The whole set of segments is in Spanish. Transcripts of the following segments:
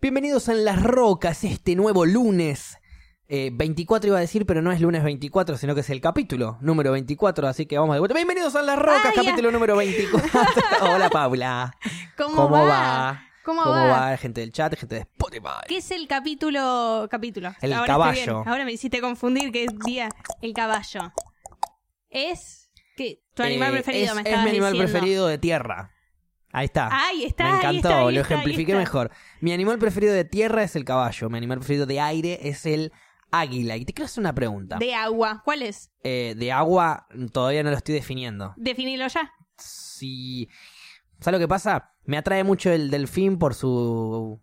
Bienvenidos a En las Rocas, este nuevo lunes. eh, 24 iba a decir, pero no es lunes 24, sino que es el capítulo número 24, así que vamos de vuelta. Bienvenidos a En las Rocas, Ay, ya. capítulo número 24. Hola Paula. ¿Cómo, ¿Cómo va? va? ¿Cómo, ¿Cómo va? va? Gente del chat, gente de Spotify. ¿Qué es el capítulo? Capítulo. El Ahora caballo. estoy bien. Ahora me hiciste confundir qué es día. El caballo. Es que tu animal Eh, preferido es, me es estabas mi animal diciendo. preferido de tierra. Ahí está. Ahí está. Me ahí encantó, está, ahí lo está, ahí ejemplifiqué está. mejor. Mi animal preferido de tierra es el caballo, mi animal preferido de aire es el águila. Y te quiero hacer una pregunta. De agua. ¿Cuál es? Eh, de agua todavía no lo estoy definiendo. Definilo ya. Si... ¿Sabes lo que pasa? Me atrae mucho el delfín por sus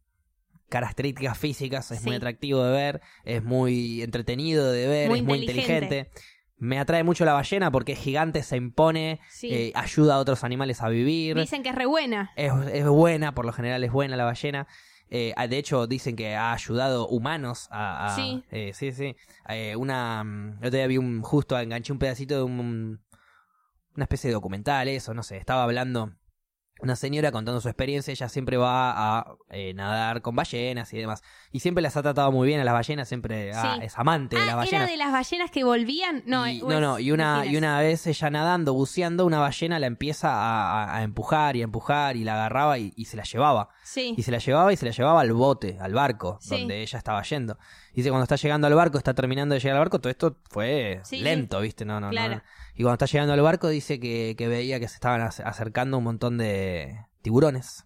características físicas, es muy Sí. atractivo de ver, es muy entretenido de ver, Muy es muy inteligente. inteligente. Me atrae mucho la ballena porque es gigante, se impone, Sí. eh, ayuda a otros animales a vivir. Dicen que es re buena. Es, es buena, por lo general es buena la ballena. Eh, ah, de hecho, dicen que ha ayudado humanos a. a- Sí. eh, sí, sí. Eh, una. mm, El otro día vi un. Justo enganché un pedacito de un. Una especie de documental, eso, no sé. Estaba hablando. Una señora contando su experiencia, ella siempre va a eh, nadar con ballenas y demás. Y siempre las ha tratado muy bien a las ballenas, siempre ah, Sí. es amante de las Ah, ¿era ballenas. de las ballenas que volvían? No, Y- eh, no, no, y una, mentiras. y una vez ella nadando, buceando, una ballena la empieza a, a- a empujar y a empujar y la agarraba y, y se la llevaba. Sí. Y se la llevaba y se la llevaba al bote, al barco, Sí. donde ella estaba yendo. Dice, cuando está llegando al barco, está terminando de llegar al barco, todo esto fue Sí, lento, ¿viste? No, no, no, claro. no. Y cuando está llegando al barco, dice que, que veía que se estaban ac- acercando un montón de tiburones.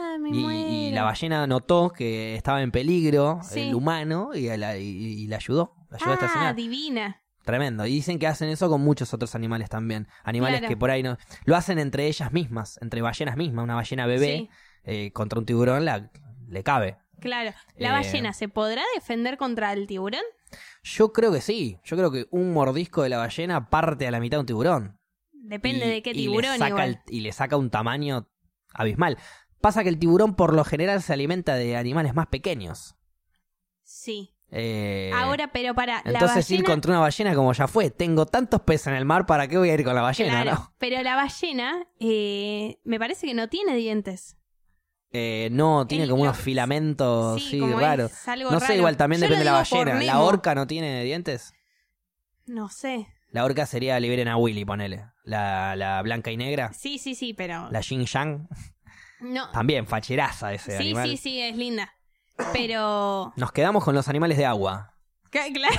Ah, me Y, y muero. la ballena notó que estaba en peligro Sí. el humano y la, y, y la ayudó. La ayudó a Ah, estacionar. divina. Tremendo. Y dicen que hacen eso con muchos otros animales también. Animales Claro. que por ahí no. Lo hacen entre ellas mismas, entre ballenas mismas. Una ballena bebé Sí, eh, contra un tiburón la, le cabe. claro. ¿La Eh, ballena se podrá defender contra el tiburón? Yo creo que sí. Yo creo que un mordisco de la ballena parte a la mitad de un tiburón. Depende Y- de qué y le tiburón saca igual. el- y le saca un tamaño abismal. Pasa que el tiburón por lo general se alimenta de animales más pequeños. Sí. Eh, Ahora, pero para la entonces ballena. ir contra una ballena como ya fue. Tengo tantos peces en el mar, ¿para qué voy a ir con la ballena? Claro, no? Pero la ballena, eh, me parece que no tiene dientes. Eh, no, tiene El- como unos los- filamentos, Oh, sí, como raro. es algo No sé, raro. igual también Yo lo depende de la digo por ballena. ¿La Nemo. orca no tiene dientes? No sé. La orca sería liberen a Willy, ponele. La, la blanca y negra. Sí, sí, sí, pero. La Xing Yang. No. También, facheraza ese Sí, animal. sí, sí, es linda. Pero. Nos quedamos con los animales de agua. Ca- Claro,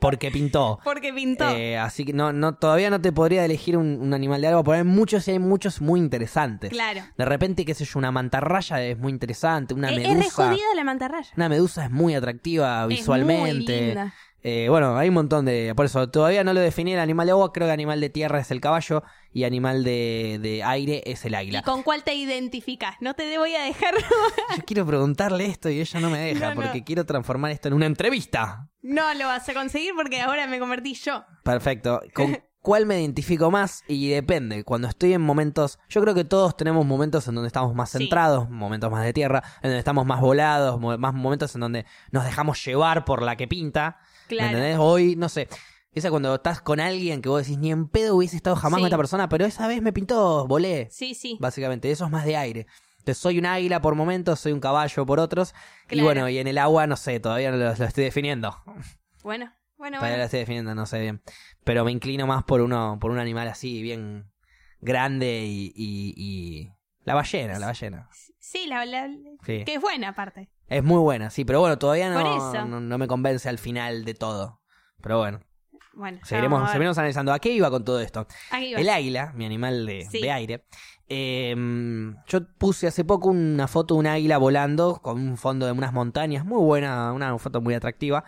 Porque pintó. porque pintó. Eh, así que no, no, todavía no te podría elegir un, un animal de agua, porque hay muchos y hay muchos muy interesantes. claro. De repente, qué sé yo, una mantarraya es muy interesante, una Eh, es, re medusa. jodida la mantarraya. una medusa es muy atractiva visualmente. Es muy linda. Eh, bueno, hay un montón de... Por eso, todavía no lo definí el animal de agua, creo que animal de tierra es el caballo y animal de, de aire es el ¿Y águila. con cuál te identificas? No te voy a dejar. Yo quiero preguntarle esto y ella no me deja No, no. porque quiero transformar esto en una entrevista. No lo vas a conseguir porque ahora me convertí yo. Perfecto. ¿Con cuál me identifico más? Y depende. Cuando estoy en momentos... Yo creo que todos tenemos momentos en donde estamos más Sí. centrados, momentos más de tierra, en donde estamos más volados, mo- más momentos en donde nos dejamos llevar por la que pinta. ¿Me Claro. entendés? Hoy, no sé. Esa cuando estás con alguien que vos decís, ni en pedo hubiese estado jamás Sí. con esta persona, pero esa vez me pintó, volé. Sí, sí. Básicamente, eso es más de aire. Entonces, soy un águila por momentos, soy un caballo por otros. Y Claro. bueno, y en el agua, no sé, todavía no lo, lo estoy definiendo. Bueno, todavía lo bueno, bueno. estoy definiendo, no sé bien. Pero me inclino más por uno por un animal así, bien grande y. y- y- La ballena, la ballena. Sí, la, la- Sí. que es buena aparte. Es muy buena, sí, pero bueno, todavía Por no, eso. no, no me convence al final de todo. Pero bueno, Bueno, ya seguiremos, vamos a ver. seguiremos analizando. ¿A qué iba con todo esto? Aquí va. El águila, mi animal de, Sí. de aire. eh, yo puse hace poco una foto de un águila volando con un fondo de unas montañas. Muy buena, una foto muy atractiva.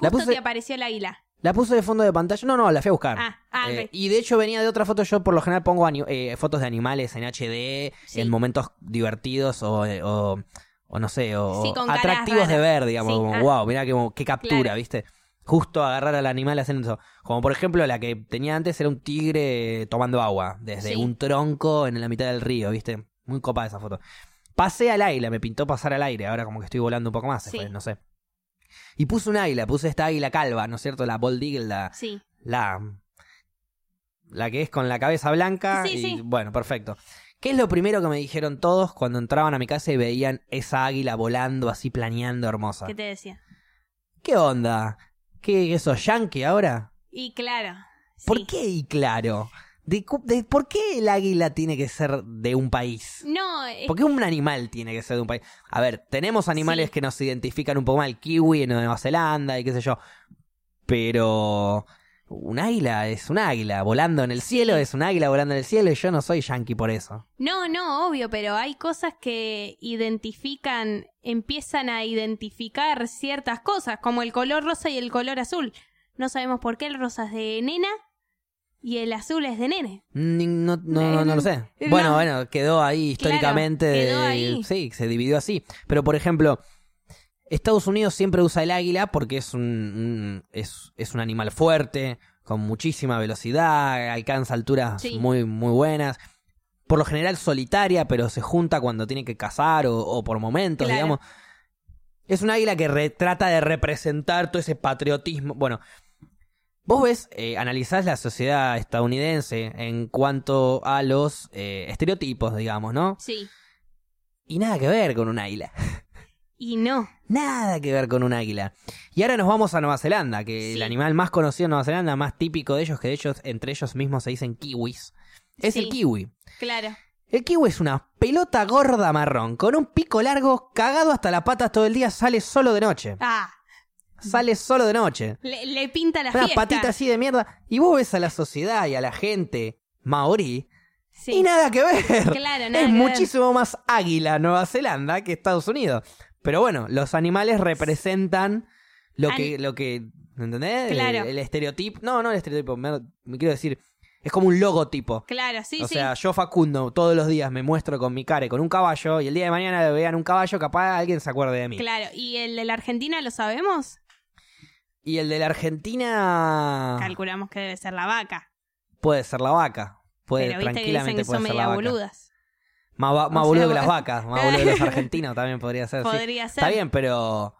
La Justo puse- te apareció el águila. La puse de fondo de pantalla. No, no, la fui a buscar. Ah, ah, Eh, ok. y de hecho venía de otra foto. Yo por lo general pongo ani- eh, fotos de animales en HD, Sí. en momentos divertidos o, eh, o- o no sé, o Sí, con caras atractivos de raras. ver, digamos. Sí, como, ah. wow, mirá qué, qué captura, Claro. ¿viste? Justo agarrar al animal haciendo eso. Como por ejemplo la que tenía antes era un tigre tomando agua desde Sí. un tronco en la mitad del río, ¿viste? Muy copada esa foto. Pasé al aire, me pintó pasar al aire. Ahora como que estoy volando un poco más, se Sí. fue, no sé. Y puse un águila, puse esta águila calva, ¿no es cierto? La Bold Eagle, la, Sí. la. La que es con la cabeza blanca. Sí, y, sí. Bueno, perfecto. ¿Qué es lo primero que me dijeron todos cuando entraban a mi casa y veían esa águila volando así planeando hermosa? ¿Qué te decía? ¿Qué onda? ¿Qué eso yankee ahora? Y claro. ¿Por sí. qué y claro? De cu- de- ¿Por qué el águila tiene que ser de un país? No, eh, es- ¿Por qué un animal tiene que ser de un país? A ver, tenemos animales Sí. que nos identifican un poco mal, el kiwi en Nueva Zelanda y qué sé yo. Pero un águila es un águila volando en el cielo, es un águila volando en el cielo y yo no soy yankee por eso. no, no, obvio, pero hay cosas que identifican, empiezan a identificar ciertas cosas, como el color rosa y el color azul. No sabemos por qué el rosa es de nena y el azul es de nene. Ni- No, no, no, no lo sé. Eh, Bueno, no. bueno, quedó ahí Claro, históricamente. quedó de- ahí. Sí, se dividió así. Pero, por ejemplo, Estados Unidos siempre usa el águila porque es un, un- es, es un animal fuerte, con muchísima velocidad, alcanza alturas Sí. muy, muy buenas. Por lo general solitaria, pero se junta cuando tiene que cazar o, o por momentos, Claro. digamos. Es un águila que re- trata de representar todo ese patriotismo. Bueno, Vos ves, eh, analizás la sociedad estadounidense en cuanto a los eh, estereotipos, digamos, ¿no? Sí. Y nada que ver con un águila. Y no. Nada que ver con un águila. Y ahora nos vamos a Nueva Zelanda, que Sí. el animal más conocido en Nueva Zelanda, más típico de ellos, que de ellos, entre ellos mismos se dicen kiwis, es Sí. el kiwi. Claro. El kiwi es una pelota gorda marrón, con un pico largo, cagado hasta las patas todo el día, sale solo de noche. Ah, Sale solo de noche. le, le pinta la Unas fiesta. patitas así de mierda. Y vos ves a la sociedad y a la gente maorí Sí. y nada que ver. Claro, nada es que ver. muchísimo más águila Nueva Zelanda que Estados Unidos. Pero bueno, los animales representan lo Ani- que, lo que, ¿entendés? Claro. El, el estereotipo. No, no el estereotipo, me, me quiero decir, es como un logotipo. Claro, sí, o sí. sea, yo Facundo todos los días me muestro con mi cara y con un caballo y el día de mañana vean un caballo, capaz alguien se acuerde de mí. Claro. ¿Y el de la Argentina lo sabemos? Y el de la Argentina Calculamos que debe ser la vaca. puede ser la vaca. Puede, pero viste que dicen tranquilamente que son puede ser media la vaca. boludas. Más, va- O más sea, boludo que las bueno. vacas, más boludo que los argentinos también podría ser. Ah, sí. Podría ser. Está bien, pero.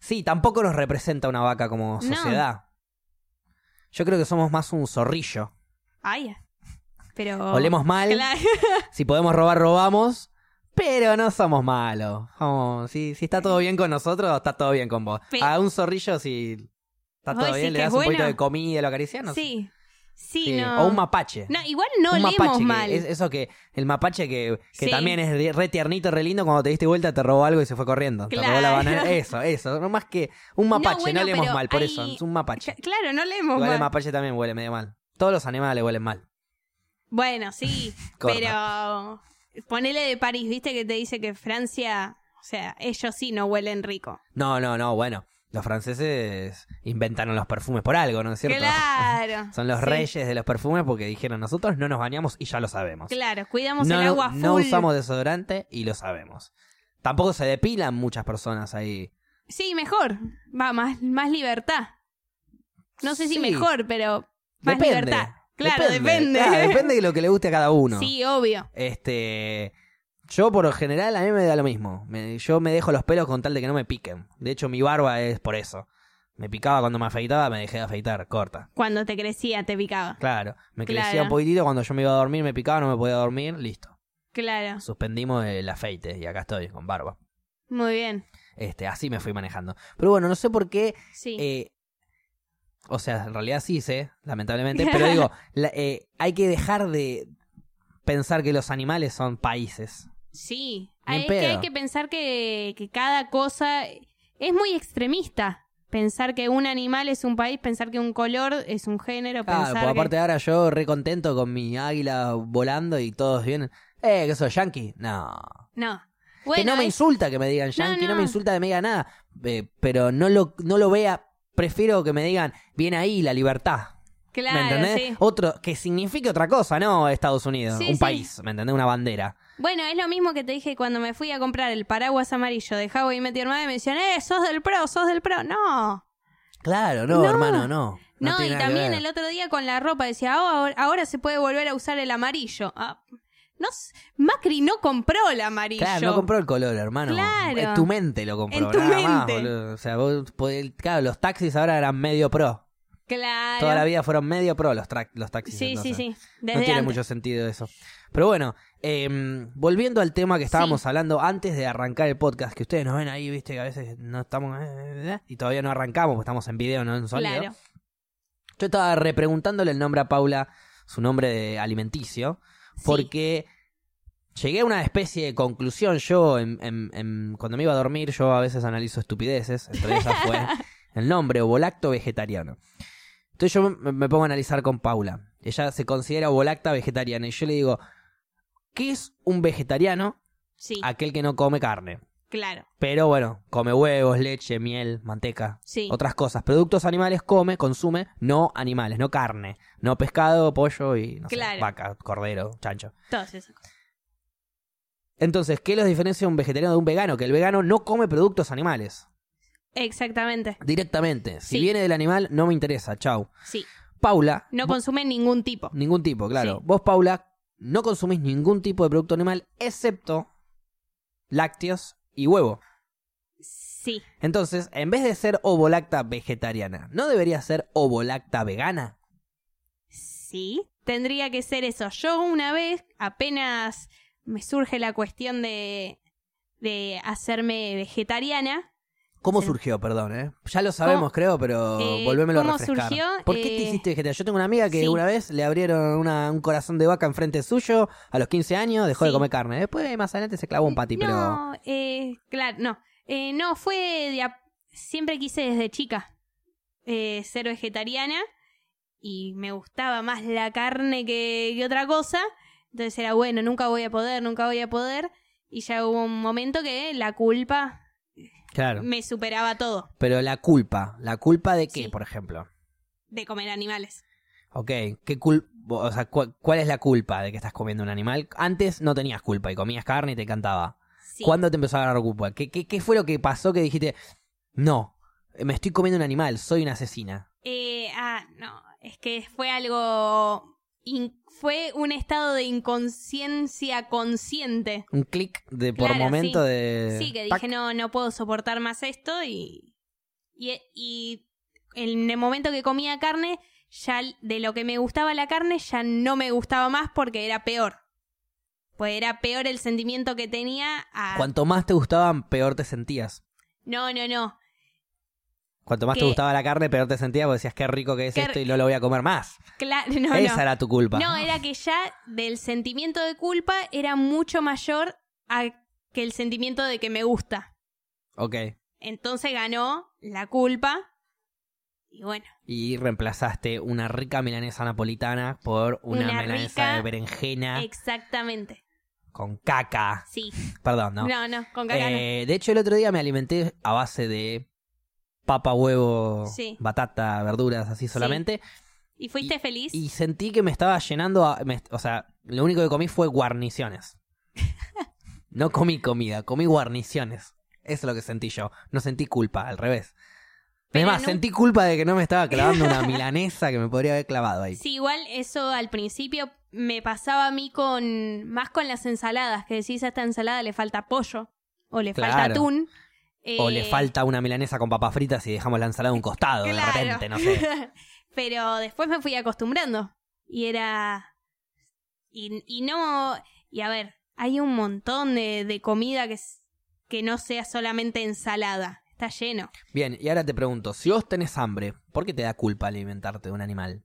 Sí, tampoco nos representa una vaca como No. sociedad. Yo creo que somos más un zorrillo. Ay. Pero. Olemos mal, Oh, Claro. si podemos robar, robamos, pero no somos malos. Vamos, si, si está todo bien con nosotros, está todo bien con vos. Pe- A un zorrillo, si está ¿Vos todo decís bien, le que das es un poquito bueno? de comida, lo acaricias, no sé. Sí. Sí, Sí, no. O un mapache. No, igual no un olemos mapache, mal. Que es eso que el mapache que, que Sí. también es re- re tiernito, re lindo, cuando te diste vuelta te robó algo y se fue corriendo. Te robó la Claro. banana. Eso, eso. No más que un mapache, no, bueno, leemos pero mal, por hay- eso. Es un mapache. Ca- Claro, no leemos Igual el mal. mapache también huele medio mal. Todos los animales huelen mal. Bueno, sí. pero. Ponele de París, viste que te dice que Francia. O sea, ellos sí no huelen rico. No, no, no, bueno. Los franceses inventaron los perfumes por algo, ¿no es cierto? Claro. Son los Sí. reyes de los perfumes porque dijeron nosotros no nos bañamos y ya lo sabemos. Claro, cuidamos no, el no- agua full. no usamos desodorante y lo sabemos. Tampoco se depilan muchas personas ahí. Sí, mejor. Va, más, más libertad. No sé si Sí. mejor, pero más libertad. Claro, depende. Claro, depende de lo que le guste a cada uno. Sí, obvio. Este. Yo, por lo general, a mí me da lo mismo. Me- yo me dejo los pelos con tal de que no me piquen. De hecho, mi barba es por eso. Me picaba cuando me afeitaba, me dejé de afeitar, corta. Cuando te crecía te picaba. Claro. Me crecía Claro. un poquitito cuando yo me iba a dormir, me picaba, no me podía dormir, listo. Claro. Suspendimos el afeite y acá estoy, con barba. Muy bien. Este, así me fui manejando. Pero bueno, no sé por qué Sí. Eh, o sea, en realidad sí sé, lamentablemente, pero digo, la- eh, hay que dejar de pensar que los animales son países. sí. ni en Hay, es que pedo. hay que pensar que, que cada cosa es muy extremista. Pensar que un animal es un país, pensar que un color es un género, Claro, pensar porque que- aparte ahora yo re contento con mi águila volando y todos vienen. Eh, que soy yankee. No. No. Bueno, que no me es- insulta que me digan yankee, no, no. me insulta que me digan nada. Eh, pero no lo, no lo vea, prefiero que me digan, bien ahí la libertad. claro, ¿Me entendés? sí. Otro, que signifique otra cosa, ¿no? Estados Unidos, Sí, un sí. país, ¿me entendés? Una bandera. Bueno, es lo mismo que te dije cuando me fui a comprar el paraguas amarillo de Hago y Meteor 9 y me decían, eh, sos del pro, sos del pro. No. Claro, no, No. hermano, no. No, tiene y nada que también ver. el otro día con la ropa decía, "Ah, ahora, ahora se puede volver a usar el amarillo. Ah, no, s- Macri no compró el amarillo. Claro, no compró el color, hermano. Claro. En tu mente lo compró. En tu nada más, mente. boludo. o sea, vos podés- claro, los taxis ahora eran medio pro. Claro. Toda la vida fueron medio pro los, tra- los taxis. Sí, sí, entonces. sí. No Desde tiene antes. mucho sentido eso. Pero bueno, eh, volviendo al tema que estábamos hablando antes de arrancar el podcast, que ustedes nos ven ahí, viste, que a veces no estamos... eh, eh, Y todavía no arrancamos, porque estamos en video, no en sonido. Claro. Yo estaba repreguntándole el nombre a Paula, su nombre de alimenticio, Sí. porque llegué a una especie de conclusión. Yo, en- en- en- cuando me iba a dormir, yo a veces analizo estupideces. Entre ellas fue el nombre, ovolacto vegetariano. Entonces yo me, me pongo a analizar con Paula. Ella se considera ovolacta vegetariana. Y yo le digo, ¿qué es un vegetariano? Sí, Aquel que no come carne. claro. Pero bueno, come huevos, leche, miel, manteca, Sí. otras cosas. Productos animales come, consume, no animales, no carne, no pescado, pollo y no sé, Claro. vaca, cordero, chancho. Todas esas cosas. Entonces, ¿qué los diferencia un vegetariano de un vegano? Que el vegano no come productos animales Exactamente. directamente. Si Sí. viene del animal, no me interesa, chau. Sí. Paula, No vo- consumen ningún tipo. ningún tipo, claro. Sí. Vos, Paula, no consumís ningún tipo de producto animal excepto lácteos y huevo. Sí. Entonces, en vez de ser ovolacta vegetariana, ¿no debería ser ovolacta vegana? Sí. Tendría que ser eso. Yo una vez, apenas me surge la cuestión de, de hacerme vegetariana. ¿Cómo Sí. surgió, perdón, eh? Ya lo sabemos, ¿Cómo? creo, pero Eh, volvémelo a ¿cómo refrescar. surgió? ¿Por qué te Eh, hiciste vegetariano? Yo tengo una amiga que sí. una vez le abrieron una- un corazón de vaca enfrente suyo, a los 15 años dejó de Sí. comer carne. Después, más adelante, se clavó un pati, pero... No, eh, claro, no. Eh, no, fue de a- siempre quise desde chica eh, ser vegetariana y me gustaba más la carne que, que otra cosa. Entonces era bueno, nunca voy a poder, nunca voy a poder. Y ya hubo un momento que la culpa Claro. me superaba todo Pero la culpa, ¿la culpa de qué, Sí. por ejemplo? de comer animales. Ok, ¿qué cul o sea, cu- ¿cuál es la culpa de que estás comiendo un animal? Antes no tenías culpa y comías carne y te encantaba. Sí. ¿Cuándo te empezó a agarrar culpa? ¿Qué, qué, ¿Qué fue lo que pasó que dijiste, no, me estoy comiendo un animal, soy una asesina? Eh, ah, no, es que fue algo... in- fue un estado de inconsciencia consciente. un clic de por Claro, momento sí. de Sí, que tac. dije, no, no puedo soportar más esto y, y, y en el momento que comía carne, ya l- de lo que me gustaba la carne, ya no me gustaba más porque era peor. Pues era peor el sentimiento que tenía a... cuanto más te gustaban peor te sentías No, no, no. cuanto más te Que- gustaba la carne peor te sentías porque decías qué rico que es Qué esto y no lo voy a comer más Claro, no, esa no. era tu culpa No, era que ya del sentimiento de culpa era mucho mayor a que el sentimiento de que me gusta. ok Entonces ganó la culpa y bueno. y reemplazaste una rica milanesa napolitana por una, Una milanesa rica- de berenjena Exactamente. con caca Sí. perdón no, No, no, con cacao no. Eh, de hecho el otro día me alimenté a base de papa huevo Sí. batata verduras así solamente ¿Y fuiste feliz? y sentí que me estaba llenando, a- me- o sea, lo único que comí fue guarniciones. No comí comida, comí guarniciones. Eso es lo que sentí yo. No sentí culpa, al revés. Pero Además, nu- sentí culpa de que no me estaba clavando una milanesa que me podría haber clavado ahí. Sí, igual eso al principio me pasaba a mí con más con las ensaladas, que decís a esta ensalada le falta pollo o le Claro. falta atún. O eh, le falta una milanesa con papas fritas y dejamos la ensalada a un costado, claro. de repente, no sé. Pero después me fui acostumbrando y era y, y no y a ver, hay un montón de, de comida que es- que no sea solamente ensalada, está lleno. Bien, y ahora te pregunto, si vos tenés hambre, ¿por qué te da culpa alimentarte de un animal?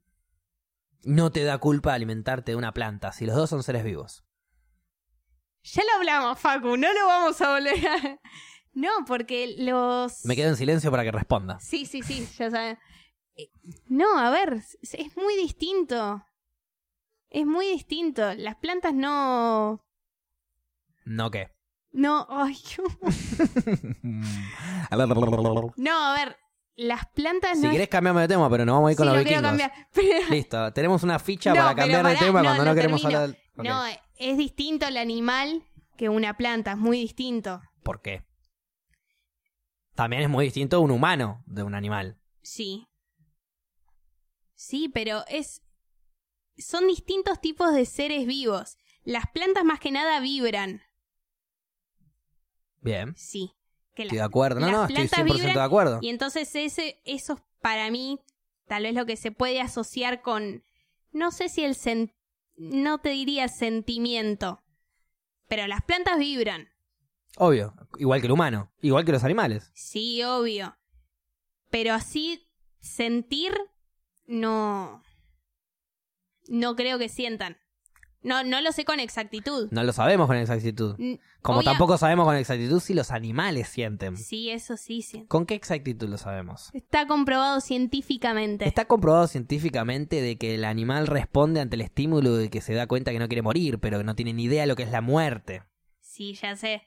No te da culpa alimentarte de una planta, si los dos son seres vivos. Ya lo hablamos, Facu, no lo vamos a volver a... No, porque los... Me quedo en silencio para que respondas. Sí, sí, sí, ya saben. Eh, No, a ver, es- es muy distinto. Es muy distinto. Las plantas no... No qué. No, ay, no, a ver, las plantas si no... querés cambiamos de tema, pero no vamos a ir es... con Sí, los lo quiero vikingos. cambiar. pero- Listo, tenemos una ficha No, para pero cambiar de pará, tema no, cuando no, no queremos termino. hablar. Ok, No, es distinto el animal que una planta, es muy distinto. ¿Por qué? También es muy distinto un humano de un animal. Sí. Sí, pero es. Son distintos tipos de seres vivos. Las plantas más que nada vibran. Bien, Sí. Que la- estoy de acuerdo. No, las no, estoy plantas 100% de vibran acuerdo. Y entonces ese, esos para mí tal vez lo que se puede asociar con, no sé si el, sen- no te diría sentimiento, pero las plantas vibran, Obvio, igual que el humano, igual que los animales. sí, obvio, pero así sentir, no, no creo que sientan. No, no lo sé con exactitud. No lo sabemos con exactitud. N- Como obvia- tampoco sabemos con exactitud si los animales sienten. Sí, eso sí, sí. ¿Con qué exactitud lo sabemos? Está comprobado científicamente. Está comprobado científicamente de que el animal responde ante el estímulo de que se da cuenta que no quiere morir, pero que no tiene ni idea de lo que es la muerte. Sí, ya sé.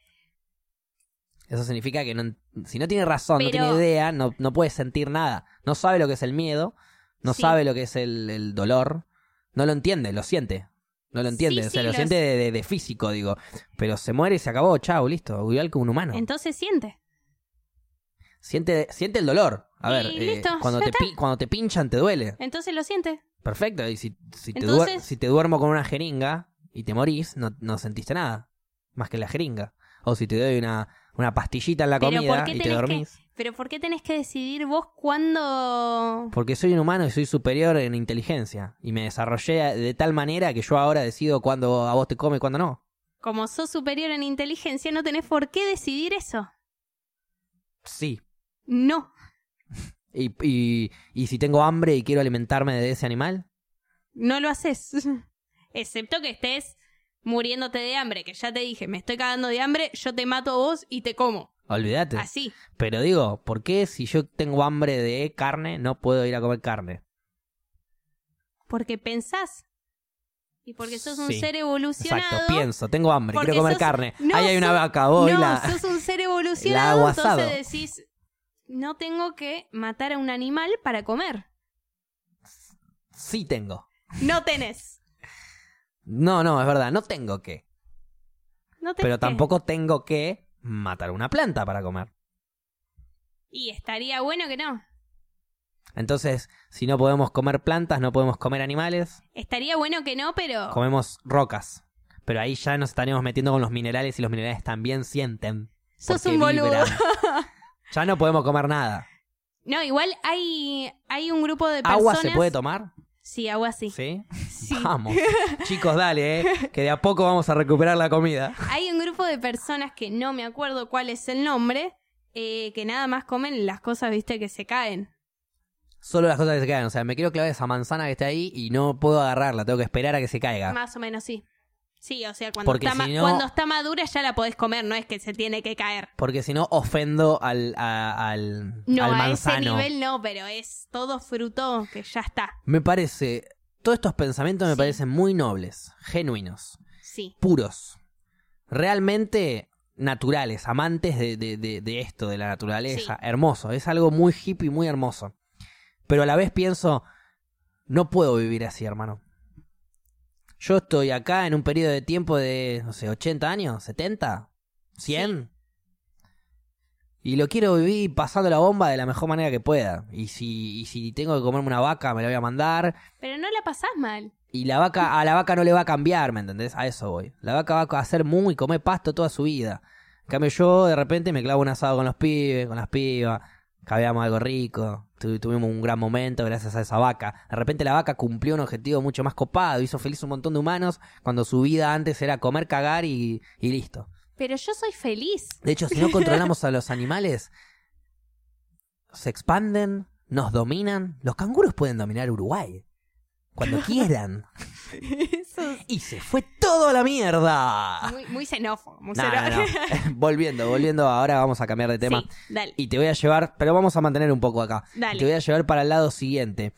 Eso significa que no, si no tiene razón, Pero- no tiene idea, no, no puede sentir nada. No sabe lo que es el miedo, no Sí. sabe lo que es el, el dolor, no lo entiende, lo siente. No lo Sí, entiende, o sea, sí, lo lo siente de, de- de físico, digo. Pero se muere y se acabó, chao, listo. Igual que un humano. Entonces siente. siente, siente el dolor. A Y ver, eh, listo, cuando, ya te pi- cuando te pinchan te duele. Entonces lo siente. Perfecto, y si, si te, Entonces- duer- si te duermo con una jeringa y te morís, no, no sentiste nada, más que la jeringa. O si te doy una, una pastillita en la Pero ¿por comida qué y te tenés que- dormís. Pero ¿por qué tenés que decidir vos cuándo? Porque soy un humano y soy superior en inteligencia. Y me desarrollé de tal manera que yo ahora decido cuándo a vos te come y cuándo no. Como sos superior en inteligencia, no tenés por qué decidir eso. Sí. No. Y, y, y si tengo hambre y quiero alimentarme de ese animal, No lo haces. Excepto que estés muriéndote de hambre, que ya te dije, me estoy cagando de hambre, yo te mato a vos y te como. olvídate. Así. Pero digo, ¿por qué si yo tengo hambre de carne no puedo ir a comer carne? Porque pensás. Y porque sos un Sí. ser Exacto, evolucionado. pienso, tengo hambre, Porque quiero comer sos- carne. no, Ahí hay una sos- vaca, voy no, la... sos un ser evolucionado, hago entonces asado. decís, no tengo que matar a un animal para comer. Sí tengo. No tenés. No, no, es verdad, no tengo que. No tenés Pero que. tampoco tengo que matar una planta para comer. Y estaría bueno que no. Entonces, si no podemos comer plantas, no podemos comer animales, Estaría bueno que no, pero... comemos rocas. Pero ahí ya nos estaríamos metiendo con los minerales y los minerales también sienten. Sos porque un boludo. vibran. Ya no podemos comer nada. No, igual hay, hay un grupo de personas... ¿Agua se puede tomar? Sí, agua sí. ¿Sí? Sí. Vamos. Chicos, dale, eh, que de a poco vamos a recuperar la comida. Hay un grupo de personas que no me acuerdo cuál es el nombre, eh, que nada más comen las cosas, viste, que se caen. Solo las cosas que se caen. O sea, me quiero clavar esa manzana que está ahí y no puedo agarrarla. Tengo que esperar a que se caiga. Más o menos sí. Sí, o sea, cuando Porque está, ma- si no- cuando está madura ya la podés comer, no es que se tiene que caer. Porque si no, ofendo al, a- al, No, al a ese manzano. nivel no, pero es todo fruto que ya está. Me parece. Todos estos pensamientos me Sí. parecen muy nobles, genuinos, Sí. puros. Realmente naturales, amantes de, de- de- de esto, de la naturaleza. Sí. Hermoso. Es algo muy hippie, muy hermoso. Pero a la vez pienso. No puedo vivir así, hermano. Yo estoy acá en un periodo de tiempo de, no sé, 80 años, 70, 100. Y lo quiero vivir pasando la bomba de la mejor manera que pueda. Y si, y si tengo que comerme una vaca, me la voy a mandar. Pero no la pasás mal. Y la vaca, a la vaca no le va a cambiar, ¿me entendés? A eso voy. La vaca va a hacer muy, comer pasto toda su vida. En cambio yo, de repente, me clavo un asado con los pibes, con las pibas. Cabeamos algo rico. Tu- tuvimos un gran momento gracias a esa vaca. De repente la vaca cumplió un objetivo mucho más copado. Hizo feliz un montón de humanos cuando su vida antes era comer, cagar y, y listo. Pero yo soy feliz. De hecho, si no controlamos a los animales, se expanden, nos dominan. Los canguros pueden dominar Uruguay. Cuando quieran. Eso es Y se fue todo a la mierda. muy, muy xenófobo. Muy No, no, xenófobo. no. volviendo, volviendo, ahora vamos a cambiar de tema. Sí, dale, Y te voy a llevar, pero vamos a mantener un poco acá. Te dale. voy a llevar para el lado siguiente.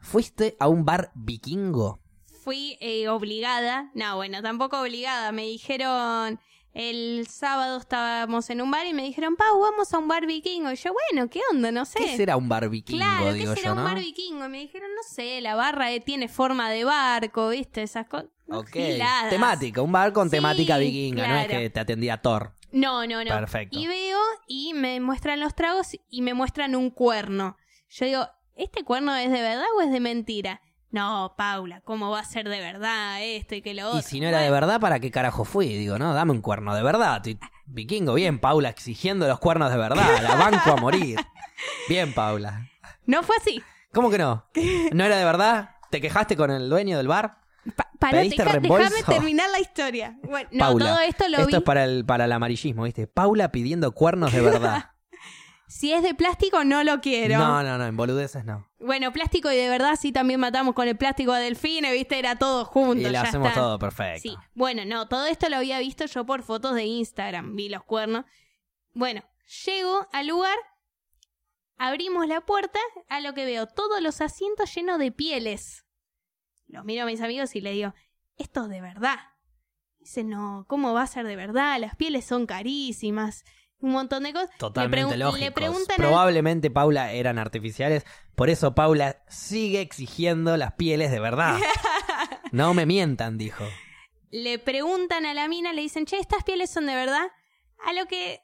¿Fuiste a un bar vikingo? Fui eh, obligada. No, bueno, tampoco obligada. Me dijeron... El sábado estábamos en un bar y me dijeron, Pau, vamos a un bar vikingo. Y yo, bueno, ¿qué onda? No sé. ¿Qué será un bar vikingo, Claro, digo ¿qué será yo, un no? bar vikingo? Y Me dijeron, no sé, la barra eh, tiene forma de barco, ¿viste? Esas cosas. Ok. Giladas. Temática, un bar con Sí, temática vikinga, no es claro. que te atendía Thor. No, no, no. Perfecto. Y veo y me muestran los tragos y me muestran un cuerno. Yo digo, ¿este cuerno es de verdad o es de mentira? No, Paula, ¿cómo va a ser de verdad esto y que lo otro? Y si no era de verdad, ¿para qué carajo fui? Digo, no, dame un cuerno de verdad. Y- Vikingo, bien, Paula, exigiendo los cuernos de verdad. La banco a morir. Bien, Paula. No fue así. ¿Cómo que no? ¿No era de verdad? ¿Te quejaste con el dueño del bar? Pa- pará, ¿Pediste deja- reembolso? déjame terminar la historia. Bueno, no, Paula. todo esto lo vi. es para el, para el amarillismo, ¿viste? Paula pidiendo cuernos de verdad. Si es de plástico, no lo quiero. No, no, no, en boludeces no. Bueno, plástico y de verdad sí también matamos con el plástico a Delfine, viste, era todo junto. y lo ya hacemos está. todo perfecto. Sí, bueno, no, todo esto lo había visto yo por fotos de Instagram, vi los cuernos. Bueno, llego al lugar, abrimos la puerta, a lo que veo todos los asientos llenos de pieles. Los miro a mis amigos y les digo, esto es de verdad. Dicen, no, ¿cómo va a ser de verdad? Las pieles son carísimas. Un montón de cosas. Le Totalmente pregun- lógicos. Le preguntan al- Probablemente Paula eran artificiales, por eso Paula sigue exigiendo las pieles de verdad. No me mientan, dijo. le preguntan a la mina, le dicen, che, ¿estas pieles son de verdad? A lo que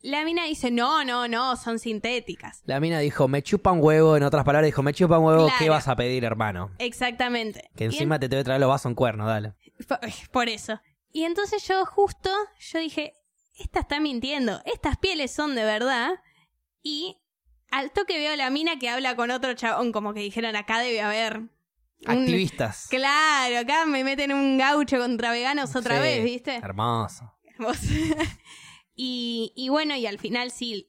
la mina dice, no, no, no, son sintéticas. La mina dijo, me chupa un huevo, en otras palabras dijo, me chupa un huevo, ¿qué Claro. vas a pedir, hermano? Exactamente. Que Y encima te te voy a traer los vasos en cuerno, dale. en- po- Por eso. Y entonces yo justo, yo dije, esta está mintiendo, estas pieles son de verdad. Y al toque veo a la mina que habla con otro chabón, como que dijeron, acá debe haber... un- Activistas. Claro, acá me meten un gaucho contra veganos otra Sí, vez, ¿viste? Hermoso. Vos. y, y bueno, y al final sí,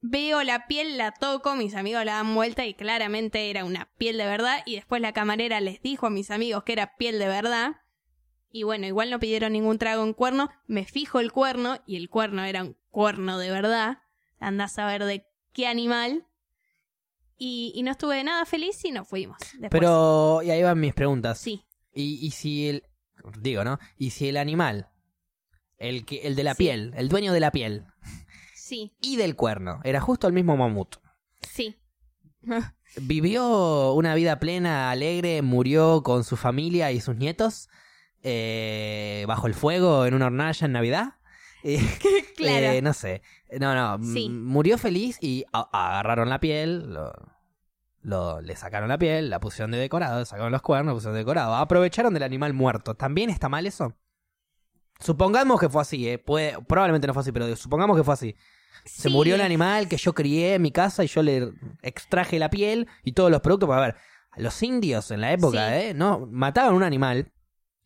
veo la piel, la toco, mis amigos la dan vuelta y claramente era una piel de verdad. Y después la camarera les dijo a mis amigos que era piel de verdad. Y bueno, igual no pidieron ningún trago en cuerno. Me fijo el cuerno y el cuerno era un cuerno de verdad. Andás a ver de qué animal. Y, y no estuve nada feliz y nos fuimos. Después. Pero, y ahí van mis preguntas. Sí, Y, y si el. Digo, ¿no? Y si el animal. El, que, el de la Sí. piel. El dueño de la piel. sí, Y del cuerno. Era justo el mismo mamut. sí. Vivió una vida plena, alegre. Murió con su familia y sus nietos. eh, bajo el fuego, en una hornalla en Navidad. Eh, Claro. eh, no sé. No, no. m- Sí. Murió feliz y a- agarraron la piel. Lo, lo- le sacaron la piel, la pusieron de decorado, le sacaron los cuernos, la pusieron de decorado. Aprovecharon del animal muerto. ¿También está mal eso? Supongamos que fue así, ¿eh? Puede- probablemente no fue así, pero supongamos que fue así. Se Sí. murió el animal que yo crié en mi casa y yo le extraje la piel y todos los productos. Para ver, los indios en la época, Sí. ¿eh? No, mataban un animal.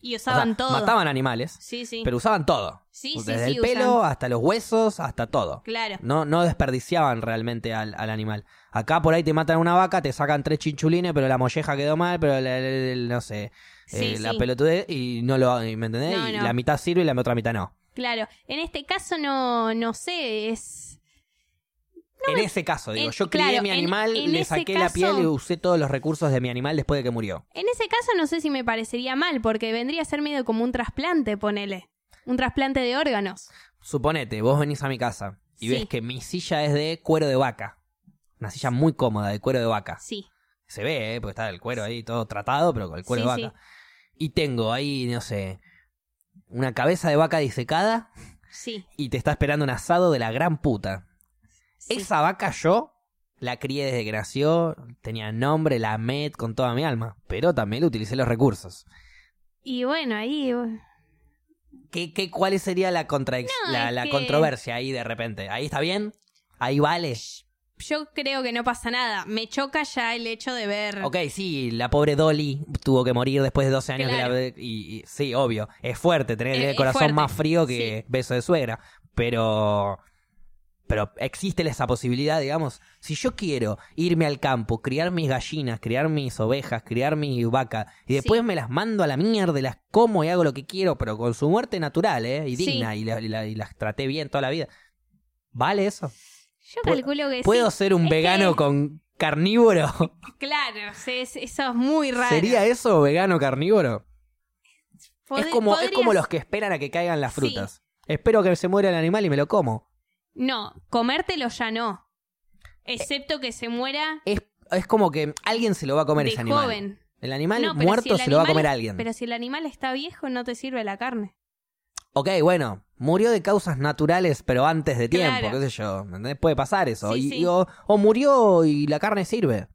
Y o sea, usaban todo. Mataban animales, Sí, sí. pero usaban todo. Sí, sí, Pues Desde sí, el pelo hasta los huesos, hasta todo. Claro. No, no desperdiciaban realmente al, al animal. Acá por ahí te matan una vaca, te sacan tres chinchulines, pero la molleja quedó mal, pero la- la- la- no sé, eh, Sí, la sí. pelotudez y no lo, y- ¿me entendés? No, y no. la mitad sirve y la otra mitad no. Claro, en este caso no, no sé, es... en ese caso, digo, en- yo crié claro, mi en- animal, en le ese saqué la caso- piel y usé todos los recursos de mi animal después de que murió. En ese caso no sé si me parecería mal, porque vendría a ser medio como un trasplante, ponele. Un trasplante de órganos. Suponete, vos venís a mi casa y Sí. ves que mi silla es de cuero de vaca. Una silla muy cómoda de cuero de vaca. Sí, Se ve, ¿eh? porque está el cuero ahí todo tratado, pero con el cuero Sí, de vaca. Y tengo ahí, no sé, una cabeza de vaca disecada sí. y te está esperando un asado de la gran puta. sí. Esa vaca yo la crié desde que nació, tenía nombre, la amé con toda mi alma, pero también le utilicé los recursos. Y bueno, ahí... bueno, ¿Qué, qué, ¿Cuál sería la, contraex- No, la, es la que- controversia ahí de repente? ¿Ahí está bien? ¿Ahí vale? Yo creo que no pasa nada. Me choca ya el hecho de ver... Ok, sí, la pobre Dolly tuvo que morir después de 12 años de la- Claro. y, y- sí, obvio, es fuerte tener Eh, el es corazón fuerte, más frío que beso de suegra, pero pero existe esa posibilidad, digamos, si yo quiero irme al campo, criar mis gallinas, criar mis ovejas, criar mi vaca y después Sí. me las mando a la mierda, y las como y hago lo que quiero, pero con su muerte natural, eh, y Sí. digna y, la- y la- y las traté bien toda la vida. ¿Vale eso? Yo Pu- calculo que ¿Puedo Eh, sí. ser un Es vegano que- con carnívoro? Claro, sí, es- eso es muy raro. ¿Sería eso vegano carnívoro? Pod- es, como, es podrías- como los que esperan a que caigan las Sí. frutas. Espero que se muera el animal y me lo como. No, comértelo ya no. Excepto que se muera Es, es como que alguien se lo va a comer de ese animal. joven. El animal No, pero muerto si el se lo va a animal comer es- alguien. Pero si el animal está viejo, no te sirve la carne. Ok, bueno, murió de causas naturales, pero antes de tiempo, Claro. qué sé yo. ¿me entendés? Puede pasar eso. Sí, Y- sí. y o, o murió y la carne sirve.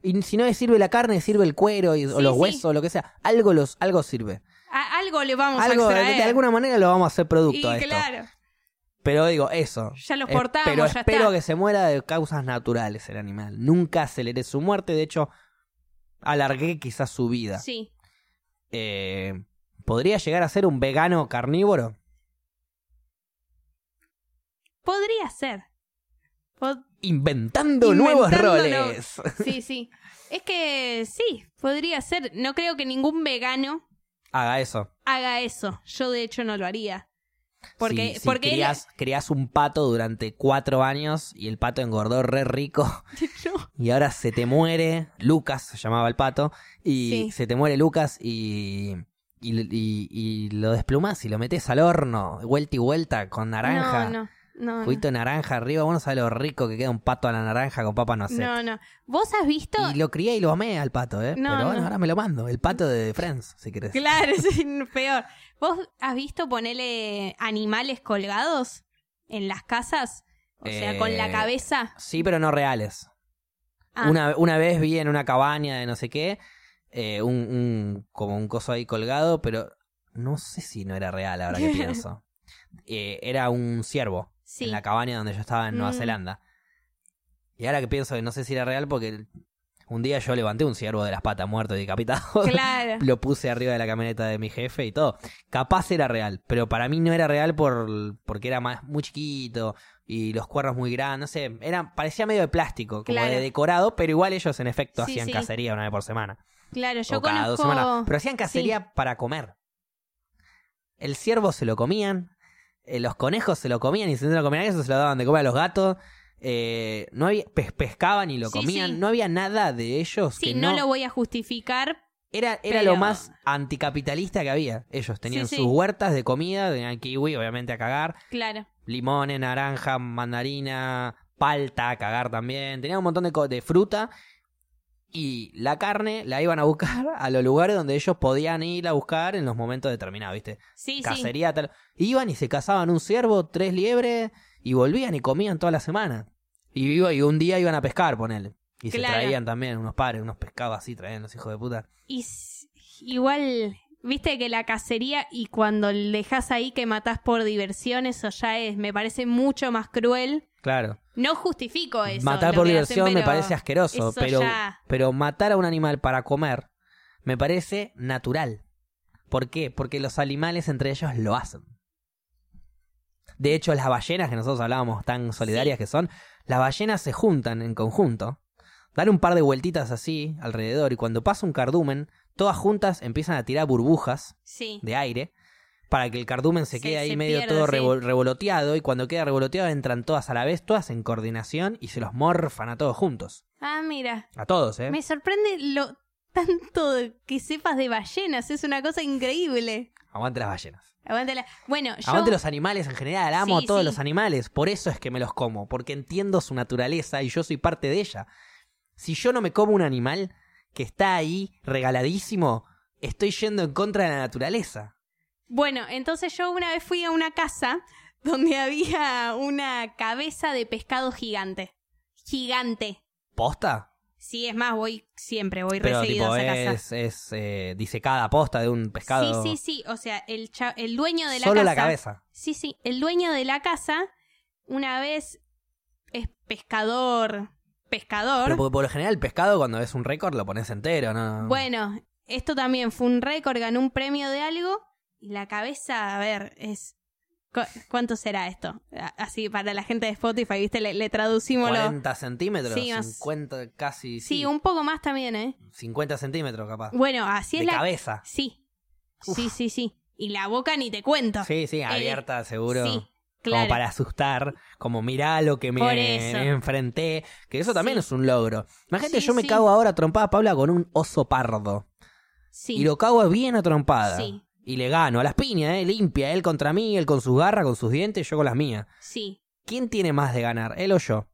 Y si no le sirve la carne, sirve el cuero y- o Sí, los sí. huesos, o lo que sea. Algo, los, algo sirve. A- algo le vamos Algo, a de, extraer. de alguna manera lo vamos a hacer producto y a esto. claro. Pero digo, eso. Ya los Eh, cortamos, Pero ya espero está. que se muera de causas naturales el animal. Nunca aceleré su muerte. De hecho, alargué quizás su vida. Sí. Eh, ¿Podría llegar a ser un vegano carnívoro? Podría ser. Pod- Inventando, nuevos Inventando roles. sí, sí. Es que sí, podría ser. No creo que ningún vegano Haga eso. haga eso. Yo de hecho no lo haría. Porque, si, si porque él- criás, criás un pato durante cuatro años y el pato engordó re rico No. y ahora se te muere, Lucas se llamaba el pato, y Sí. se te muere Lucas y, y, y- y lo desplumas y lo metes al horno, vuelta y vuelta con naranja, No, no, no, no. juguito de naranja arriba, uno sabe lo rico que queda un pato a la naranja con papa no sé. No, no. ¿Vos has visto? Y lo crié y lo amé al pato, ¿eh? No, Pero bueno, no. ahora me lo mando, el pato de Friends, si querés. Claro, es peor. ¿Vos has visto ponerle animales colgados en las casas? O sea, con la Eh, cabeza. Sí, pero no reales. Ah, Una, una vez vi en una cabaña de no sé qué, eh, un, un- como un coso ahí colgado, pero no sé si no era real ahora que pienso. Eh, era un ciervo sí. en la cabaña donde yo estaba en Nueva Mm. Zelanda. Y ahora que pienso que no sé si era real porque un día yo levanté un ciervo de las patas muerto y decapitado. Claro. Lo puse arriba de la camioneta de mi jefe y todo. Capaz era real, pero para mí no era real por porque era más muy chiquito y los cuernos muy grandes, no sé, era parecía medio de plástico, como Claro. de decorado, pero igual ellos en efecto Sí, hacían sí. cacería una vez por semana Claro, yo o cada dos semanas, conozco. pero hacían cacería para comer. El ciervo se lo comían, eh, los conejos se lo comían y si no se lo comían eso se lo daban de comer a los gatos. eh, no había, pes- pescaban y lo Sí, comían, sí. no había nada de ellos Sí, que no lo voy a justificar. era, era Pero- lo más anticapitalista que había. Ellos tenían Sí, sí. sus huertas de comida, tenían kiwi, obviamente, a cagar, Claro. limones, naranja, mandarina, palta, a cagar también. Tenían un montón de, co- de fruta y la carne la iban a buscar a los lugares donde ellos podían ir a buscar en los momentos determinados, ¿viste? Sí, sí. Cacería, tal. Iban y se cazaban un ciervo, tres liebres y volvían y comían toda la semana. Y, iba- y un día iban a pescar, ponele. Y Claro. se traían también unos pares, unos pescados así, traían los hijos de puta. Y s- igual, viste que la cacería y cuando dejas ahí que matás por diversión, eso ya es, me parece mucho más cruel. Claro. No justifico eso. matar lo por que hacen, diversión me pero parece asqueroso, eso pero, ya- pero matar a un animal para comer me parece natural. ¿Por qué? Porque los animales entre ellos lo hacen. De hecho, las ballenas que nosotros hablábamos tan solidarias que son, las ballenas se juntan en conjunto, dan un par de vueltitas así alrededor y cuando pasa un cardumen, todas juntas empiezan a tirar burbujas Sí. de aire para que el cardumen se Se- quede ahí se medio pierda, todo sí. revol- revoloteado y cuando queda revoloteado entran todas a la vez, todas en coordinación y se los morfan a todos juntos. Ah, mira. A todos, ¿eh? Me sorprende lo tanto que sepas de ballenas. Es una cosa increíble. Aguante las ballenas. Aguántala. Bueno, yo. Aguante los animales en general, amo Sí, a todos sí. los animales, por eso es que me los como, porque entiendo su naturaleza y yo soy parte de ella. Si yo no me como un animal que está ahí regaladísimo, estoy yendo en contra de la naturaleza. Bueno, entonces yo una vez fui a una casa donde había una cabeza de pescado gigante. Gigante. ¿Posta? Sí, es más, voy siempre, voy Pero reseguido tipo a esa casa. es, es eh, disecada posta de un pescado. Sí, sí, sí. O sea, el, cha- el dueño de la Solo casa. la cabeza. Sí, sí. El dueño de la casa, una vez es pescador. Pescador. Pero por, por lo general el pescado cuando es un récord lo pones entero, ¿no? Bueno, esto también fue un récord, ganó un premio de algo y la cabeza, a ver, es... cu- ¿Cuánto será esto? A- Así, para la gente de Spotify, ¿viste? Le, le traducimos lo... 40 centímetros, Sí, más- 50, casi Sí, sí, un poco más también, ¿eh? 50 centímetros capaz. Bueno, Ah. así de es la... cabeza. Sí. Uf. Sí, sí, sí. Y la boca ni te cuento. Sí, sí, abierta, seguro. Eh, Sí, Como claro. para asustar, como mirá lo que Por me eso. enfrenté. Que eso también Sí. es un logro. Imagínate, Sí, yo me sí. cago ahora a trompada Paula con un oso pardo. Sí. Y lo cago bien a trompada. Sí. Y le gano a las piñas, ¿eh? limpia, él contra mí, él con sus garras, con sus dientes, yo con las mías. Sí. ¿Quién tiene más de ganar, él o yo?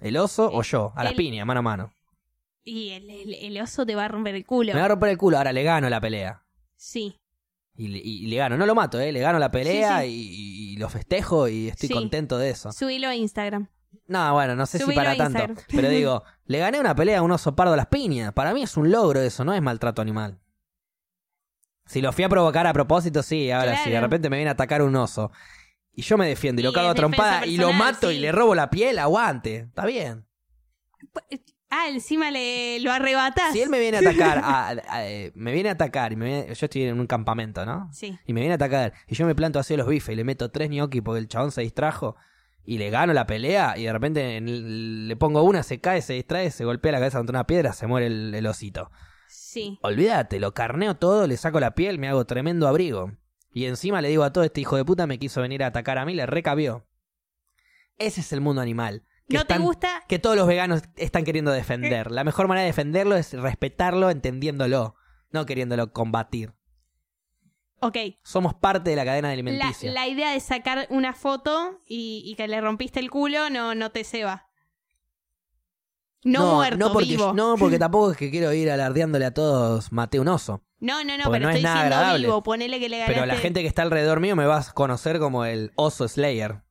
¿El oso o yo? A las El- piñas, mano a mano. Y el, el- el oso te va a romper el culo. Me va a romper el culo, ahora le gano la pelea. Sí. Y, le- y le gano, no lo mato, ¿eh? le gano la pelea Sí, Y, y lo festejo y estoy Sí. contento de eso. Subilo a Instagram. No, bueno, no sé si Subilo para a tanto. Instagram. Pero digo, le gané una pelea a un oso pardo a las piñas. Para mí es un logro eso, no es maltrato animal. Si lo fui a provocar a propósito, sí, ahora si de Claro. repente me viene a atacar un oso y yo me defiendo y lo Y cago es a trompada defensa y lo personal, mato y sí. le robo la piel, aguante. Está bien. Ah, encima le lo arrebatás. Si él me viene a atacar, a- a- eh, me viene a atacar, y me viene- yo estoy en un campamento, ¿no? Sí. Y me viene a atacar, y yo me planto a hacer los bifes y le meto tres gnocchi porque el chabón se distrajo, y le gano la pelea, y de repente en el- le pongo una, se cae, se distrae, se golpea la cabeza contra una piedra, se muere el, el osito. Sí. Olvídate, lo carneo todo, le saco la piel, me hago tremendo abrigo. Y encima le digo a todo este hijo de puta me quiso venir a atacar a mí, le recabió. Ese es el mundo animal. que ¿No es tan- te gusta? que todos los veganos están queriendo defender. La mejor manera de defenderlo es respetarlo, entendiéndolo, no queriéndolo combatir. Ok. Somos parte de la cadena La, alimenticia. la idea de sacar una foto y, y que le rompiste el culo no, no te ceba. No, muerto, no porque, vivo. No, porque tampoco es que quiero ir alardeándole a todos, maté un oso. No, no, no, Porque pero no es estoy nada diciendo agradable. vivo. Ponele que le ganaste. Pero la gente que está alrededor mío me va a conocer como el oso slayer,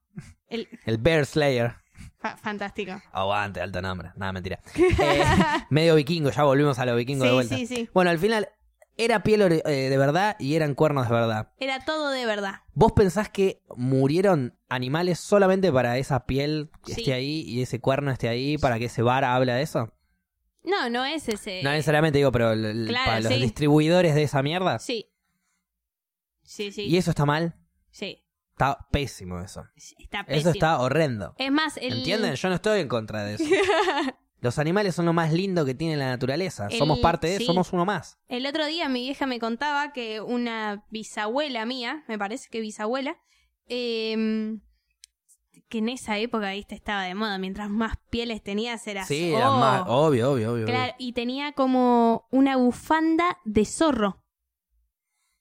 el- el bear slayer. fa- fantástico. Aguante, alto nombre. Nada, mentira. Eh, medio vikingo, ya volvimos a los vikingos de Sí, vuelta. sí, sí. Bueno, al final era piel ori- eh, de verdad y eran cuernos de verdad. Era todo de verdad. ¿Vos pensás que murieron animales solamente para esa piel que Sí. esté ahí y ese cuerno esté ahí para que ese bar habla de eso? No, no es ese. no necesariamente digo, pero el- el- claro, para los sí. distribuidores de esa mierda. Sí. Sí, sí. Y eso está mal. Sí. Está pésimo eso. Está Eso pésimo. está horrendo. Es más, el... ¿Entienden? Yo no estoy en contra de eso. los animales son lo más lindo que tiene la naturaleza. El- somos parte de, sí. somos uno más. El otro día mi vieja me contaba que una bisabuela mía, me parece que bisabuela, em, que en esa época viste estaba de moda, mientras más pieles tenías eras Sí, oh. eran más- obvio, obvio, obvio. Claro, y tenía como una bufanda de zorro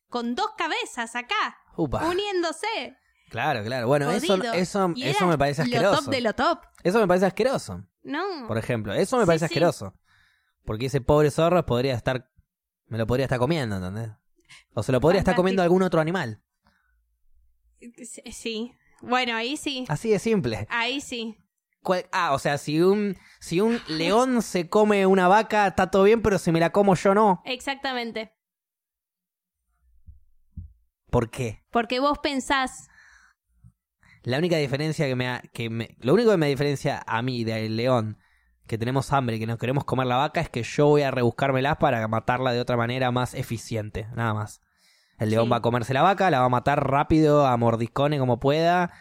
con dos cabezas acá obvio. Upa. uniéndose. Claro, claro. Bueno, eso, Jodido. eso, Y eso era me parece Lo top asqueroso. de lo top. Eso me parece asqueroso. No. por ejemplo. Eso me Mm. Sí, parece sí. asqueroso. Porque ese pobre zorro podría estar. Me lo podría estar comiendo, ¿entendés? O se lo podría estar Fantástico. comiendo algún otro animal. Sí. Bueno, ahí sí. Así de simple. Ahí sí. Cual- ah, o sea, si un, si un león se come una vaca, está todo bien, pero si me la como yo no. Exactamente. ¿Por qué? Porque vos pensás, La única diferencia que me, ha- que me- Lo único que me diferencia a mí del león, que tenemos hambre y que nos queremos comer la vaca, es que yo voy a rebuscármelas para matarla de otra manera más eficiente, nada más. El león Sí. va a comerse la vaca, la va a matar rápido, a mordiscone como pueda.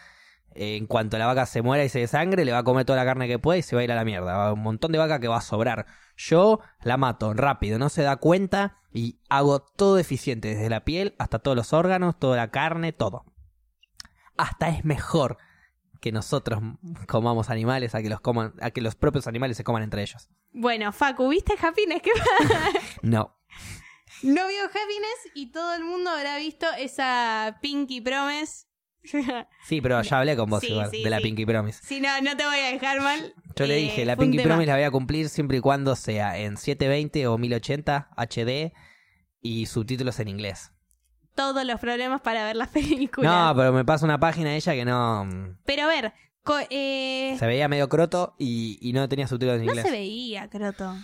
Eh, En cuanto la vaca se muera y se desangre, le va a comer toda la carne que pueda y se va a ir a la mierda. Va a haber un montón de vaca que va a sobrar. Yo la mato rápido, no se da cuenta y hago todo eficiente, desde la piel hasta todos los órganos, toda la carne, todo hasta es mejor que nosotros comamos animales a que los coman a que los propios animales se coman entre ellos. bueno, Facu, ¿viste Happiness? ¿Qué No. No vio Happiness y todo el mundo habrá visto esa Pinky Promise. Sí, pero ya hablé con vos Sí, igual, sí, de la sí. Pinky Promise. si no, no te voy a dejar mal. Yo le Eh, dije, la fue un Pinky tema. Promise la voy a cumplir siempre y cuando sea en 720 o 1080 HD y subtítulos en inglés. Todos los problemas para ver las películas. No, pero me pasa una página ella que no mm, Pero a ver, co- eh, se veía medio croto y, y no tenía subtítulos en no inglés. se veía, Croto.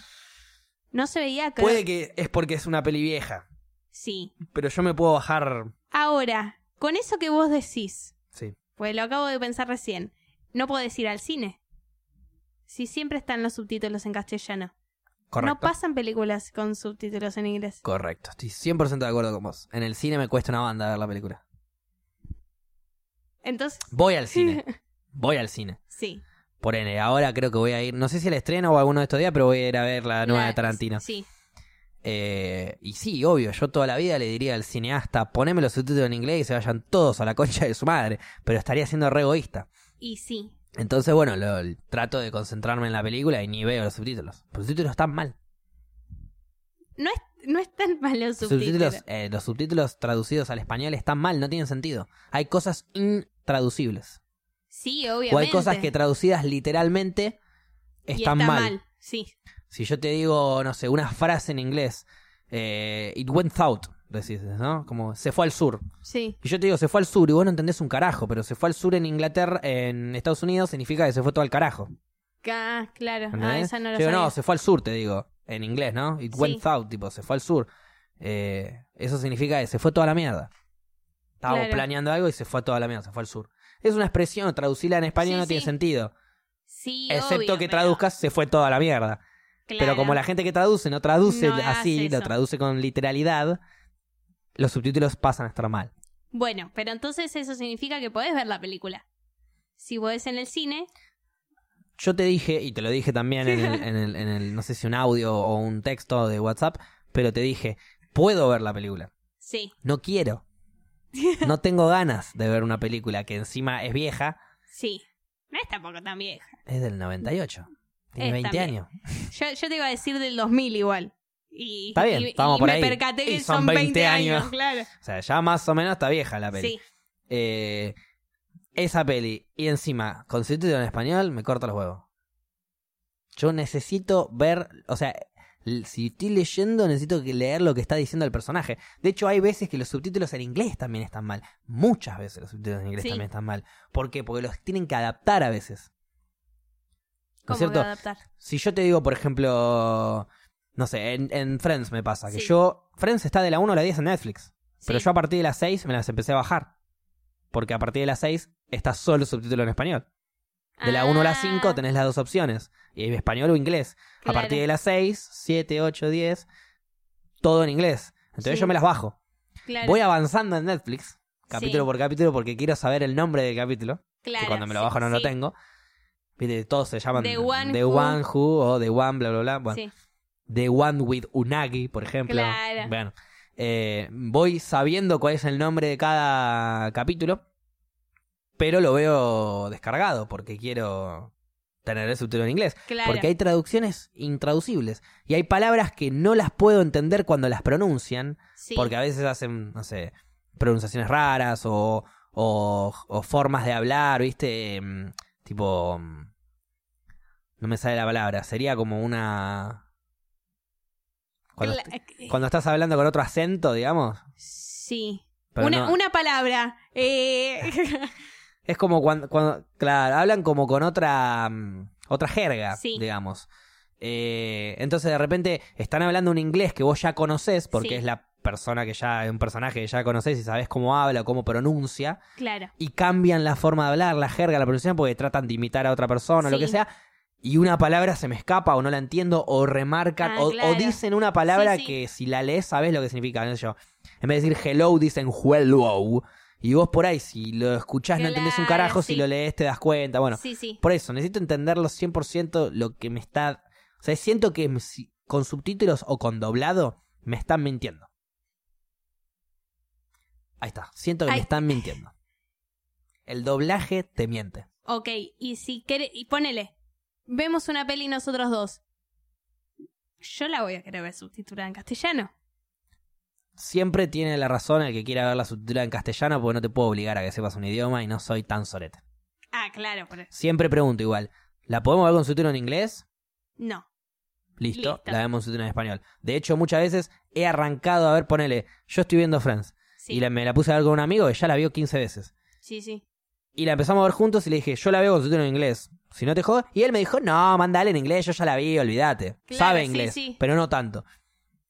No se veía, Croto. Puede que es porque es una peli vieja, Sí. pero yo me puedo bajar, Ahora, con eso que vos decís, sí. pues lo acabo de pensar recién, no podés ir al cine. Si siempre están los subtítulos en castellano. Correcto. No pasan películas con subtítulos en inglés. Correcto, estoy 100% de acuerdo con vos. En el cine me cuesta una banda ver la película. Entonces, Voy al cine. Voy al cine. sí. Por ende, ahora creo que voy a ir, no sé si al estreno o alguno de estos días, pero voy a ir a ver la nueva de Tarantino. Sí. Eh, y sí, obvio, yo toda la vida le diría al cineasta, poneme los subtítulos en inglés y se vayan todos a la concha de su madre, pero estaría siendo re egoísta. Y sí. Entonces, bueno, lo- l- trato de concentrarme en la película y ni veo los subtítulos. Los subtítulos están mal. No es, no es tan malo el Los subtítulo. subtítulos, eh, los subtítulos traducidos al español están mal, no tienen sentido. Hay cosas intraducibles. Sí, obviamente. O hay cosas que traducidas literalmente Y están mal. Sí. Si yo te digo, no sé, una frase en inglés, eh, it went south, decís, ¿no? Como se fue al sur. Sí. Y yo te digo, se fue al sur, y vos no entendés un carajo, pero se fue al sur en Inglaterra, en Estados Unidos, significa que se fue todo al carajo. Ah, claro. Ah, ¿entendés? esa no Yo la digo, sabía. no, se fue al sur, te digo, en inglés, ¿no? It Sí. went south, tipo, se fue al sur. Eh, eso significa que se fue toda la mierda. Estábamos Claro. planeando algo y se fue a toda la mierda, se fue al sur. Es una expresión, traducirla en español Sí, no tiene sí. sentido. Sí, Excepto obvio, que pero- traduzcas, se fue toda la mierda. Pero claro. como la gente que traduce no traduce No hace así, eso. lo traduce con literalidad, los subtítulos pasan a estar mal. Bueno, pero entonces eso significa que podés ver la película. Si podés en el cine, Yo te dije, y te lo dije también en el, en el- en el- no sé si un audio o un texto de WhatsApp, pero te dije, puedo ver la película. sí. No quiero. No tengo ganas de ver una película que encima es vieja, Sí. No es tampoco tan vieja. es del 98. Tiene Es 20 también. años. Yo, yo te iba a decir del 2000 igual. Y, Está bien, y- estamos y por me ahí. percaté que Y son son 20, 20 años. años. claro. O sea, ya más o menos está vieja la peli. Sí. Eh, esa peli, y encima, con subtítulos en español, me corta los huevos. Yo necesito ver, o sea, l- si estoy leyendo, necesito que leer lo que está diciendo el personaje. De hecho, hay veces que los subtítulos en inglés también están mal. Muchas veces los subtítulos en inglés Sí. también están mal. ¿Por qué? Porque los tienen que adaptar a veces. ¿No ¿Cómo es cierto? voy a adaptar? Si yo te digo, por ejemplo, no sé, en, en Friends me pasa, que Sí. yo, Friends está de la 1 a la 10 en Netflix. Pero Sí. yo a partir de las 6 me las empecé a bajar. Porque a partir de las 6 está solo subtítulo en español. De la 1 a la 5 Ah, tenés las dos opciones. Y español o inglés. claro. A partir de las 6, 7, 8, 10, todo en inglés. Entonces Sí. yo me las bajo. Claro, Voy avanzando en Netflix, capítulo Sí. por capítulo, porque quiero saber el nombre del capítulo. claro, que cuando me lo sí, bajo no lo sí, tengo. Viste, todos se llaman The One The Who. One Who o The One bla bla bla. Bueno, sí. The One with Unagi, por ejemplo. Claro. Bueno, eh, voy sabiendo cuál es el nombre de cada capítulo, pero lo veo descargado porque quiero tener el subtítulo en inglés. Claro. Porque hay traducciones intraducibles y hay palabras que no las puedo entender cuando las pronuncian, sí. porque a veces hacen, no sé, pronunciaciones raras o, o, o formas de hablar, ¿viste? Em, Tipo. em, No me sale la palabra, sería como una. Cuando, Cla- eh, cuando estás hablando con otro acento, digamos. Sí. Pero Una, no- una palabra. Eh... Es como cuando, cuando- Claro, hablan como con otra. mm, Otra jerga, Sí. digamos. Eh, entonces de repente están hablando un inglés que vos ya conocés, porque Sí. es la persona que ya. Un personaje que ya conocés y sabés cómo habla o cómo pronuncia. claro. Y cambian la forma de hablar, la jerga, la pronunciación, porque tratan de imitar a otra persona o lo Sí. que sea. Y una palabra se me escapa o no la entiendo o remarcan Ah, o, o claro. dicen una palabra Sí, sí. que si la lees sabes lo que significa. no sé yo. En vez de decir hello dicen hello. Y vos por ahí, si lo escuchás no entendés un Claro, carajo, si sí. lo lees te das cuenta. Bueno, sí, sí. por eso necesito entenderlo 100% lo que me está... O sea, siento que me- si- con subtítulos o con doblado me están mintiendo. Ahí está, siento que Ay. me están mintiendo. El doblaje te miente. Ok, y si querés, y ponele, vemos una peli nosotros dos. Yo la voy a querer ver subtitulada en castellano. Siempre tiene la razón el que quiera ver la subtitulada en castellano porque no te puedo obligar a que sepas un idioma y no soy tan sorete. Ah, claro, por- Siempre pregunto igual, ¿la podemos ver con subtítulo en inglés? no. Listo, Listo. la vemos con subtítulo en español. De hecho, muchas veces he arrancado a ver, ponele, yo estoy viendo Friends. Sí, Y la- me la puse a ver con un amigo que ya la vio 15 veces. sí, sí. Y la empezamos a ver juntos y le dije, yo la veo con subtítulo en inglés. Si no te jodas. Y él me dijo, no, mandale en inglés, yo ya la vi, olvídate. Claro, Sabe sí, inglés, sí. pero no tanto.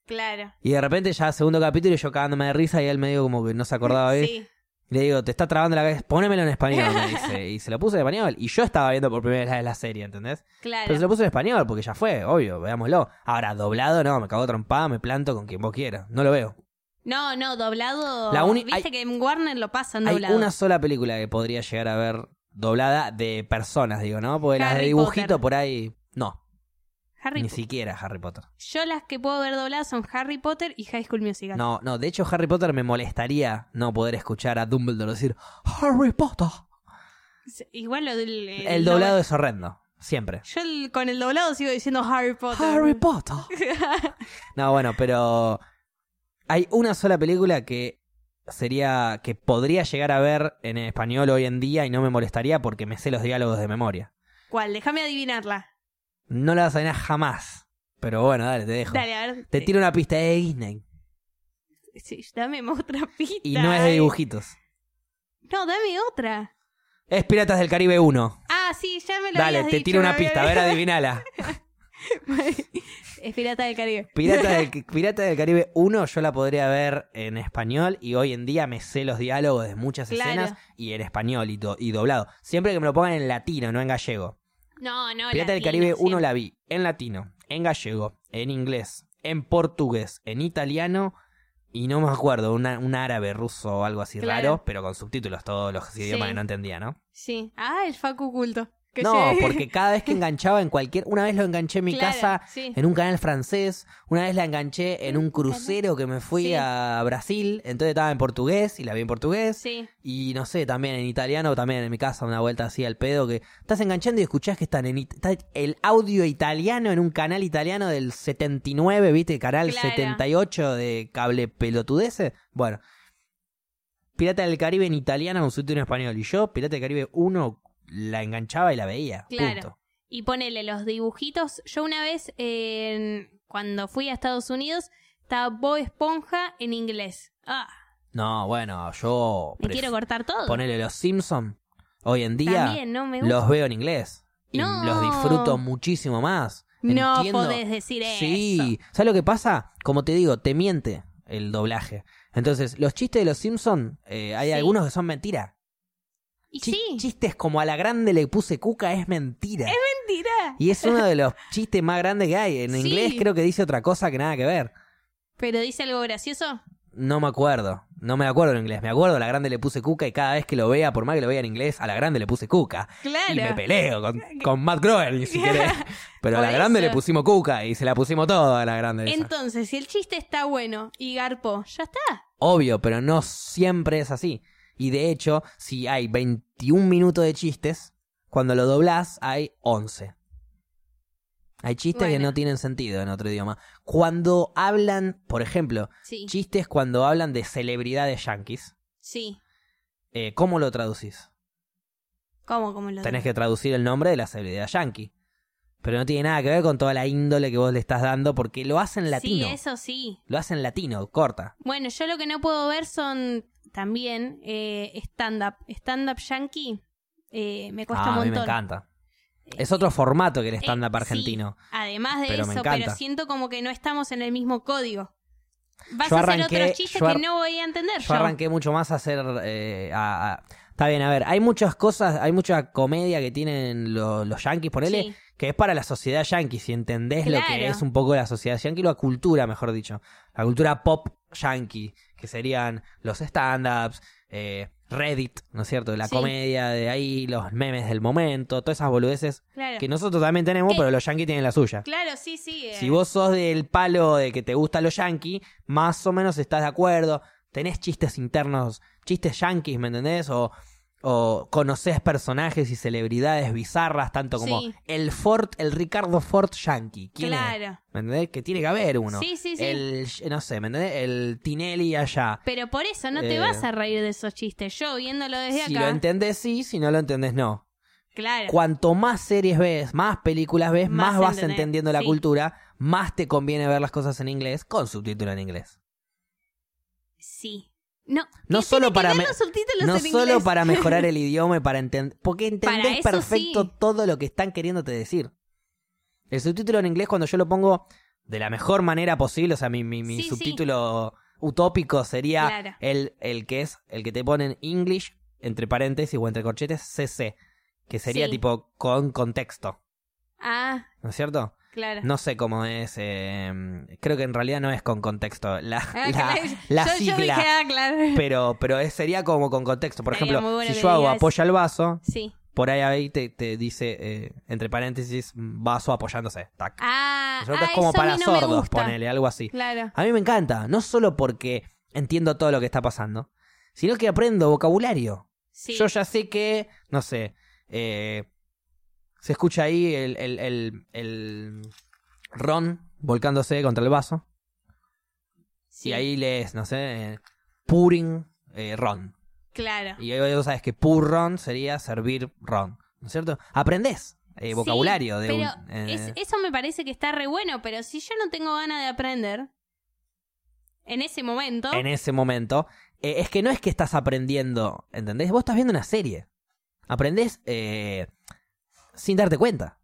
Claro. Y de repente ya segundo capítulo y yo cagándome de risa y él me dijo como que no se acordaba bien. Sí, Y le digo, te está trabando la cabeza, ponémelo en español, me dice. Y se lo puse en español. Y yo estaba viendo por primera vez la serie, ¿entendés? Pero se claro. lo puse en español porque ya fue, obvio, veámoslo. Ahora, doblado, no, me cago trompada, me planto con quien vos quieras. No lo veo. No, no, doblado. La uni- Viste hay- que en Warner lo pasan Hay doblado. una sola película que podría llegar a ver doblada de personas, digo, ¿no? Porque las de Harry dibujito Potter. por ahí. No, Harry ni Po- siquiera Harry Potter. Yo las que puedo ver dobladas son Harry Potter y High School Musical. No, no, de hecho Harry Potter me molestaría no poder escuchar a Dumbledore decir Harry Potter. S- Igual lo del. El, doblado es horrendo, siempre. Yo el- con el doblado sigo diciendo Harry Potter. Harry Potter. no, bueno, pero hay una sola película que sería que podría llegar a ver en español hoy en día y no me molestaría porque me sé los diálogos de memoria. ¿Cuál? Déjame adivinarla. No la vas a adivinar jamás. Pero bueno, dale, te dejo. Dale, a ver. Te tiro una pista de Disney. Sí, dame otra pista. Y no es de Ay. dibujitos. No, dame otra. Es Piratas del Caribe 1. Ah, sí, ya me lo Dale, habías te dicho, tiro una me había pista, a ver, olvidado. adivinala. es Pirata del Caribe. Pirata del, Pirata del Caribe 1 yo la podría ver en español y hoy en día me sé los diálogos de muchas Claro. escenas y en español y, do- y doblado. Siempre que me lo pongan en latino, no en gallego. No, no. Pirata del latino, Caribe 1 sí. la vi en latino, en gallego, en inglés, en portugués, en idiomas, italiano y no me acuerdo, una- un árabe, ruso o algo así Claro. raro, pero con subtítulos, todos los idiomas Sí. que no entendía, ¿no? Sí. Ah, el Facu culto. Que No, se- porque cada vez que enganchaba en cualquier... Una vez lo enganché en mi Claro, casa sí. en un canal francés, una vez la enganché en un crucero que me fui Sí. a Brasil, entonces estaba en portugués y la vi en portugués. Sí. Y no sé, también en italiano, también en mi casa, una vuelta así al pedo, que estás enganchando y escuchás que están en it- está el audio italiano en un canal italiano del 79, ¿viste? Canal Claro. 78 de cable pelotudece. Bueno, Pirata del Caribe en italiano con subtítulo en español. Y yo, Pirata del Caribe 1, la enganchaba y la veía. Claro. Punto. Y ponele los dibujitos. Yo una vez, en- cuando fui a Estados Unidos, estaba Bob Esponja en inglés. Ah, No, bueno, yo. me pref- quiero cortar todo. Ponele los Simpson hoy en día. También, no me gusta. los veo en inglés. Y No. los disfruto muchísimo más. No Entiendo- podés decir Sí. ¿Sabes lo que pasa? Como te digo, te miente el doblaje. Entonces, los chistes de los Simpson eh, hay Sí. algunos que son mentira. eso. Y Chi- sí, Chistes como a la grande le puse cuca es mentira. mentira. y es uno de los chistes más grandes que hay. En Sí. inglés creo que dice otra cosa que nada que ver. Pero dice algo gracioso. No me acuerdo. No me acuerdo en inglés. Me acuerdo, a la grande le puse cuca y cada vez que lo vea, por más que lo vea en inglés, a la grande le puse cuca. Y me Claro. peleo con, con Matt Groening, si querés. Pero a Por la grande eso. le pusimos cuca y se la pusimos toda a la grande. esa. Entonces, si el chiste está bueno y garpo, ya está. Obvio, pero no siempre es así. Y de hecho, si hay 21 minutos de chistes, cuando lo doblás hay 11. Hay chistes que Bueno. no tienen sentido en otro idioma. Cuando hablan, por ejemplo, Sí, chistes cuando hablan de celebridades yankees, sí. eh, ¿cómo lo traducís? ¿Cómo, cómo lo Tenés que traducir el nombre de la celebridad yankee. Pero no tiene nada que ver con toda la índole que vos le estás dando porque lo hacen latino. Sí, eso sí. Lo hacen latino, corta. Bueno, yo lo que no puedo ver son también eh, stand-up. Stand-up yankee eh, me cuesta Ah, un a mí montón. me encanta. Es otro formato que el Eh, stand-up sí, argentino. además de Pero me eso, encanta. pero siento como que no estamos en el mismo código. Vas Yo a hacer arranqué- otros chistes yo ar- que no voy a entender yo. Yo arranqué mucho más a hacer... eh, a- a- Está bien, a ver, hay muchas cosas, hay mucha comedia que tienen lo- los yanquis, ponele, Sí. que es para la sociedad yanqui, si entendés lo Claro. que es un poco la sociedad yanqui, la cultura, mejor dicho, la cultura pop yanqui, que serían los stand-ups, eh, Reddit, ¿no es cierto? La Sí. comedia de ahí, los memes del momento, todas esas boludeces Claro. que nosotros también tenemos, ¿Qué? pero los yanquis tienen la suya. Claro, sí, sí. eh. Si vos sos del palo de que te gusta los yankees, más o menos estás de acuerdo, tenés chistes internos, chistes yankees, ¿me entendés? O, o conocés personajes y celebridades bizarras, tanto como Sí. el Ford, el Ricardo Ford yankee. ¿Quién es? Claro. ¿Me entendés? Que tiene que haber uno. Sí, sí, sí. El, no sé, ¿me entendés? El Tinelli allá. Pero por eso no te Eh, vas a reír de esos chistes. Yo viéndolo desde Si acá. lo entendés, sí, si no lo entendés, no. claro. Cuanto más series ves, más películas ves, Más más, vas entendés, entendiendo la sí. cultura, más te conviene ver las cosas en inglés con subtítulo en inglés. Sí. No, No que solo tiene que para ver me- los subtítulos No en solo inglés. para mejorar el idioma y para entender, porque entendés eso perfecto sí. todo lo que están queriéndote decir. El subtítulo en inglés cuando yo lo pongo de la mejor manera posible, o sea, mi, mi- mi Sí, sí. subtítulo utópico sería Claro. el, el que es el que te ponen English entre paréntesis o entre corchetes CC, que sería Sí. tipo con contexto, Ah, ¿no es cierto? claro. No sé cómo es. eh, creo que en realidad no es con contexto. La, Ah, la- claro. la yo, yo sigla. dije, ah, claro. Pero, pero es- sería como con contexto. Por Estaría ejemplo, muy bueno si que yo hago digas- apoya el vaso, Sí. por ahí ahí te, te dice, eh, entre paréntesis, vaso apoyándose. Tac. Ah, Nosotros ah, es como eso a para mí no me sordos, gusta. ponele, algo así. Claro. A mí me encanta, no solo porque entiendo todo lo que está pasando, sino que aprendo vocabulario. Sí. Yo ya sé que, no sé, eh, se escucha ahí el, el, el, el ron volcándose contra el vaso. sí. Y ahí lees, no sé, eh, puring eh, ron. Claro. Y ahí vos sabes que pur ron sería servir ron. ¿No es cierto? Aprendés eh, Sí, vocabulario de pero un... eh, es- eso me parece que está re bueno, pero si yo no tengo ganas de aprender en ese momento, en e- ese momento. eh, es que no es que estás aprendiendo, ¿entendés? Vos estás viendo una serie. Aprendés eh, sin darte cuenta.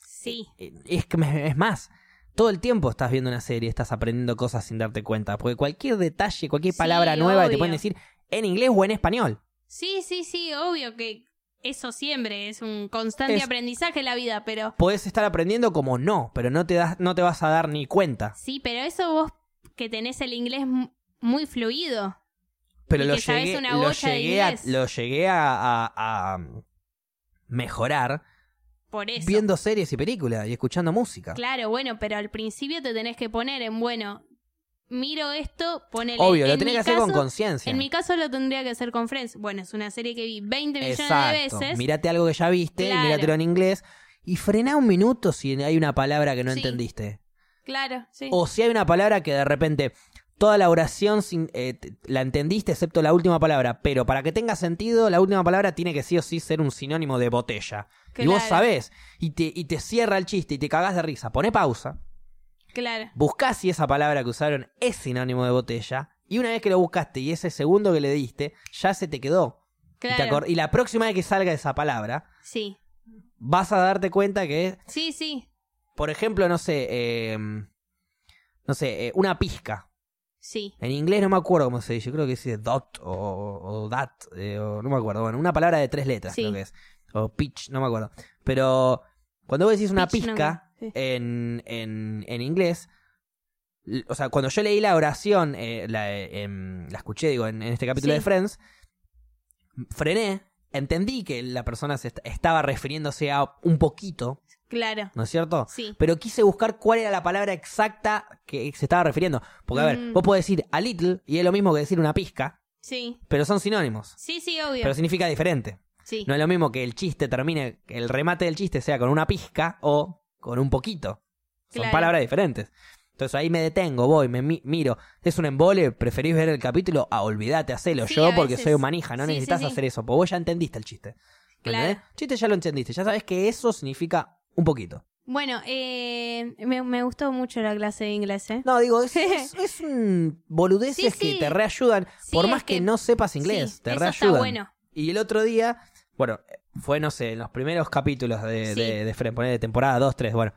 Sí. Eh, Es que me- es más, todo el tiempo estás viendo una serie, estás aprendiendo cosas sin darte cuenta, porque cualquier detalle, cualquier Sí, palabra nueva que te obvio. pueden decir en inglés o en español. Sí, sí, sí, obvio que eso siempre es un constante Es- aprendizaje en la vida, pero Podés estar aprendiendo como no, pero no te das no te vas a dar ni cuenta. sí, pero eso vos que tenés el inglés mu- muy fluido. Pero Y lo que sabes llegué, una lo bocha de llegué, a, inglés. lo llegué a, a- a mejorar Por eso. viendo series y películas y escuchando música. Claro, bueno, pero al principio te tenés que poner en bueno. Miro esto, ponele. Obvio, lo en tenés mi que hacer con caso- conciencia. En mi caso lo tendría que hacer con Friends. Bueno, es una serie que vi 20 millones Exacto. de veces. Mírate algo que ya viste Claro. y míratelo en inglés. Y frená un minuto si hay una palabra que no Sí. entendiste. Claro, sí. O si hay una palabra que de repente toda la oración sin- eh, t- la entendiste excepto la última palabra. Pero para que tenga sentido, la última palabra tiene que sí o sí ser un sinónimo de botella. Y vos Claro, sabés. Y te, y te cierra el chiste y te cagás de risa. Poné pausa. Claro, Buscás si esa palabra que usaron es sinónimo de botella. Y una vez que lo buscaste y ese segundo que le diste, ya se te quedó. Y te claro. acor- y la próxima vez que salga esa palabra, Sí. vas a darte cuenta que, Sí, sí. por ejemplo, no sé, eh, no sé, eh, una pizca. Sí. En inglés no me acuerdo cómo se dice, creo que dice dot o, o that, eh, o no me acuerdo. Bueno, una palabra de tres letras Sí. creo que es. O pitch, no me acuerdo. Pero cuando vos decís una Pitch, no pizca me- sí. en, en, en inglés, l- o sea, cuando yo leí la oración, eh, la, eh, em, la escuché, digo, en, en este capítulo Sí. de Friends, frené, entendí que la persona se est- estaba refiriéndose a un poquito, Claro. ¿no es cierto? Sí. pero quise buscar cuál era la palabra exacta que se estaba refiriendo. Porque, a ver, Mm. vos podés decir a little y es lo mismo que decir una pizca, Sí. pero son sinónimos. Sí, sí, obvio. Pero significa diferente. sí. No es lo mismo que el chiste termine, que el remate del chiste sea con una pizca o con un poquito. Son Claro. palabras diferentes. Entonces ahí me detengo, voy, me mi- miro. Es un embole, preferís ver el capítulo, ah, olvídate, hacelo Sí, yo a porque veces. soy un manija, no Sí, sí, necesitas sí. hacer eso, porque vos ya entendiste el chiste. ¿Me Claro. entendés? El chiste ya lo entendiste, ya sabes que eso significa un poquito. Bueno, eh, me, me gustó mucho la clase de inglés, ¿eh? No, digo, es, es, es un boludeces Sí, sí. que te reayudan. Sí, por es más que, que- no sepas inglés, Sí, te eso reayudan. está bueno. Y el otro día, bueno, fue, no sé, en los primeros capítulos de, Sí. de, de Friends, poné de temporada 2, 3, bueno.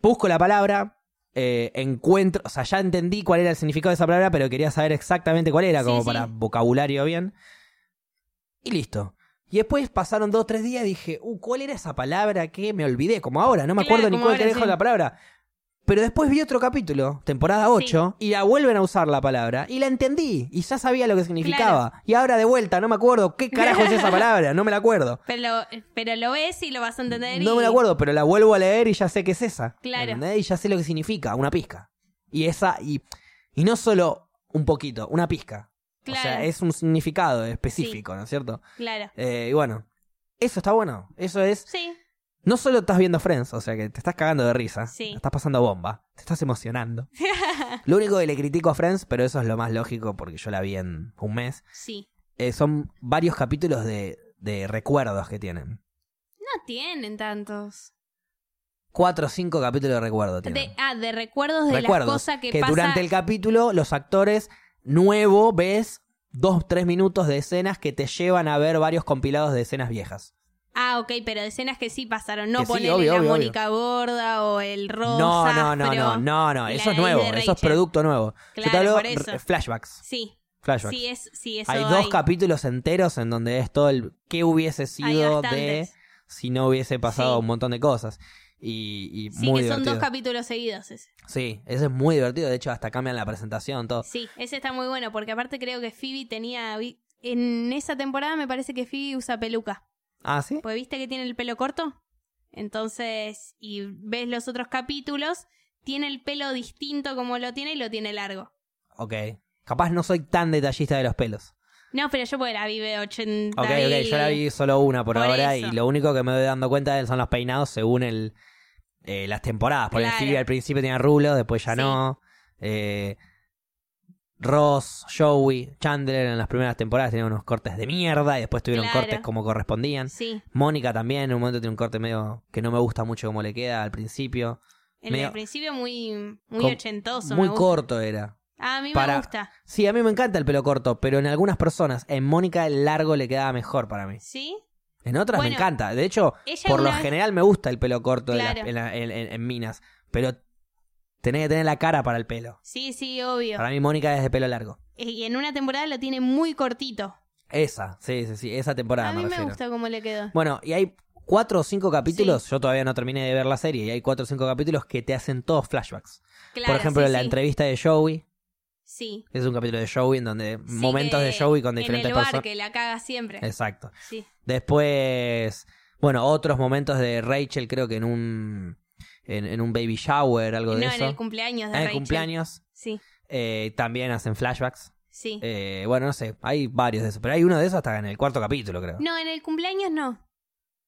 Busco la palabra, eh, encuentro, o sea, ya entendí cuál era el significado de esa palabra, pero quería saber exactamente cuál era, Sí, como sí. para vocabulario bien. Y listo. Y después pasaron dos, tres días y dije, uh, ¿cuál era esa palabra que me olvidé? Como ahora, no me Claro, acuerdo ni como cuál ahora, que dejo sí. la palabra. Pero después vi otro capítulo, temporada 8, y la vuelven a usar la palabra. Y la entendí, y ya sabía lo que significaba. Y ahora de vuelta, no me acuerdo qué carajo es esa palabra, no me la acuerdo. Pero, lo- pero lo ves y lo vas a entender. No y- me la acuerdo, pero la vuelvo a leer y ya sé qué es esa. Claro. ¿entendés? Y ya sé lo que significa, una pizca. Y esa, y, y no solo un poquito, una pizca. O Claro. sea, es un significado específico, ¿no es cierto? Claro. Eh, y bueno, eso está bueno. Eso es Sí, No solo estás viendo Friends, o sea que te estás cagando de risa, Sí. estás pasando bomba, te estás emocionando. lo único que le critico a Friends, pero eso es lo más lógico porque yo la vi en un mes, sí. eh, son varios capítulos de, de recuerdos que tienen. No tienen tantos. Cuatro o cinco capítulos de recuerdo tienen. De, ah, de recuerdos de recuerdos. las cosas que, pasa- durante el capítulo los actores nuevo ves dos, tres minutos de escenas que te llevan a ver varios compilados de escenas viejas. Ah, ok, pero de escenas que sí pasaron. No Que sí, ponerle obvio, la obvio, Mónica gorda o el rosa. no, no, no, no, no, no, y la eso es de nuevo, Rachel. eso es producto nuevo. Yo te Claro, hablo por eso. re- flashbacks. Sí, Flashbacks. sí, es, sí, eso hay dos capítulos enteros en donde es todo el qué hubiese Hay sido de bastantes. si no hubiese pasado Sí. un montón de cosas. Y, y Sí, muy que son divertido. dos capítulos seguidos. ese. sí, ese es muy divertido. De hecho, hasta cambian la presentación, todo. Sí, ese está muy bueno, porque aparte creo que Phoebe tenía... vi- En esa temporada me parece que Phoebe usa peluca. Ah, sí. Pues viste que tiene el pelo corto. Entonces, y ves los otros capítulos, tiene el pelo distinto como lo tiene y lo tiene largo. Ok. Capaz no soy tan detallista de los pelos. No, pero yo porque la vi de 80 Ok, ok, yo la y- vi solo una por, Por ahora eso. y lo único que me voy dando cuenta de son los peinados según el eh, las temporadas. Porque Claro. Phoebe al principio tenía rulo, después ya Sí. no. Eh, Ross, Joey, Chandler en las primeras temporadas tenían unos cortes de mierda y después tuvieron Claro. cortes como correspondían. Sí, Mónica también en un momento tiene un corte medio que no me gusta mucho como le queda al principio. en Medio- el principio muy, muy Com- ochentoso. Muy me gusta. corto era. A mí para- me gusta. Sí, a mí me encanta el pelo corto, pero en algunas personas, en Mónica el largo le quedaba mejor para mí. ¿Sí? En otras Bueno, me encanta. De hecho, Ella por lo una vez- general me gusta el pelo corto en las- Claro. en, la- en- en- en minas. Pero tenés que tener la cara para el pelo. Sí, sí, obvio. Para mí Mónica es de pelo largo. Eh, Y en una temporada lo tiene muy cortito. Esa, sí, sí, sí. Esa temporada A mí me me refiero. gusta cómo le quedó. Bueno, y hay cuatro o cinco capítulos. Yo todavía no terminé de ver la serie. Y hay cuatro o cinco capítulos que te hacen todos flashbacks. Claro, por ejemplo, sí, la sí. entrevista de Joey. Sí. Es un capítulo de Joey en donde Sí, momentos que de Joey con En diferentes el bar, personas. que la caga siempre. Exacto. Sí. Después, bueno, otros momentos de Rachel, creo que en un en, en un baby shower, algo No, de en eso. el cumpleaños de Ah, en el Rachel. cumpleaños. Sí, Eh, también hacen flashbacks. sí. Eh, bueno, no sé, hay varios de esos, pero hay uno de esos hasta en el cuarto capítulo, creo. No, en el cumpleaños no.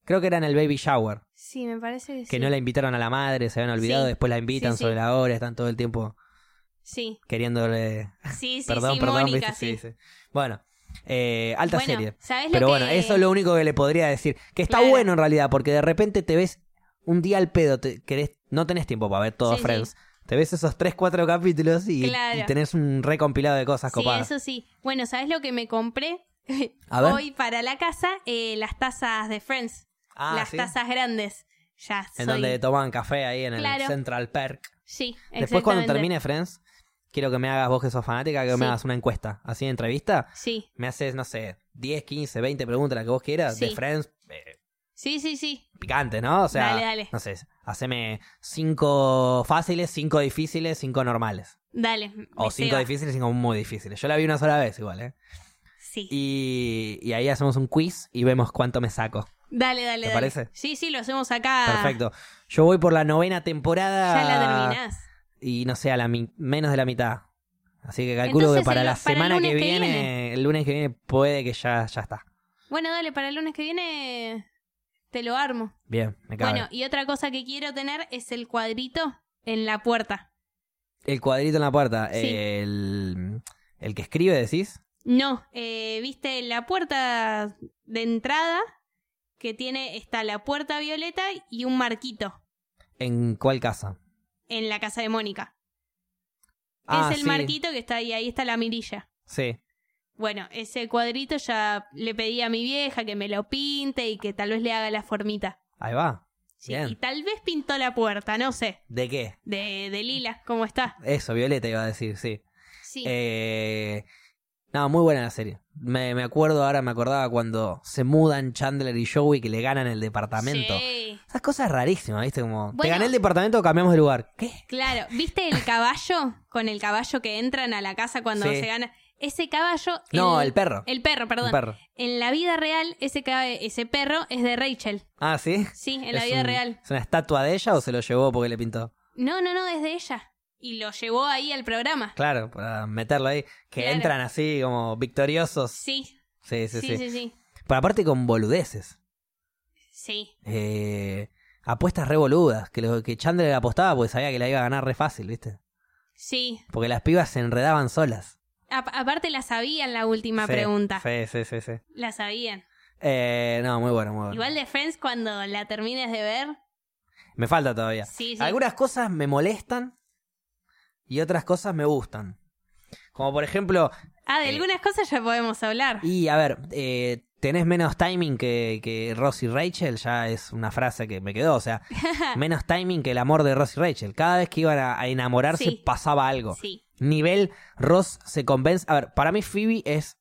Creo que era en el baby shower, Sí, me parece que, que sí. no la invitaron a la madre, se habían olvidado, Sí. después la invitan Sí, sí. sobre la hora, están todo el tiempo Sí, queriéndole... sí, sí, perdón, sí, perdón, Mónica, ¿viste? sí. Sí, sí. Bueno, eh, alta bueno, serie. ¿sabés lo Pero que- bueno, eso es lo único que le podría decir. Que está Claro. bueno en realidad, porque de repente te ves un día al pedo, te, querés- no tenés tiempo para ver todo Sí, Friends. Te ves esos 3, 4 capítulos y, Claro. y tenés un recompilado de cosas Sí, copadas. eso sí. Bueno, ¿sabes lo que me compré A ver. hoy para la casa? Eh, las tazas de Friends. ah, las ¿sí? tazas grandes. Ya, En soy- donde tomaban café ahí en Claro. el Central Perk. Sí, Después cuando exactamente. termine Friends, quiero que me hagas vos que sos fanática, que Sí. me hagas una encuesta. Así de entrevista, Sí, me haces, no sé, 10, 15, 20 preguntas, las que vos quieras, de Sí. Friends, eh, sí, sí, sí. picante, ¿no? O sea, Dale, dale. no sé, haceme 5 fáciles, 5 difíciles, 5 normales. Dale. O 5 me ceba. difíciles, 5 muy difíciles. Yo la vi una sola vez igual, ¿eh? Sí. Y, y ahí hacemos un quiz y vemos cuánto me saco. Dale, dale, ¿Te dale. parece? Sí, sí, lo hacemos acá. Perfecto. Yo voy por la novena temporada. Ah. Ya la Ah. terminás. y no sé, a la mi- menos de la mitad. Así que calculo Entonces, que para el- la para el semana que lunes que viene, viene. el lunes que viene puede que ya, ya está. Bueno, dale, para el lunes que viene te lo armo. Bien, me cabe. Bueno, y otra cosa que quiero tener es el cuadrito en la puerta. El cuadrito en la puerta, Sí. el, el que escribe, decís. No, eh, viste la puerta de entrada que tiene, está la puerta violeta y un marquito ¿En cuál casa? en la casa de Mónica. Ah, es el sí, marquito que está ahí, ahí está la mirilla. Sí, Bueno, ese cuadrito ya le pedí a mi vieja que me lo pinte y que tal vez le haga la formita. ahí va. Sí, Bien. y tal vez pintó la puerta, no sé, ¿De qué? de, de lila, ¿cómo está? Eso, Violeta iba a decir, sí. Sí. Eh, no, muy buena la serie. Me, me acuerdo ahora, me acordaba cuando se mudan Chandler y Joey que le ganan el departamento. Sí. Esas cosas rarísimas, ¿viste? Como, te Bueno. gané el departamento, cambiamos de lugar. ¿Qué? Claro, ¿viste el caballo? Con el caballo que entran a la casa cuando Sí. se gana. Ese caballo. No, el perro. El perro, perdón. Un perro. En la vida real, ese, ca- ese perro es de Rachel. Ah, ¿sí? Sí, en la ¿Es vida un- real. ¿Es una estatua de ella o se lo llevó porque le pintó? No, no, no, es de ella. Y lo llevó ahí al programa. Claro, para meterlo ahí. Que Claro. entran así como victoriosos. Sí, Sí, sí, sí, sí. sí, sí. Sí. Pero aparte con boludeces. Eh, apuestas re boludas. Que, lo, que Chandler apostaba porque sabía que la iba a ganar re fácil, ¿viste? sí. Porque las pibas se enredaban solas. A- aparte la sabían la última Sí, pregunta. Sí, sí, sí. sí. La sabían. Eh, no, muy bueno, muy bueno. Igual de Friends cuando la termines de ver. Me falta todavía. Sí, sí. Algunas cosas me molestan y otras cosas me gustan. Como por ejemplo, Ah, de eh, algunas cosas ya podemos hablar. Y a ver, eh, tenés menos timing que, que Ross y Rachel, ya es una frase que me quedó, o sea, menos timing que el amor de Ross y Rachel. Cada vez que iban a, a enamorarse Sí. pasaba algo. Sí. Nivel, Ross se convence. A ver, para mí Phoebe es,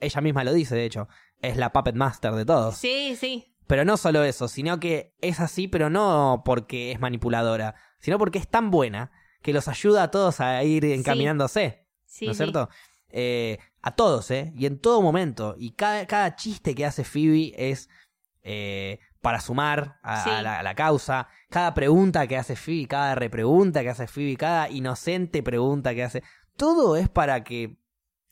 ella misma lo dice de hecho, es la puppet master de todos. Sí, sí. Pero no solo eso, sino que es así, pero no porque es manipuladora, sino porque es tan buena que los ayuda a todos a ir encaminándose. Sí, ¿no es sí. cierto? Eh, a todos, ¿eh? Y en todo momento. Y cada, cada chiste que hace Phoebe es eh, para sumar a, Sí. a la, a la causa. Cada pregunta que hace Phoebe, cada repregunta que hace Phoebe, cada inocente pregunta que hace. Todo es para que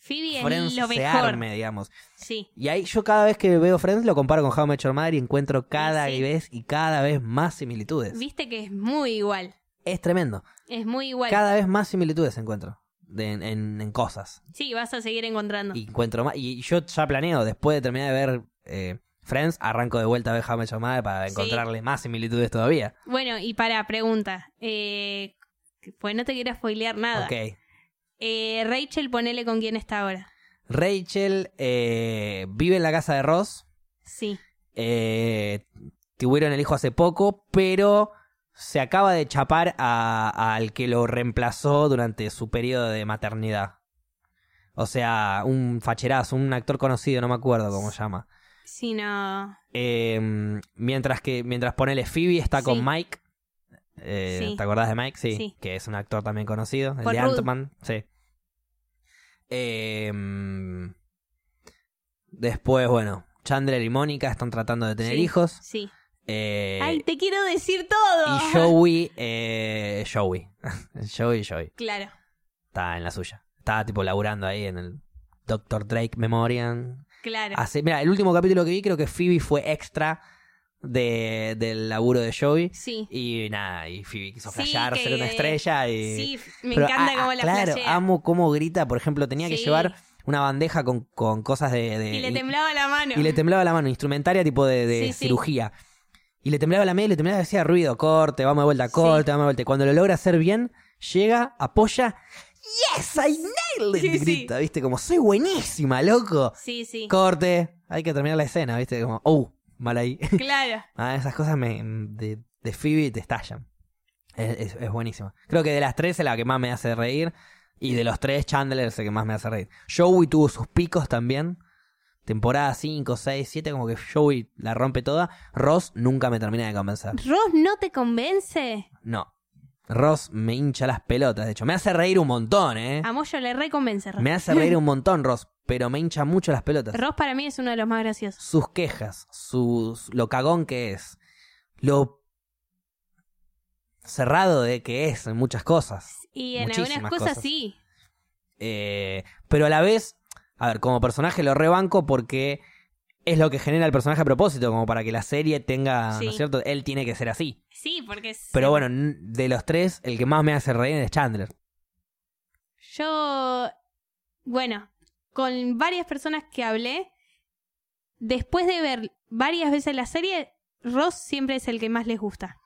Phoebe Friends es lo se mejor. arme, digamos. Sí, Y ahí yo cada vez que veo Friends lo comparo con How I Met Your Mother y encuentro cada sí. vez y cada vez más similitudes. viste que es muy igual. Es tremendo. Es muy igual. Cada vez más similitudes encuentro de- en- en- en cosas. Sí, vas a seguir encontrando. y encuentro más. Y yo ya planeo, después de terminar de ver eh, Friends, arranco de vuelta a ver How I Met Your Mother para Sí. encontrarle más similitudes todavía. Bueno, y para, pregunta. Eh, pues no te quiero spoilear nada. Ok. Eh, Rachel, ponele con quién está ahora. Rachel eh, vive en la casa de Ross. Sí, Eh, tuvieron el hijo hace poco, pero se acaba de chapar a- al que lo reemplazó durante su periodo de maternidad. O sea, un facherazo, un actor conocido, no me acuerdo cómo se llama. Si no. Eh, mientras que, mientras ponele Phoebe está Sí. con Mike. Eh, Sí. ¿Te acordás de Mike? Sí, Sí. Que es un actor también conocido. El Paul de Rudd. Ant-Man. Sí. Eh, después, bueno, Chandler y Mónica están tratando de tener Sí. hijos. Sí. Eh, ¡Ay, te quiero decir todo! y Joey, eh, Joey. Joey, Joey. Claro. Está en la suya. Está tipo laburando ahí en el Dr. Drake Memorial. Claro. Hace- mira, el último capítulo que vi creo que Phoebe fue extra de, del laburo de Joey. Sí. Y nada, y Phoebe quiso Sí, flashear, que- ser una estrella. Y... Sí, me eh, Pero, encanta ah, cómo ah, la Claro, flashea. amo cómo grita. Por ejemplo, tenía que Sí. llevar una bandeja con, con cosas de... de- Y le temblaba la mano. eh, y le temblaba la mano, instrumentaria tipo de, de Sí, sí. cirugía. Y le temblaba la media, y le temblaba, decía ruido, corte, vamos de vuelta, Sí. corte, vamos de vuelta. Y Cuando lo logra hacer bien, llega, apoya, ¡Yes! ¡I nailed it! Sí, sí. grita, ¿viste? Como, soy buenísima, loco. Sí, sí. Corte, hay que terminar la escena, ¿viste? Como, ¡oh! Mal ahí. Claro. Ah, esas cosas me, de, de Phoebe te estallan. Es, es- es buenísima. Creo que de las tres es la que más me hace reír. Y de los tres, Chandler es el que más me hace reír. Joey tuvo sus picos también. Temporada 5, 6, 7, como que Joey la rompe toda. Ross nunca me termina de convencer. ¿Ross no te convence? No. Ross me hincha las pelotas, de hecho. Me hace reír un montón, ¿eh? A Moyo le reconvence Ross. Me hace reír un montón, Ross. Pero me hincha mucho las pelotas. Ross para mí es uno de los más graciosos. sus quejas, sus, lo cagón que es, lo cerrado de que es en muchas cosas. Y en Muchísimas algunas cosas, cosas. sí. Eh, pero a la vez, a ver, como personaje lo rebanco porque es lo que genera el personaje a propósito, como para que la serie tenga, ¿no es Sí. cierto? Él tiene que ser así. Sí, porque es... Pero bueno, n- de los tres, el que más me hace reír es Chandler. Yo, bueno, con varias personas que hablé, después de ver varias veces la serie, Ross siempre es el que más les gusta.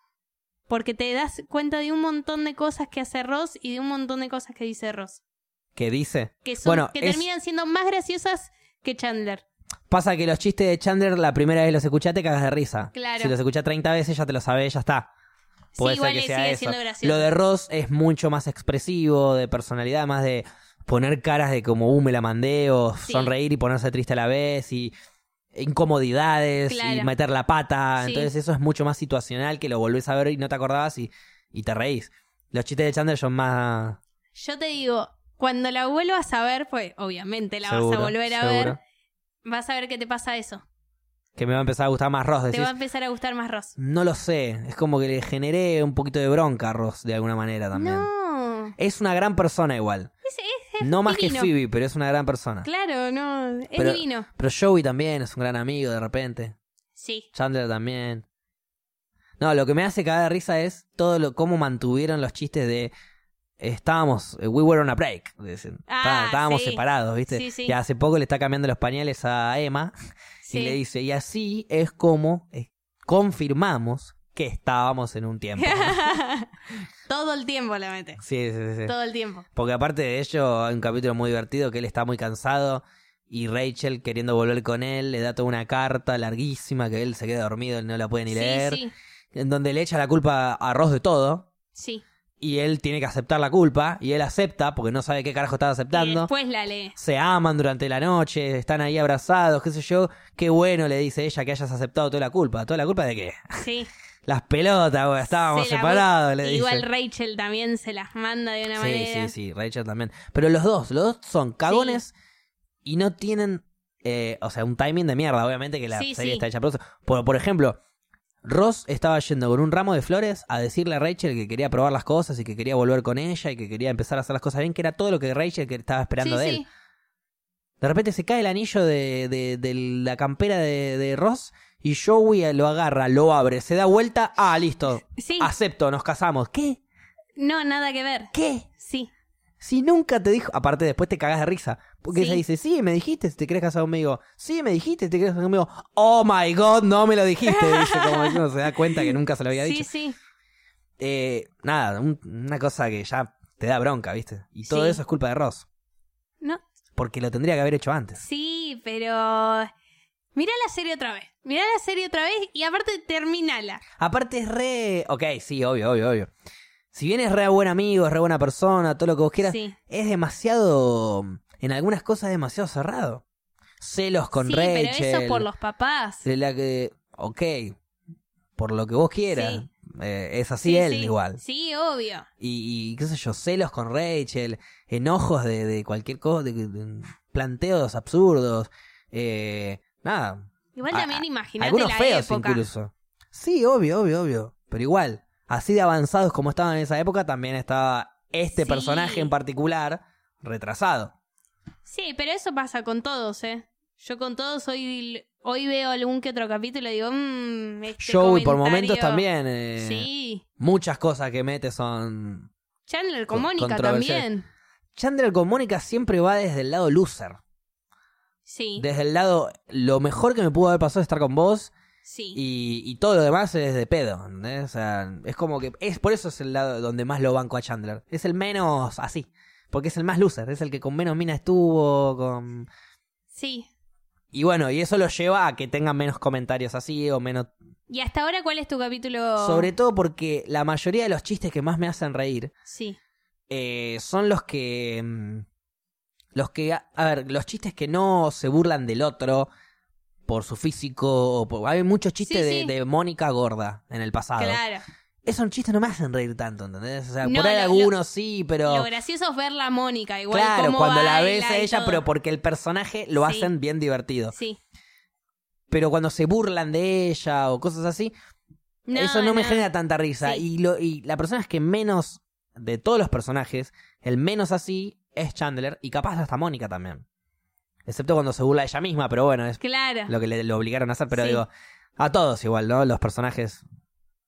Porque te das cuenta de un montón de cosas que hace Ross y de un montón de cosas que dice Ross. Que dice. Que, son, Bueno, que es- terminan siendo más graciosas que Chandler. Pasa que los chistes de Chandler, la primera vez los escuchás, te cagas de risa. Claro. Si los escuchás 30 veces, ya te lo sabés, ya está. Puede sí, ser igual que le sea sigue eso. siendo gracioso. Lo de Ross es mucho más expresivo, de personalidad, más de poner caras de como, uh, me la mandé, o Sí. sonreír y ponerse triste a la vez, y incomodidades, y Claro. meter la pata. Sí. Entonces eso es mucho más situacional que lo volvés a ver y no te acordabas y, y te reís. Los chistes de Chandler son más... Yo te digo, cuando la vuelvas a ver, pues obviamente la vas seguro, a volver a seguro. ver, vas a ver que te pasa eso. Que me va a empezar a gustar más Ross. Te Decís, va a empezar a gustar más Ross. No lo sé, es como que le generé un poquito de bronca a Ross de alguna manera también. Ah. No. Es una gran persona igual. Es, es- es No más que divino. Phoebe, pero es una gran persona. Claro, no. Es Pero- divino. Pero Joey también es un gran amigo de repente. Sí. Chandler también. No, lo que me hace cagar de risa es todo lo cómo mantuvieron los chistes de estábamos, eh, we were on a break, dicen. Ah, Está- estábamos sí. separados, ¿viste? Sí, sí. Y hace poco le está cambiando los pañales a Emma sí. y le dice, "Y así es como eh, confirmamos que estábamos en un tiempo." Todo el tiempo la mete. sí, sí, sí, sí. Todo el tiempo. Porque aparte de ello, hay un capítulo muy divertido que él está muy cansado y Rachel queriendo volver con él le da toda una carta larguísima que él se queda dormido, él no la puede ni sí, leer, sí. en donde le echa la culpa a Ross de todo Sí. y él tiene que aceptar la culpa y él acepta porque no sabe qué carajo está Y aceptando. después la lee. Se aman durante la noche, están ahí abrazados, qué sé yo. Qué bueno, le dice ella, que hayas aceptado toda la culpa. ¿Toda la culpa de qué? Sí. Las pelotas, güey, estábamos Se la- separados, le dice. Igual Rachel también se las manda de una Sí, manera. sí, sí, Rachel también. Pero los dos, los dos son cagones y no tienen, eh, o sea, un timing de mierda, obviamente que la Sí, serie sí. está hecha por eso. Por, por ejemplo, Ross estaba yendo con un ramo de flores a decirle a Rachel que quería probar las cosas y que quería volver con ella y que quería empezar a hacer las cosas bien, que era todo lo que Rachel que estaba esperando Sí, de él. sí. De repente se cae el anillo de, de- de la campera de, de Ross y Joey lo agarra, lo abre, se da vuelta, ah, listo, Sí. acepto, nos casamos. ¿Qué? No, nada que ver. ¿Qué? Sí. Si nunca te dijo, aparte después te cagas de risa. Porque Sí. ella dice, sí, me dijiste si te querés casar conmigo. Sí, me dijiste si te querés casar conmigo. Oh my god, no me lo dijiste. Dice, como diciendo, se da cuenta que nunca se lo había Sí, dicho. sí. Eh, nada, un- una cosa que ya te da bronca, ¿viste? Y todo Sí. eso es culpa de Ross. No. Porque lo tendría que haber hecho antes. Sí, pero Mirá la serie otra vez. Mirá la serie otra vez y aparte terminala. Aparte es re... Ok, sí, obvio, obvio, obvio. Si bien es re buen amigo, es re buena persona, todo lo que vos quieras, Sí. es demasiado... En algunas cosas es demasiado cerrado. Celos con sí, Rachel. pero eso por los papás. de la que... Ok, por lo que vos quieras. Sí. Eh, es así Sí, él sí. igual. Sí, obvio. Y, y, qué sé yo, celos con Rachel, enojos de, de cualquier cosa, de, de planteos absurdos. Eh, nada, Igual A- también imagínate algunos la feos época. incluso. Sí, obvio, obvio, obvio. Pero igual, así de avanzados como estaban en esa época, también estaba este Sí. personaje en particular retrasado. Sí, pero eso pasa con todos, ¿eh? Yo con todos hoy, hoy veo algún que otro capítulo y digo, mmm, este Joey por comentario- momentos también. eh, Sí. Muchas cosas que mete son... Chandler Con- con Mónica controversial. también. Chandler con Mónica siempre va desde el lado loser. Sí, Desde el lado, lo mejor que me pudo haber pasado es estar con vos. sí. Y, y todo lo demás es de pedo, ¿entendés? O sea, es como que. es Por eso es el lado donde más lo banco a Chandler. Es el menos así. Porque es el más loser, es el que con menos mina estuvo, con. Sí. Y bueno, y eso lo lleva a que tengan menos comentarios así o menos. ¿Y hasta ahora cuál es tu capítulo? Sobre todo porque la mayoría de los chistes que más me hacen reír Sí, eh, son los que. mm, Los que. A a ver, los chistes que no se burlan del otro por su físico. o por- hay muchos chistes Sí, de, sí. de Mónica gorda en el pasado. claro. Esos chistes no me hacen reír tanto, ¿entendés? O sea, No, por ahí lo- algunos sí, pero. Lo gracioso es verla a Mónica, igual Claro, cómo cuando la baila ves a y ella, todo. pero porque el personaje lo Sí. hacen bien divertido. Sí. Pero cuando se burlan de ella o cosas así, eso no, me genera tanta risa. Sí. Y, lo, y la persona es que menos, de todos los personajes, el menos así es Chandler y capaz hasta Mónica también. Excepto cuando se burla de ella misma, pero bueno, es Claro. lo que le lo obligaron a hacer. Pero Ah. Sí. digo, a todos igual, ¿no? Los personajes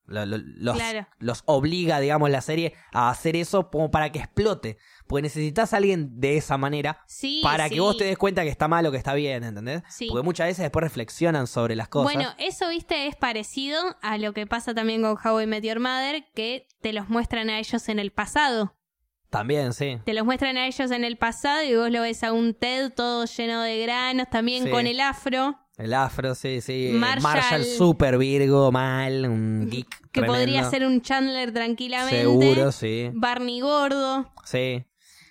lo- lo- los, Claro. los obliga, digamos, la serie a hacer eso como para que explote. Porque necesitas a alguien de esa manera Sí, para sí. que vos te des cuenta que está mal o que está bien, ¿entendés? Sí. Porque muchas veces después reflexionan sobre las cosas. Bueno, eso, viste, es parecido a lo que pasa también con How I Met Your Mother, que te los muestran a ellos en el pasado. También, sí. Te los muestran a ellos en el pasado y vos lo ves a un Ted todo lleno de granos, también Sí. con el afro, El afro, sí, sí. Marshall- super virgo, mal, un geek. que tremendo. podría ser un Chandler tranquilamente. Seguro, sí. Barney gordo. Sí.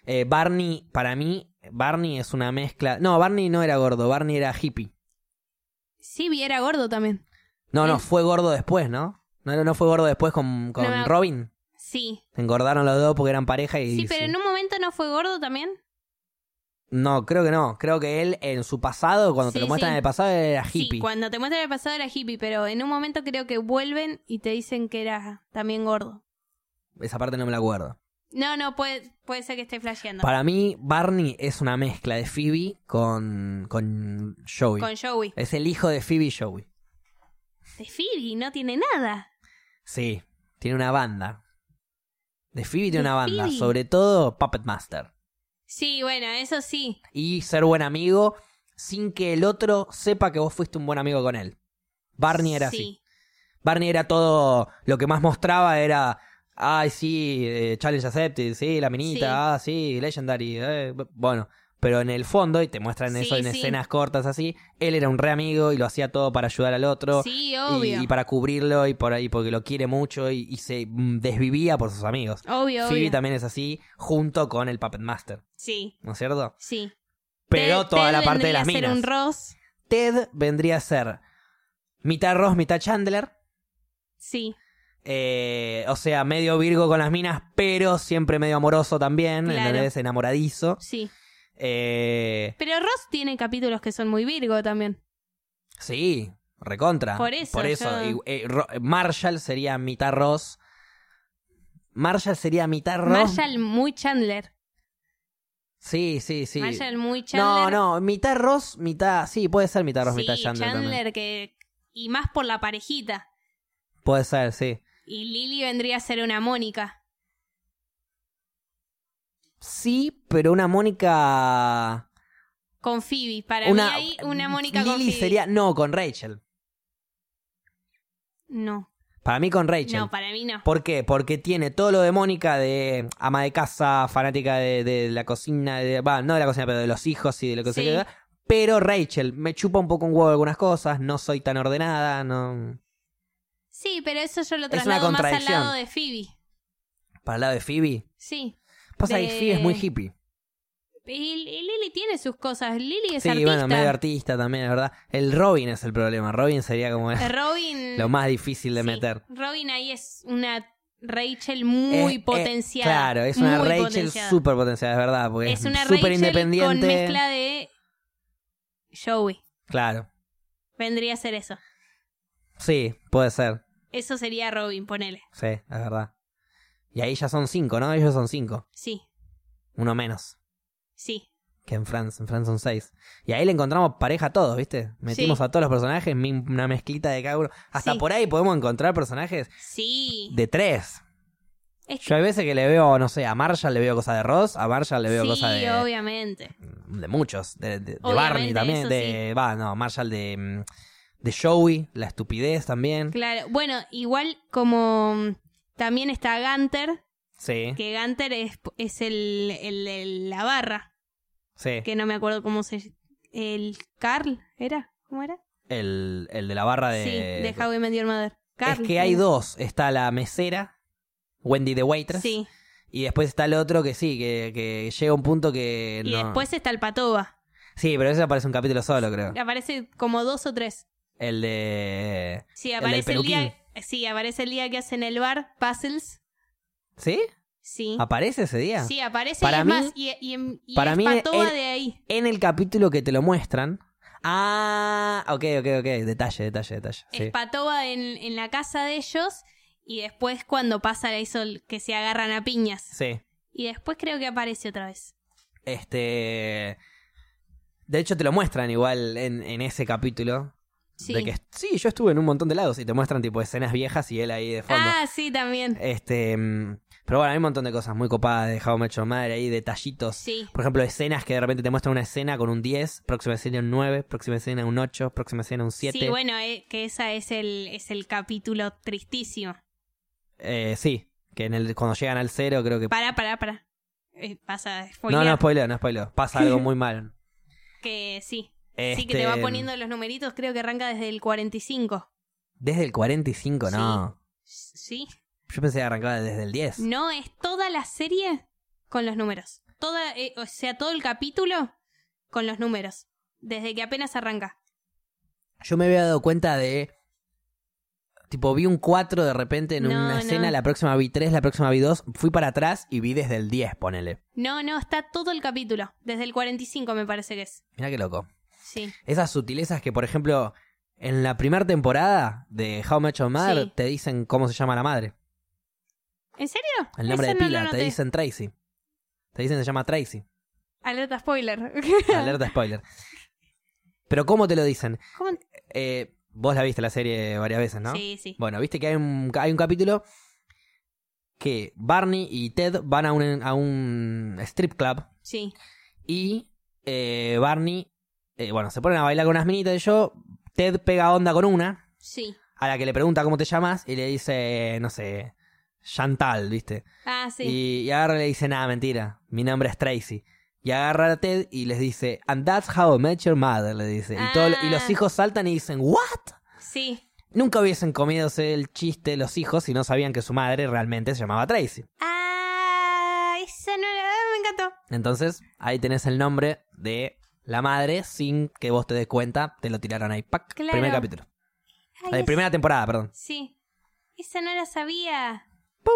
Eh, Barney, para mí, Barney es una mezcla. No, Barney no era gordo, Barney era hippie. Sí, vi, era gordo también. No, no, Sí. fue gordo después, ¿no? No, no, no fue gordo después con, con No me ac- Robin. Sí. Se engordaron los dos porque eran pareja y... Sí, pero en un momento no fue gordo también. No, creo que no. Creo que él en su pasado, cuando te Sí, lo muestran sí. en el pasado, era hippie. Sí, cuando te muestran el pasado era hippie, pero en un momento creo que vuelven y te dicen que era también gordo. Esa parte no me la acuerdo. No, no, puede, puede ser que esté flasheando. Para mí, Barney es una mezcla de Phoebe con, con Joey. Con Joey. Es el hijo de Phoebe y Joey. De Phoebe, no tiene nada. Sí, tiene una banda. De Phoebe tiene De una banda, Phoebe. sobre todo Puppet Master. Sí, bueno, eso sí. y ser buen amigo sin que el otro sepa que vos fuiste un buen amigo con él. Barney era así. Sí. Barney era todo, lo que más mostraba era, ay, sí, eh, Challenge Accepted, sí, la minita, Sí. ah, sí, Legendary, eh, b- bueno. Pero en el fondo, y te muestran Sí, eso en sí. escenas cortas así, él era un re amigo y lo hacía todo para ayudar al otro. Sí, y, obvio. y para cubrirlo y por ahí porque lo quiere mucho y, y se mm, desvivía por sus amigos. Obvio, Phoebe obvio. también es así, junto con el Puppet Master, Sí, ¿no es cierto? sí. pero Ted- toda Ted la parte de vendría las a ser minas. un Ross. Ted vendría a ser mitad Ross, mitad Chandler. Sí, eh, o sea, medio Virgo con las minas, pero siempre medio amoroso también. Claro. ¿entendés? Enamoradizo. sí. Eh, Pero Ross tiene capítulos que son muy Virgo también. sí, recontra. Por eso, yo- y, eh, Ro- Marshall sería mitad Ross. Marshall sería mitad Ross. Marshall muy Chandler. Sí, sí, sí. Marshall muy Chandler. No, no, mitad Ross, mitad. Sí, puede ser mitad Ross, Sí, mitad Chandler. también. que y más por la parejita. Puede ser, sí. Y Lily vendría a ser una Mónica. Sí, pero una Mónica. Con Phoebe, para mí hay una Mónica con Lily Phoebe. sería. No, con Rachel. No, Para mí con Rachel. no, para mí no. ¿Por qué? Porque tiene todo lo de Mónica, de ama de casa, fanática de, de la cocina, de, va, no de la cocina, pero de los hijos y de lo que Sí. sea, Pero Rachel me chupa un poco un huevo algunas cosas, no soy tan ordenada, no. Sí, pero eso yo lo Es una traslado más al contradicción. lado de Phoebe. Para el lado de Phoebe. Sí. Pasa que De- Phoebe es muy hippie. Y, y Lily tiene sus cosas. Lily es Sí, artista. bueno, medio artista también, la verdad. El Robin es el problema. Robin sería como Eh, Robin. lo más difícil de sí, meter. Robin ahí es una Rachel muy Es- es- potenciada. claro, es una muy Rachel potenciada. súper potenciada, es verdad. Porque Es una súper Rachel independiente. con mezcla de Joey. Claro. Vendría a ser eso. Sí, puede ser. Eso sería Robin, ponele. Sí, es verdad. Y ahí ya son cinco, ¿no? Ellos son cinco. Sí, Uno menos. sí. Que en France. En France son seis. Y ahí le encontramos pareja a todos, ¿viste? Metimos Sí. a todos los personajes, mi- una mezclita de cada uno. Hasta Sí. por ahí podemos encontrar personajes Sí. de tres. Es que- Yo hay veces que le veo, no sé, a Marshall le veo cosas de Ross, a Marshall le veo sí, cosas de, obviamente. de muchos, de, de- de Obviamente, Barney también, eso de, va, no, Marshall de, mm, de Joey, la estupidez también. Claro. Bueno, igual como mm, también está Gunter, Sí, que Gunter es, es el, el, el- la barra, sí. que no me acuerdo cómo se el Carl era, ¿cómo era? El, el de la barra de... sí, de How I Met Your Mother. Ah, eh, es Carl. que hay dos, está la mesera, Wendy the Waitress, Sí. y después está el otro que sí, que, que llega un punto que... Y no- después está el Patoba. Sí, pero ese aparece un capítulo solo, creo. Aparece como dos o tres. El de... Sí, del aparece el, día, peluquín. sí, aparece el día que hacen el bar puzzles. ¿Sí? Sí. ¿Aparece ese día? Sí, aparece Ah, Para y es mí- más, y, y- y para es mí Patoba el- de ahí. en el capítulo que te lo muestran. Ah, ok, ok, ok. Detalle, detalle, detalle. Es Sí. Patoba en, en la casa de ellos y después cuando pasa eso que se agarran a piñas. sí. Y después creo que aparece otra vez. Este. De hecho, te lo muestran igual en, en ese capítulo. Sí. De que est- sí, yo estuve en un montón de lados y te muestran tipo escenas viejas y él ahí de fondo. Ah, sí, también. Este. mm, Pero bueno, hay un montón de cosas muy copadas de How I Met Your Mother ahí, detallitos. Sí. Por ejemplo, escenas que de repente te muestran una escena con un 10, próxima escena un 9, próxima escena un 8, próxima escena un 7. Sí, bueno, eh, que esa es el, es el capítulo tristísimo. Eh, sí, que en el, cuando llegan al 0 creo que Para, para, para. Eh, pasa a No, no spoilear spoileo, no spoileo. Pasa algo muy mal. que sí. Sí, Este, que te va poniendo los numeritos, creo que arranca desde el 45. Desde el 45, no. Sí. Yo pensé que arrancaba desde el 10. No, es toda la serie con los números. Toda, eh, o sea, todo el capítulo con los números. Desde que apenas arranca. Yo me había dado cuenta de. Tipo, vi un 4 de repente en No, una no. escena, la próxima vi 3, la próxima vi 2. Fui para atrás y vi desde el 10, ponele. No, no, está todo el capítulo. Desde el 45 me parece que es. Mirá qué loco. Sí. Esas sutilezas que, por ejemplo, en la primera temporada de How Much Your Mother Sí. te dicen cómo se llama la madre. ¿En serio? El nombre Eso de no pila, lo te noté. dicen Tracy. Te dicen se llama Tracy. Alerta spoiler. Alerta spoiler. Pero ¿cómo te lo dicen? ¿Cómo? Eh, vos la viste la serie varias veces, ¿no? Sí, sí. Bueno, viste que hay un, hay un capítulo que Barney y Ted van a un, a un strip club Sí. y eh, Barney, eh, bueno, se ponen a bailar con unas minitas y yo, Ted pega onda con una, Sí. a la que le pregunta cómo te llamas y le dice, no sé, Chantal, ¿viste? Ah, sí. Y, y agarra y le dice, nada, mentira, mi nombre es Tracy. Y agarra a Ted y les dice, and that's how I met your mother, le dice. Y, todo, y los Ah. hijos saltan y dicen, what? Sí. Nunca hubiesen comido ese- el chiste los hijos si no sabían que su madre realmente se llamaba Tracy. Ah, esa no era. ah, Me encantó. Entonces, ahí tenés el nombre de la madre sin que vos te des cuenta, te lo tiraron ahí. Pac, Claro. primer capítulo. Ay, Eh, esa- primera temporada, perdón. Sí. Esa no la sabía. ¡Pum!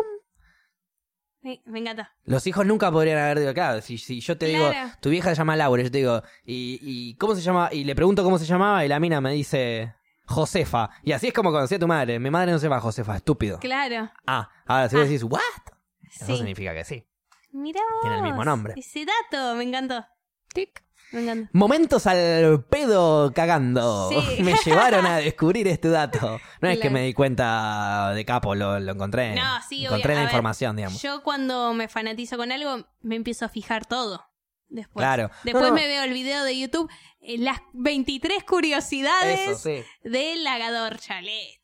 Me, me encantó. Los hijos nunca podrían haber dicho, claro, si, si yo te Claro. digo, tu vieja se llama Laura, yo te digo, y, y cómo se llama, y le pregunto cómo se llamaba, y la mina me dice Josefa. Y así es como conocí a tu madre. Mi madre no se llama Josefa, estúpido. Claro. Ah, ahora si vos Ah. decís, ¿what? Eso Sí. significa que sí. Mirá Tiene el vos, mismo nombre. Ese dato, me encantó. Tic. Me encantó. Momentos al pedo cagando. Sí. me llevaron a descubrir este dato. No es que Claro. me di cuenta de capo, lo, lo encontré. No, sí, encontré obvia- la a ver, información, digamos. Yo cuando me fanatizo con algo, me empiezo a fijar todo. Después. Claro. Después No, no. me veo el video de YouTube, eh, las 23 curiosidades Eso, sí. del lagador chalet.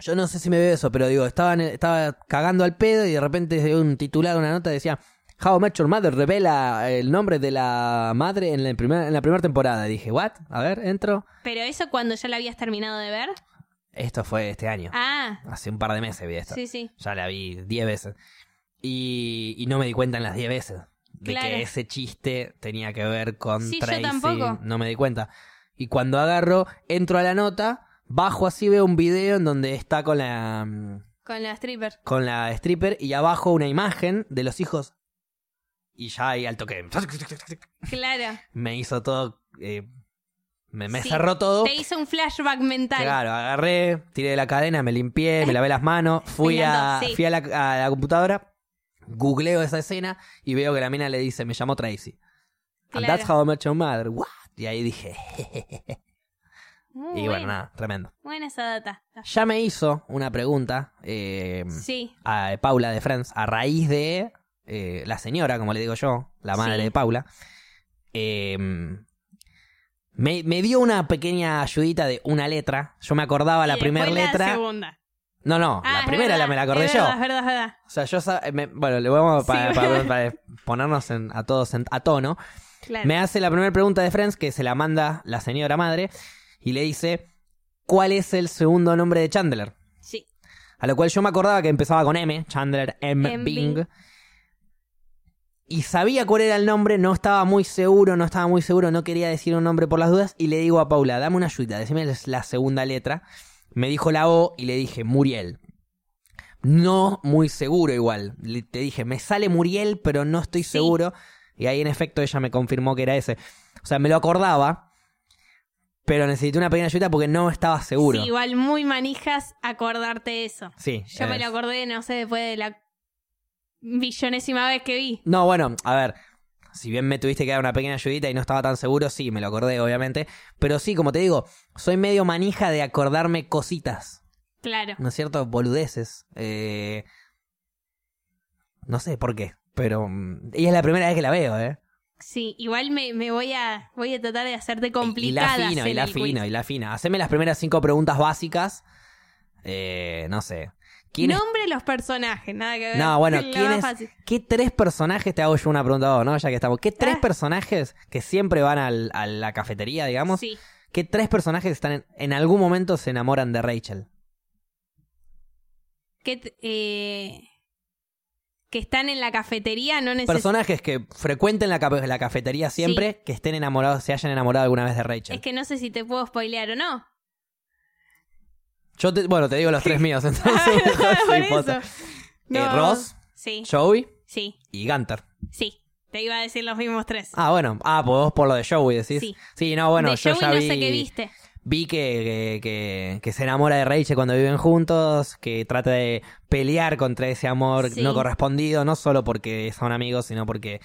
Yo no sé si me veo eso, pero digo, estaba, en- estaba cagando al pedo y de repente veo un titular, una nota decía, How I Met Your Mother revela el nombre de la madre en la primera en la primera temporada. Dije, ¿what? A ver, entro. Pero eso cuando ya la habías terminado de ver. Esto fue este año. Ah, Hace un par de meses vi esto. sí, sí. Ya la vi 10 veces. Y, y no me di cuenta en las 10 veces de Claro. que ese chiste tenía que ver con Sí, yo Tracy. tampoco. No me di cuenta. Y cuando agarro, entro a la nota, bajo así veo un video en donde está con la Con la stripper. con la stripper y abajo una imagen de los hijos. Y ya ahí al toque. Claro. Me hizo todo. eh, me me Sí, cerró todo. Te hizo un flashback mental. Claro, agarré, tiré de la cadena, me limpié, me lavé las manos, fui, a, encantó, sí. fui a, la, a la computadora, googleo esa escena y veo que la mina le dice, me llamó Tracy. And Claro. that's how I met your mother. What? Y ahí dije, Muy y bueno, buena. nada, tremendo. buena esa data. Ya me hizo una pregunta eh, Sí, a Paula de Friends a raíz de eh, la señora, como le digo yo, la madre Sí. de Paula. Eh, me, me dio una pequeña ayudita de una letra. Yo me acordaba la Y primera después la letra. segunda. No, no, Ah, la es primera verdad, la me la acordé es yo. verdad, es verdad, es verdad. O sea, yo sab- me- bueno, le vamos Sí, para, bueno. para- para ponernos en- a todos en- a tono. Claro. Me hace la primera pregunta de Friends que se la manda la señora madre y le dice, "¿Cuál es el segundo nombre de Chandler?" Sí. A lo cual yo me acordaba que empezaba con M, Chandler M, M. Bing. Y sabía cuál era el nombre, no estaba muy seguro, no estaba muy seguro, no quería decir un nombre por las dudas. Y le digo a Paula, dame una ayuda, decime la segunda letra. Me dijo la O y le dije Muriel. No muy seguro igual. Le- te dije, me sale Muriel, pero no estoy Sí. seguro. Y ahí en efecto ella me confirmó que era ese. O sea, me lo acordaba, pero necesité una pequeña ayuda porque no estaba seguro. Sí, igual muy manijas acordarte eso. Sí, eh, Yo me es- lo acordé, no sé, después de la billonésima vez que vi. No, bueno, a ver. Si bien me tuviste que dar una pequeña ayudita y no estaba tan seguro, sí, me lo acordé, obviamente. Pero sí, como te digo, soy medio manija de acordarme cositas, Claro. ¿no es cierto? Boludeces. Eh, No sé por qué, pero... mm, Y es la primera vez que la veo, ¿eh? Sí, igual me, me voy a voy a tratar de hacerte Y la complicada. fino, y la fino, y la fina. Haceme las primeras cinco preguntas básicas. Eh, no sé. ¿Quién es- Nombre los personajes, nada que ver. No, bueno, La ¿quién más es- fácil. ¿Qué tres personajes, te hago yo una pregunta a vos, ¿no? Ya que estamos. ¿Qué tres Ah. personajes que siempre van al- a la cafetería, digamos, Sí. que tres personajes están en, en algún momento se enamoran de Rachel. Que, t- eh, que están en la cafetería, no necesariamente. Personajes que frecuenten la, cafe- la cafetería siempre, que estén enamorados, se hayan enamorado alguna vez de Rachel. Es que no sé si te puedo spoilear o no. Yo te- bueno, te digo los tres míos, entonces. Ah, Por soy eso. posta. Eh, No. Ross. Sí, Joey sí, y Gunter. sí. Te iba a decir los mismos tres. Ah, bueno. Ah, pues vos por lo de Joey decís. Sí. no, bueno, de yo Joey ya no vi. sé qué viste. Vi que, que- que- que se enamora de Rachel cuando viven juntos, que trata de pelear contra ese amor Sí. no correspondido, no solo porque son amigos, sino porque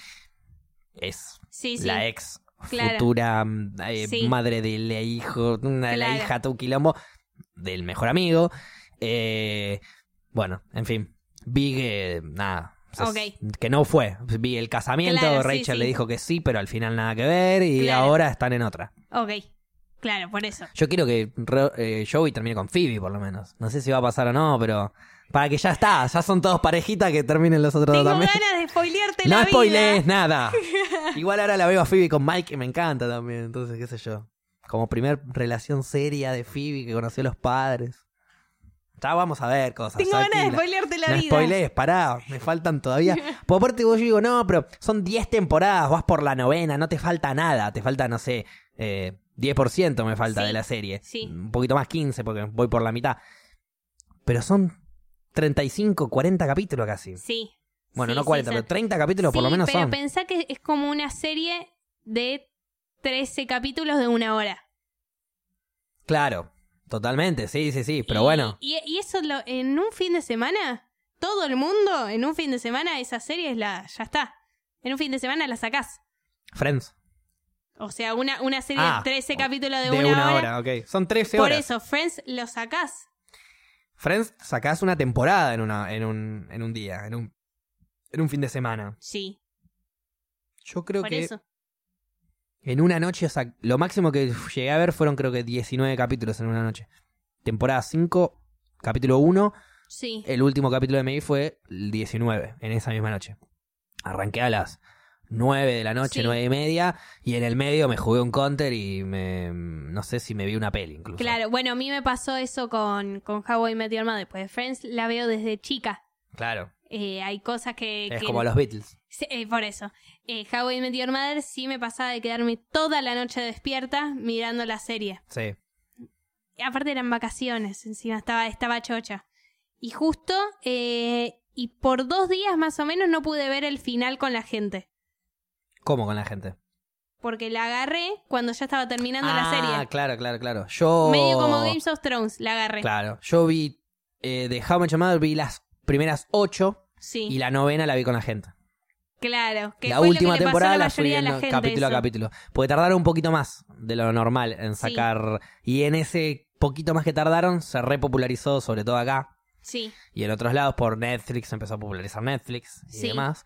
es Sí, sí. la ex Claro. futura mm, eh, Sí. madre de la hijo, una de la Claro. hija tu quilombo del mejor amigo. Eh, bueno, en fin, vi que nada. o sea, Ok. Que no fue. Vi el casamiento, Claro, sí, Rachel sí. le dijo que sí, pero al final nada que ver y Claro. ahora están en otra. Ok, claro, por eso. Yo quiero que Ro- eh, Joey termine con Phoebe, por lo menos. No sé si va a pasar o no, pero para que ya está, ya son todos parejitas que terminen los otros dos Tengo también. ganas de spoilearte No la ¿eh? spoilees vida. nada. Igual ahora la veo a Phoebe con Mike y me encanta también, entonces qué sé yo. Como primer relación seria de Phoebe que conoció a los padres. Ya vamos a ver cosas. Tengo ganas de tranquila. spoilearte la no vida. spoilees, pará, me faltan todavía. Por aparte vos yo digo, no, pero son 10 temporadas, vas por la novena, no te falta nada, te falta, no sé, eh, 10% me falta Sí, de la serie. sí. Un poquito más 15 porque voy por la mitad. Pero son 35, 40 capítulos casi. Sí. Bueno, Sí, no sí, 40, sí. pero 30 capítulos por lo Sí, menos pero son. pensá que es como una serie de 13 capítulos de una hora. Claro, totalmente, sí, sí, sí, pero Y- bueno. Y, y eso lo- en un fin de semana, todo el mundo, en un fin de semana, esa serie es la, ya está. En un fin de semana la sacás. Friends. O sea, una, una serie Ah, de 13 capítulos de, De una, hora. hora. ok. Son 13 Por horas. eso, Friends, lo sacás. Friends sacás una temporada en, una, en, un, en un día, en un, en un fin de semana. Sí, Yo creo por que eso. en una noche, sac- lo máximo que llegué a ver fueron creo que 19 capítulos en una noche. Temporada 5, capítulo 1, Sí. el último capítulo de MI fue el 19, en esa misma noche. Arranqué a las 9 de la noche, Sí. nueve y media, y en el medio me jugué un counter y me, no sé si me vi una peli incluso. Claro, bueno, a mí me pasó eso con, con How I Met Your Mother, después de Friends la veo desde chica. Claro. Eh, hay cosas que... Es que- como los Beatles. Sí, eh, por eso. Eh, How I Met Your Mother sí me pasaba de quedarme toda la noche despierta mirando la serie. Sí. Y aparte eran vacaciones, encima estaba, estaba chocha. Y justo, eh, y por dos días más o menos no pude ver el final con la gente. ¿Cómo con la gente? Porque la agarré cuando ya estaba terminando la ah, serie. claro, claro, claro. Yo. Medio como Games of Thrones, la agarré. Claro. Yo vi eh, de How Much Mother vi las primeras ocho Sí, y la novena la vi con la gente. claro. Que la fue lo última que le pasó a temporada la la fui mayoría de viendo la gente. capítulo eso. a capítulo. Porque tardaron un poquito más de lo normal en Sí. sacar. Y en ese poquito más que tardaron, se repopularizó, sobre todo acá Sí, y en otros lados por Netflix, empezó a popularizar Netflix y Sí. demás.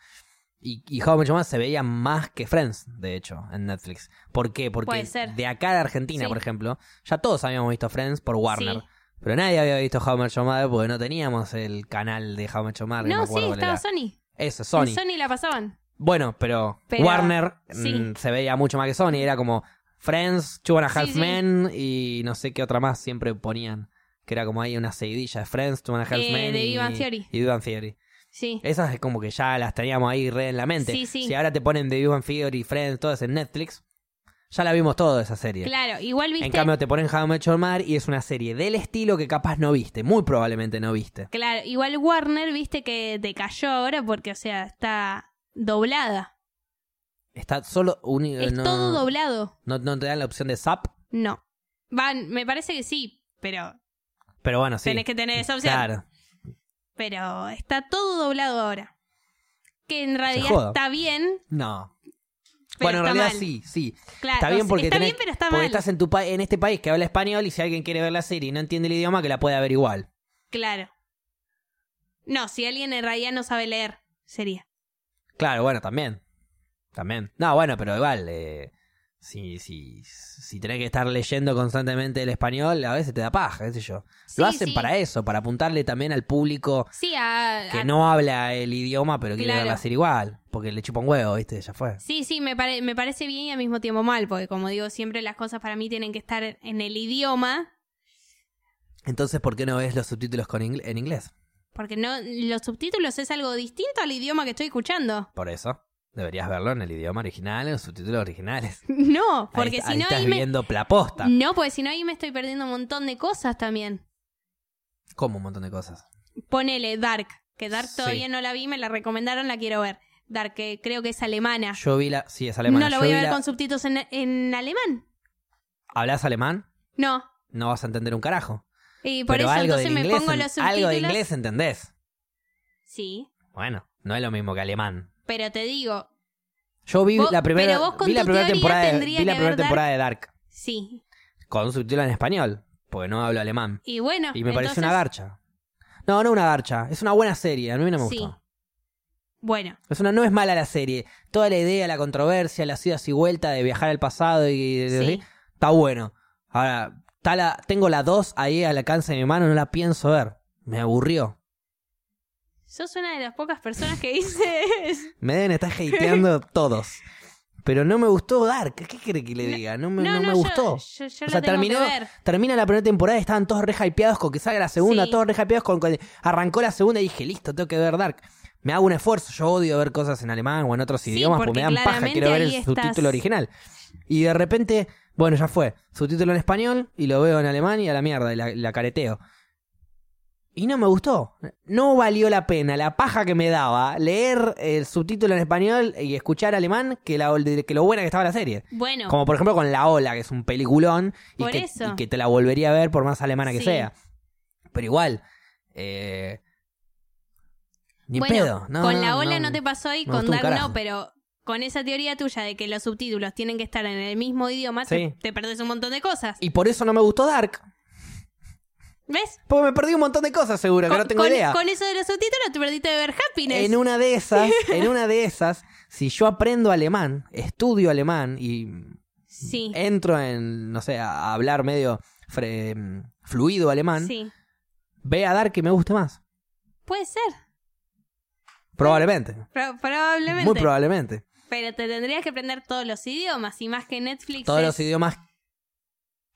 Y, y How I Met Your Mother se veía más que Friends, de hecho, en Netflix. ¿Por qué? Porque Puede ser. de acá de Argentina, Sí. por ejemplo, ya todos habíamos visto Friends por Warner. sí. Pero nadie había visto How I Met Your Mother porque no teníamos el canal de How I Met Your Mother. No, me No, sí, acuerdo cuál estaba era. Sony. Eso, Sony. En Sony la pasaban. Bueno, pero, Pero- Warner sí. mm, se veía mucho más que Sony. Era como Friends, Two and a Sí, Half sí. Men y no sé qué otra más siempre ponían. Que era como ahí una seguidilla de Friends, Two and a Half Eh, Men de y, Big Bang Theory. y Big Bang Theory. Sí. Esas es como que ya las teníamos ahí re en la mente. Sí, sí. Si ahora te ponen The Big Bang Theory, Friends, todas en Netflix, ya la vimos toda esa serie. Claro, igual viste. En cambio te ponen How I Met Your Mother y es una serie del estilo que capaz no viste, muy probablemente no viste. Claro, igual Warner viste que decayó ahora porque, o sea, está doblada. Está solo un... es no, todo doblado. no, no te dan la opción de Zap, No. Van, me parece que sí, pero pero bueno, sí. tenés que tener esa opción. Claro. Pero está todo doblado ahora. Que en realidad joda. está bien, No. pero bueno, en está realidad mal. sí, sí. Claro, Está bien o sea, porque, está tenés- bien, pero está porque mal. estás en, tu pa- en este país que habla español y si alguien quiere ver la serie y no entiende el idioma, que la puede ver igual. Claro. No, si alguien en realidad no sabe leer, sería. Claro, bueno, también. También. No, bueno, pero igual. eh, si, si, si tenés que estar leyendo constantemente el español, a veces te da paja, qué sé yo. Sí, Lo hacen sí. para eso, para apuntarle también al público Sí, a- que a- no habla el idioma, pero quiere ver Claro. la serie igual. Porque le chupa un huevo, ¿viste? Ya fue. Sí, sí, me, pare- me parece bien y al mismo tiempo mal, porque como digo, siempre las cosas para mí tienen que estar en el idioma, Entonces, ¿por qué no ves los subtítulos con ingle- en inglés? porque no los subtítulos es algo distinto al idioma que estoy escuchando. Por eso. Deberías verlo en el idioma original, en los subtítulos originales. No, Ahí porque está- si ahí no estás ahí me... Mm. viendo la posta. No, porque si no ahí me estoy perdiendo un montón de cosas también. Como un montón de cosas. Ponele Dark, que Dark Sí. todavía no la vi, me la recomendaron, la quiero ver. Dark, que creo que es alemana. Yo vi la. Sí, es alemana. Ah. no la Yo voy vi a ver la- con subtítulos en, en alemán. ¿Hablas alemán? No. No vas a entender un carajo. Y por Pero eso algo del entonces me inglés pongo en- los subtítulos. Algo de inglés entendés. Sí, Bueno, no es lo mismo que alemán. pero te digo, Yo vi Vos- la primera, pero vos con vi la tu primera teoría temporada, de, tendría vi la que primera ver Dark. temporada de Dark sí, con subtítulos en español, porque no hablo alemán. Y bueno, Y me pareció Ah, entonces- una garcha. No, no una garcha. Es una buena serie. A mí no me Sí. gustó. Bueno, Es una, no es mala la serie. Toda la idea, la controversia, las idas y vueltas de viajar al pasado y de, sí. está bueno. Ahora, está la, tengo la 2 ahí al alcance de mi mano, no la pienso ver. Me aburrió. Sos una de las pocas personas que dices. Me deben estar hateando todos. Pero no me gustó Dark. ¿Qué quiere que le diga? No me, no me yo- gustó. O Yo, yo la sea, tengo terminó- que ver. Termina la primera temporada y estaban todos re hypeados con que salga la segunda, Sí. todos re hypeados con que arrancó la segunda y dije, listo, tengo que ver Dark. Me hago un esfuerzo, yo odio ver cosas en alemán o en otros Sí, idiomas porque me porque dan paja, quiero claramente ver ahí el estás. subtítulo original. Y de repente, bueno, ya fue, subtítulo en español y lo veo en alemán y a la mierda, y la, la careteo. Y no me gustó, no valió la pena, la paja que me daba leer el subtítulo en español y escuchar alemán que, la, que lo buena que estaba la serie. Bueno, Como por ejemplo con La Ola, que es un peliculón y Por que, eso. y que te la volvería a ver por más alemana que Sí. sea. Pero igual, eh, ni bueno, pedo. No, con la ola no, te pasó y me con gustó un Dark no, carajo. pero con esa teoría tuya de que los subtítulos tienen que estar en el mismo idioma, Sí. te, te perdés un montón de cosas. Y por eso no me gustó Dark. ¿Ves? Porque me perdí un montón de cosas, seguro, que no tengo con, idea. con eso de los subtítulos te perdiste de ver Happiness. En una de esas, en una de esas, si yo aprendo alemán, estudio alemán y Sí, entro en, no sé, a a hablar medio fre- fluido alemán, sí. ve a Dark que me guste más. Puede ser. Probablemente. Pro- probablemente. Muy probablemente. Pero te tendrías que aprender todos los idiomas y más que Netflix. Todos es- los idiomas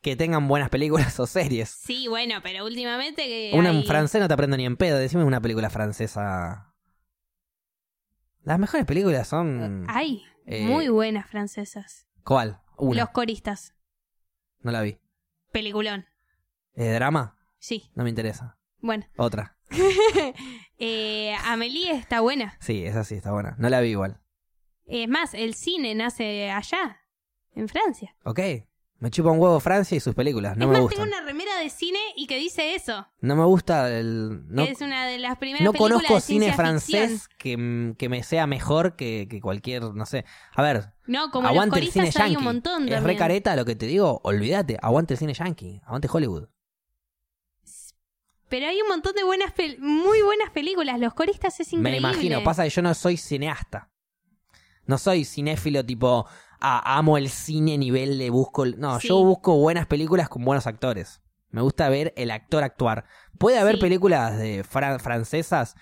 que tengan buenas películas o series. Sí, bueno, pero últimamente que. Una en hay- francés no te aprendo ni en pedo. Decime una película francesa. Las mejores películas son. Hay eh, muy buenas francesas. ¿Cuál? Una. Los coristas. No la vi. Peliculón. Eh, ¿Drama? Sí. No me interesa. Bueno. Otra. Eh, Amelie está buena. Sí, esa sí está buena. No la vi igual. Es más, el cine nace allá, en Francia. Ok. Me chupa un huevo Francia y sus películas. No es me más, gustan. tengo una remera de cine y que dice eso. No me gusta el. No, que es una de las primeras no películas conozco de cine ciencia ficción. francés que, m- que me sea mejor que, que cualquier. No sé. A ver, No, como aguante los el cine coristas hay yankee. un montón es re también. careta lo que te digo. Olvídate. Aguante el cine yankee. Aguante Hollywood. Pero hay un montón de buenas, pel- muy buenas películas. Los coristas es Me increíble. imagino. Pasa que yo no soy cineasta. No soy cinéfilo tipo. "Ah, amo el cine nivel de busco. el-". No, Sí. yo busco buenas películas con buenos actores. Me gusta ver el actor actuar. Puede haber Sí. películas de fran- francesas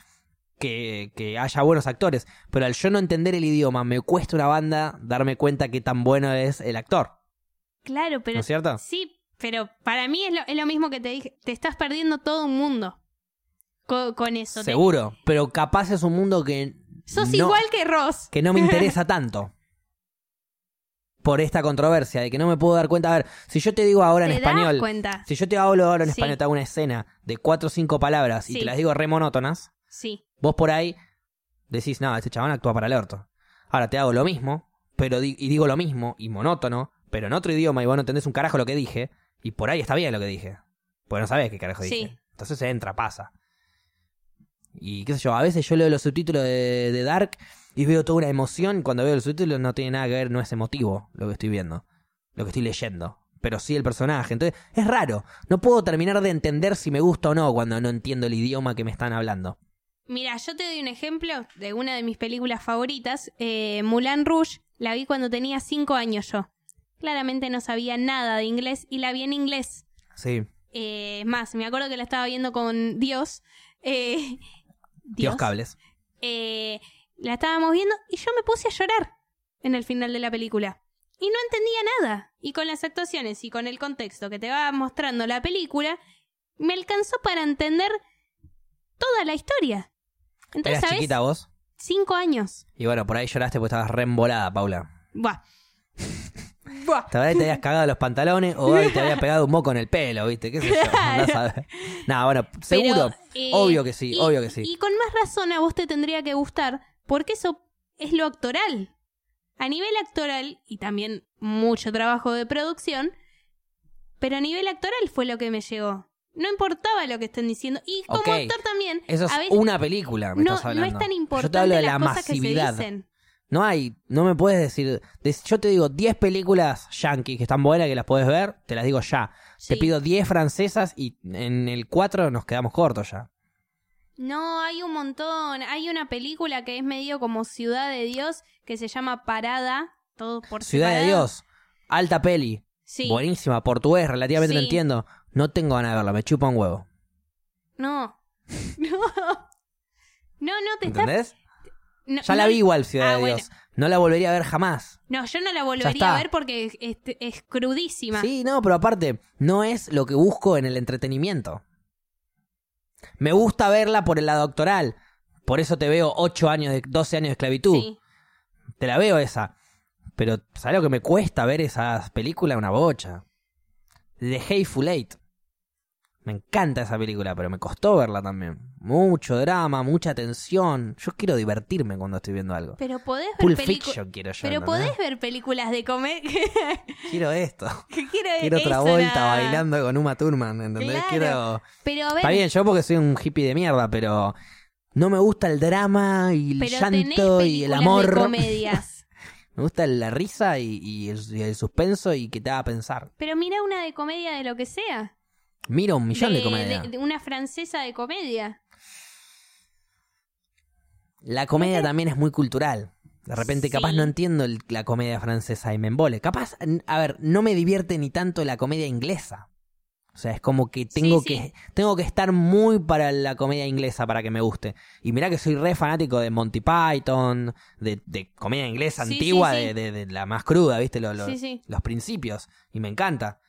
que, que haya buenos actores, pero al yo no entender el idioma, me cuesta una banda darme cuenta qué tan bueno es el actor. Claro, pero ¿No es cierto? sí, pero para mí es lo, es lo mismo que te dije. Te estás perdiendo todo un mundo co- con, eso. Te- Seguro, pero capaz es un mundo que Sos no- igual que Ross. que no me interesa tanto. Por esta controversia de que no me puedo dar cuenta. A ver, si yo te digo ahora en te das español, cuenta. si yo te hablo ahora en Sí. español, te hago una escena de cuatro o cinco palabras y Sí. te las digo re monótonas, Sí. vos por ahí decís, no, este chabón actúa para el orto. Ahora te hago lo mismo, pero di- y digo lo mismo y monótono, pero en otro idioma y vos no entendés un carajo lo que dije, y por ahí está bien lo que dije. Porque no sabés qué carajo Sí. dije. Entonces entra, pasa. Y qué sé yo, a veces yo leo los subtítulos de, de Dark y veo toda una emoción. y Cuando veo los subtítulos no tiene nada que ver, no es emotivo lo que estoy viendo, lo que estoy leyendo. Pero sí el personaje. Entonces es raro. No puedo terminar de entender si me gusta o no cuando no entiendo el idioma que me están hablando. Mira, yo te doy un ejemplo de una de mis películas favoritas, eh, Moulin Rouge. La vi cuando tenía cinco años yo. Claramente no sabía nada de inglés y la vi en inglés. Sí. Eh, es más, me acuerdo que la estaba viendo con Dios. eh, Dios Dios. cables. Eh, la estábamos viendo y yo me puse a llorar en el final de la película. Y no entendía nada. Y con las actuaciones y con el contexto que te va mostrando la película, me alcanzó para entender toda la historia. Entonces, Eras ¿sabes? chiquita vos. Cinco años. Y bueno, por ahí lloraste porque estabas re embolada, Paula. Buah. Buah. Tal vez te habías cagado los pantalones o hoy te había pegado un moco en el pelo, ¿viste? ¿Qué sé yo? Andás a ver. Nah, bueno, seguro. Pero, eh, obvio que sí, y- obvio que sí. Y con más razón a vos te tendría que gustar, porque eso es lo actoral. A nivel actoral, y también mucho trabajo de producción, pero a nivel actoral fue lo que me llegó. No importaba lo que estén diciendo. Y como Ok. actor también, Eso es a veces una película, me no, estás no hablando. Yo es tan te hablo importante de las la cosas que se masividad. dicen. No hay, no me puedes decir. des- Yo te digo 10 películas yankees que están buenas, que las puedes ver, te las digo ya. Te Sí. pido 10 francesas y en el 4 nos quedamos cortos ya. No, hay un montón. Hay una película que es medio como Ciudad de Dios que se llama Parada. Todo por Ciudad de separado. Dios, alta peli, Sí. buenísima, portugués, relativamente no Sí. entiendo. No tengo ganas de verla, me chupa un huevo. No. No. No, no, te está... ¿Entendés? no, Ya la no- vi igual Ciudad Ah, de bueno. Dios. No la volvería a ver jamás. No, yo no la está. volvería a ver porque es, es- es crudísima. Sí, no, pero aparte, no es lo que busco en el entretenimiento. Me gusta verla por el lado doctoral. Por eso te veo 8 años, de, 12 años de esclavitud. Sí. Te la veo esa. Pero, ¿sabes lo que me cuesta ver esas películas? Una bocha. The Hateful Eight. Me encanta esa película, pero me costó verla también. Mucho drama, mucha tensión. Yo quiero divertirme cuando estoy viendo algo. Pero podés ver Pulp películas. Fiction quiero yo. Pero ¿entendés? podés ver películas de comer. que Quiero esto. quiero Quiero eso otra vuelta nada más. bailando con Uma Thurman, ¿entendés? Eh, Claro. Quiero... Pero a ver, Está bien, yo porque soy un hippie de mierda, pero no me gusta el drama y el pero tenés llanto y el películas de amor. Me comedias. gusta la risa y, y el, y el suspenso y que te haga pensar. Pero mira una de comedia de lo que sea. Mira un millón de, comedias. de- de una francesa de comedia. La comedia también es muy cultural. De repente, capaz Sí. no entiendo el- la comedia francesa y me embole. Capaz, n- a ver, no me divierte ni tanto la comedia inglesa. O sea, es como que tengo Sí, sí. que tengo que estar muy para la comedia inglesa para que me guste. Y mirá que soy re fanático de Monty Python, de, de comedia inglesa Sí, sí, antigua, sí. De, de- de la más cruda, ¿viste? Lo- lo- Sí, sí. Los principios. Y me encanta.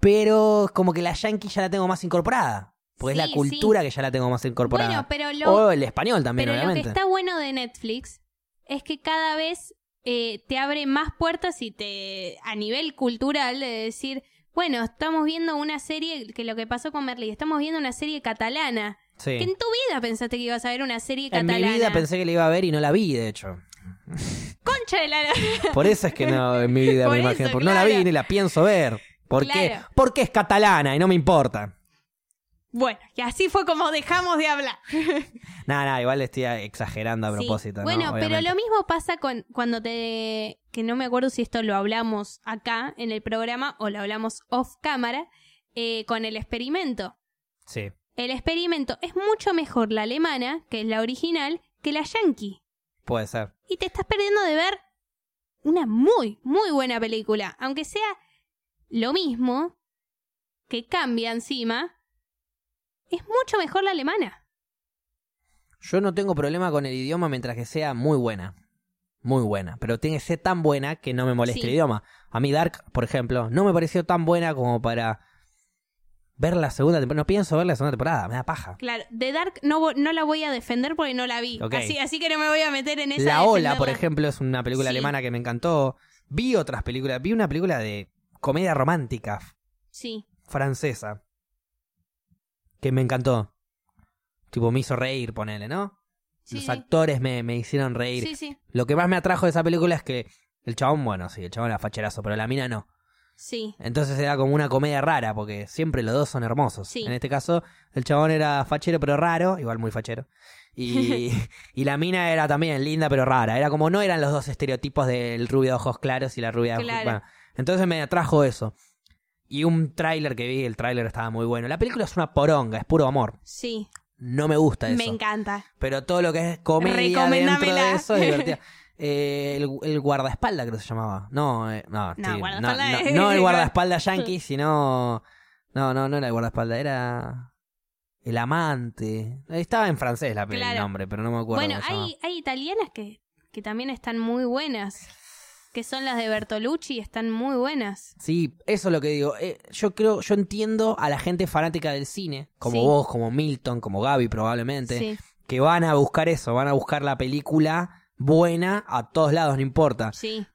Pero es como que la yankee ya la tengo más incorporada. Porque es la Sí, sí. cultura que ya la tengo más incorporada. Bueno, pero lo, o el español también, Pero lo que obviamente. está bueno de Netflix es que cada vez eh, te abre más puertas y te a nivel cultural de decir, bueno, estamos viendo una serie que lo que pasó con Merlí, estamos viendo una serie catalana. Sí. Que en tu vida pensaste que ibas a ver una serie En catalana. mi vida pensé que la iba a ver y no la vi, de hecho. Concha de la Por eso es que no, en mi vida Por me eso, imagino. Porque no la claro. vi ni la pienso ver. ¿Por qué? Claro. Porque es catalana y no me importa. Bueno, y así fue como dejamos de hablar. Nada, nada, igual estoy exagerando a Sí. propósito. ¿no? Bueno, pero Obviamente. lo mismo pasa con cuando te que no me acuerdo si esto lo hablamos acá en el programa o lo hablamos off cámara eh, con el experimento. Sí. El experimento es mucho mejor la alemana, que es la original, que la yankee. Puede ser. Y te estás perdiendo de ver una muy, muy buena película. Aunque sea lo mismo, que cambia encima, es mucho mejor la alemana. Yo no tengo problema con el idioma mientras que sea muy buena. Muy buena. Pero tiene que ser tan buena que no me moleste Sí. el idioma. A mí Dark, por ejemplo, no me pareció tan buena como para ver la segunda temporada. No pienso ver la segunda temporada, me da paja. Claro, The Dark no, vo- no la voy a defender porque no la vi. Ok. Así, así que no me voy a meter en esa. La de Ola, defenderla. por ejemplo, es una película Sí. alemana que me encantó. Vi otras películas. Vi una película de comedia romántica f- Sí. francesa que me encantó. Tipo, me hizo reír, ponele, ¿no? Sí, Los sí. actores me, me hicieron reír. Sí, sí. Lo que más me atrajo de esa película es que el chabón, bueno, sí, el chabón era facherazo, pero la mina no. Sí. Entonces era como una comedia rara, porque siempre los dos son hermosos. Sí. En este caso, el chabón era fachero pero raro, igual muy fachero. Y, y la mina era también linda pero rara. Era como no eran los dos estereotipos del rubio de ojos claros y la rubia de Claro. ojos bueno, Entonces me atrajo eso. Y un tráiler que vi, el tráiler estaba muy bueno. La película es una poronga, es puro amor. Sí. No me gusta eso Me encanta. pero todo lo que es comedia dentro Recomendámela. de eso es divertido. Eh, el, el guardaespaldas creo que se llamaba. No, eh, no, estoy- guardaespaldas no, es- no el guardaespaldas yankee, sino... No, no, no era el guardaespaldas, era... El amante. Estaba en francés la, el Claro. nombre, pero no me acuerdo. Bueno, cómo se hay, hay italianas que, que también están muy buenas. Que son las de Bertolucci, están muy buenas. Sí, eso es lo que digo. Eh, yo creo, yo entiendo a la gente fanática del cine, como Sí. vos, como Milton, como Gaby probablemente, Sí, que van a buscar eso, van a buscar la película buena a todos lados, no importa. sí.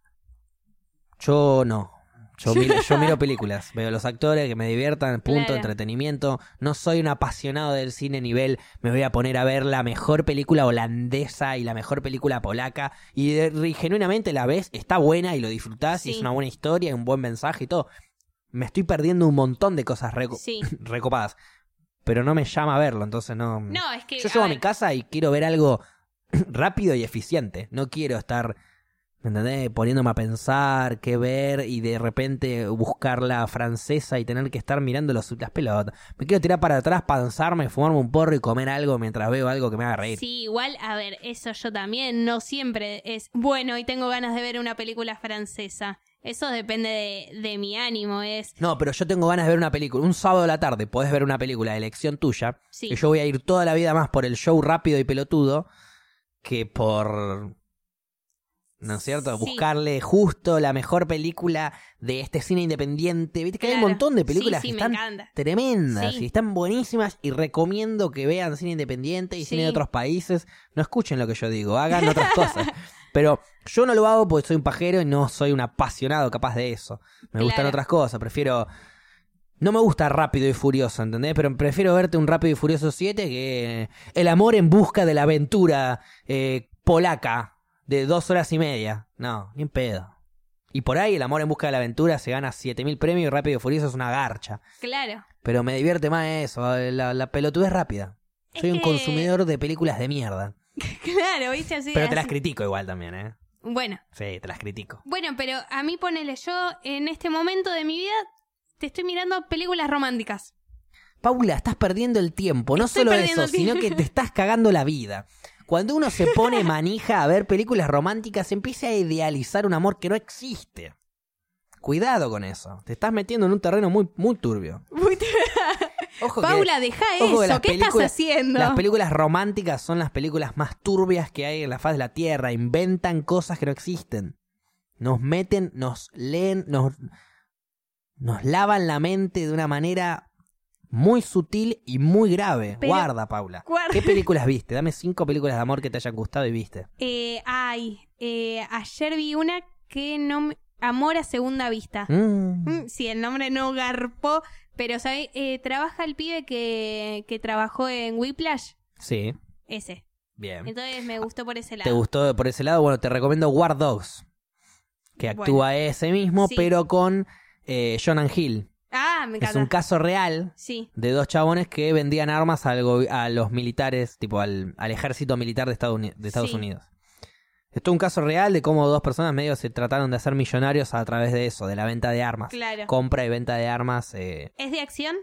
Yo no. Yo miro, yo miro películas, veo los actores que me diviertan, punto, Claro. entretenimiento. No soy un apasionado del cine nivel, me voy a poner a ver la mejor película holandesa y la mejor película polaca. Y, de- y genuinamente la ves, está buena y lo disfrutás y Sí. es una buena historia, y un buen mensaje y todo. Me estoy perdiendo un montón de cosas reco- Sí. recopadas, pero no me llama a verlo, entonces no... No, es que. Mm. Yo a llego a ver, mi casa y quiero ver algo rápido y eficiente. No quiero estar, ¿me entendés? Poniéndome a pensar, qué ver y de repente buscar la francesa y tener que estar mirando los, las pelotas. Me quiero tirar para atrás, panzarme, fumarme un porro y comer algo mientras veo algo que me haga reír. Sí, igual, a ver, eso yo también. No siempre es bueno y tengo ganas de ver una película francesa. Eso depende de, de mi ánimo, es. No, pero yo tengo ganas de ver una película. Un sábado a la tarde podés ver una película de elección tuya. Sí. Y yo voy a ir toda la vida más por el show rápido y pelotudo que por. ¿No es cierto? Sí. Buscarle justo la mejor película de este cine independiente. Viste que hay Claro. un montón de películas Sí, sí, que están me encanta. tremendas Sí. y están buenísimas y recomiendo que vean cine independiente y Sí. cine de otros países. No escuchen lo que yo digo, hagan otras cosas. Pero yo no lo hago porque soy un pajero y no soy un apasionado capaz de eso. Me gustan Claro. otras cosas, prefiero... No me gusta Rápido y Furioso, ¿entendés? Pero prefiero verte un Rápido y Furioso 7 que El amor en busca de la aventura eh, polaca de dos horas y media. No, ni en pedo. Y por ahí El amor en busca de la aventura se gana 7000 premios y Rápido y Furioso es una garcha. Claro. Pero me divierte más eso, eh, la, la pelotudez rápida. Es Soy un que- consumidor de películas de mierda. Claro, viste así. Pero te las así. critico igual también, ¿eh? Bueno, Sí, te las critico. bueno, pero a mí ponele, yo en este momento de mi vida te estoy mirando películas románticas. Paula, estás perdiendo el tiempo. No Estoy solo eso, perdiendo el tiempo. sino que te estás cagando la vida. Cuando uno se pone manija a ver películas románticas, empieza a idealizar un amor que no existe. Cuidado con eso. Te estás metiendo en un terreno muy, muy turbio. Muy te- Ojo que Paula, deja ojo que eso. las ¿Qué estás películas- haciendo? Las películas románticas son las películas más turbias que hay en la faz de la Tierra. Inventan cosas que no existen. Nos meten, nos leen, nos, nos lavan la mente de una manera muy sutil y muy grave. Pero- Guarda, Paula. Guarda. ¿Qué películas viste? Dame cinco películas de amor que te hayan gustado y viste. Eh, ay, eh, ayer vi una que no me... Amor a segunda vista. Mm. Mm, Sí, el nombre no garpó, pero ¿sabes? Eh, trabaja el pibe que, que trabajó en Whiplash, Sí, ese. bien. Entonces me gustó por ese lado. ¿Te gustó por ese lado? Bueno, te recomiendo War Dogs. Que Bueno. actúa ese mismo, Sí. pero con eh, Jonah Hill. Ah, me Es encanta. un caso real Sí, de dos chabones que vendían armas al gobi- a los militares, tipo al, al ejército militar de Estados, Uni- de Estados Sí. Unidos. Esto es un caso real de cómo dos personas medio se trataron de hacer millonarios a través de eso, de la venta de armas. claro. Compra y venta de armas. eh, ¿Es de acción?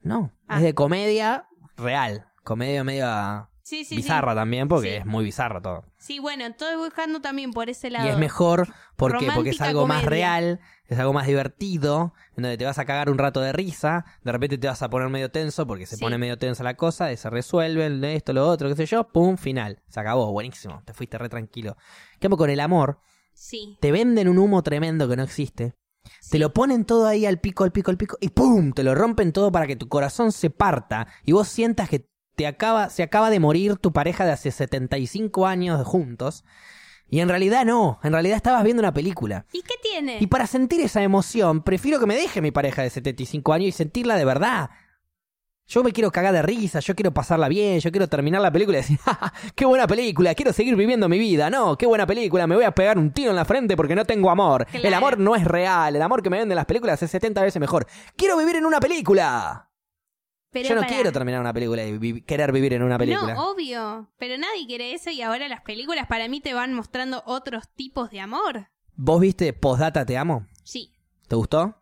No, Ah. es de comedia real. Comedia medio ah, Sí, sí, bizarra también, porque Sí. es muy bizarro todo. sí. Sí, bueno, estoy buscando también por ese este lado. Y es mejor ¿por qué? porque es Romántica algo más comedia. real, es algo más divertido, en donde te vas a cagar un rato de risa, de repente te vas a poner medio tenso porque se Sí. pone medio tensa la cosa, se resuelve esto, lo otro, qué sé yo, pum, final. Se acabó, buenísimo, te fuiste re tranquilo. En Cambio con el amor, Sí. te venden un humo tremendo que no existe, sí. te lo ponen todo ahí al pico, al pico, al pico, y pum, te lo rompen todo para que tu corazón se parta y vos sientas que te acaba, se acaba de morir tu pareja de hace 75 años juntos. Y en realidad no, en realidad estabas viendo una película. ¿Y qué tiene? Y para sentir esa emoción, prefiero que me deje mi pareja de 75 años y sentirla de verdad. Yo me quiero cagar de risa, yo quiero pasarla bien, yo quiero terminar la película y decir, "Ja, ja, qué buena película, quiero seguir viviendo mi vida, no, qué buena película, me voy a pegar un tiro en la frente porque no tengo amor. Claro. El amor no es real, el amor que me venden las películas es 70 veces mejor. Quiero vivir en una película. Pero yo no pará. quiero terminar una película y vi- querer vivir en una película. No, obvio. Pero nadie quiere eso y ahora las películas para mí te van mostrando otros tipos de amor. ¿Vos viste Postdata Te Amo? Sí. ¿Te gustó?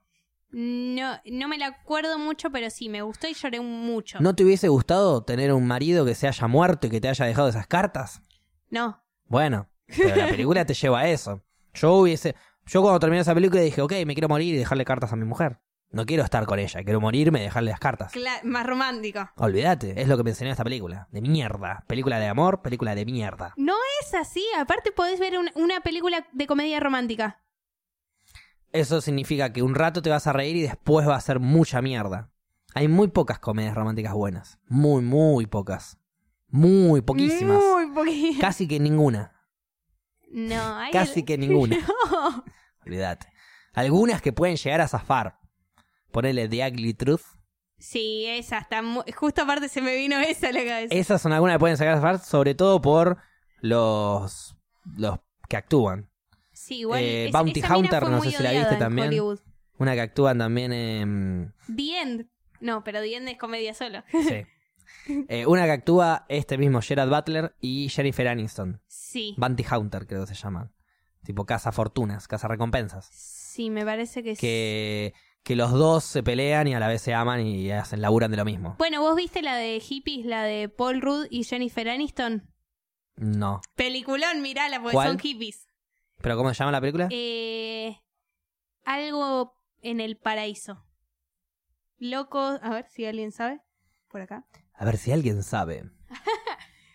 No, no me la acuerdo mucho, pero sí, me gustó y lloré mucho. ¿No te hubiese gustado tener un marido que se haya muerto y que te haya dejado esas cartas? No. Bueno, pero la película te lleva a eso. Yo hubiese. Yo cuando terminé esa película dije, ok, me quiero morir y dejarle cartas a mi mujer. No quiero estar con ella, quiero morirme y dejarle las cartas. Cla- más romántico. Olvídate, es lo que me enseñó esta película. De mierda. Película de amor, película de mierda. No es así. Aparte podés ver un- una película de comedia romántica. Eso significa que un rato te vas a reír y después va a ser mucha mierda. Hay muy pocas comedias románticas buenas. Muy, muy pocas. Muy poquísimas. Muy poquísimas. Casi que ninguna. No, hay Casi que ninguna. No. Olvídate. Algunas que pueden llegar a zafar. Ponele The Ugly Truth. Sí, esa está mu- justo aparte se me vino esa a la cabeza. Esas son algunas que pueden sacar a zafar, sobre todo por los, los que actúan. sí, igual eh, es- Bounty esa mina Hunter, fue no muy sé si la odiada viste en también. Hollywood. Una que actúan también en... The End. No, pero The End es comedia solo. sí. Eh, una que actúa este mismo, Gerard Butler y Jennifer Aniston. Sí. Bounty Hunter creo que se llaman. Tipo Casa Fortunas, Casa Recompensas. Sí, me parece que, sí. Que, que los dos se pelean y a la vez se aman y hacen laburan de lo mismo. Bueno, ¿vos viste la de Hippies, la de Paul Rudd y Jennifer Aniston? No. Peliculón, mirala, porque ¿Cuál? son hippies. ¿Pero cómo se llama la película? Eh, algo en el paraíso. Locos, a ver si alguien sabe. Por acá. A ver si alguien sabe.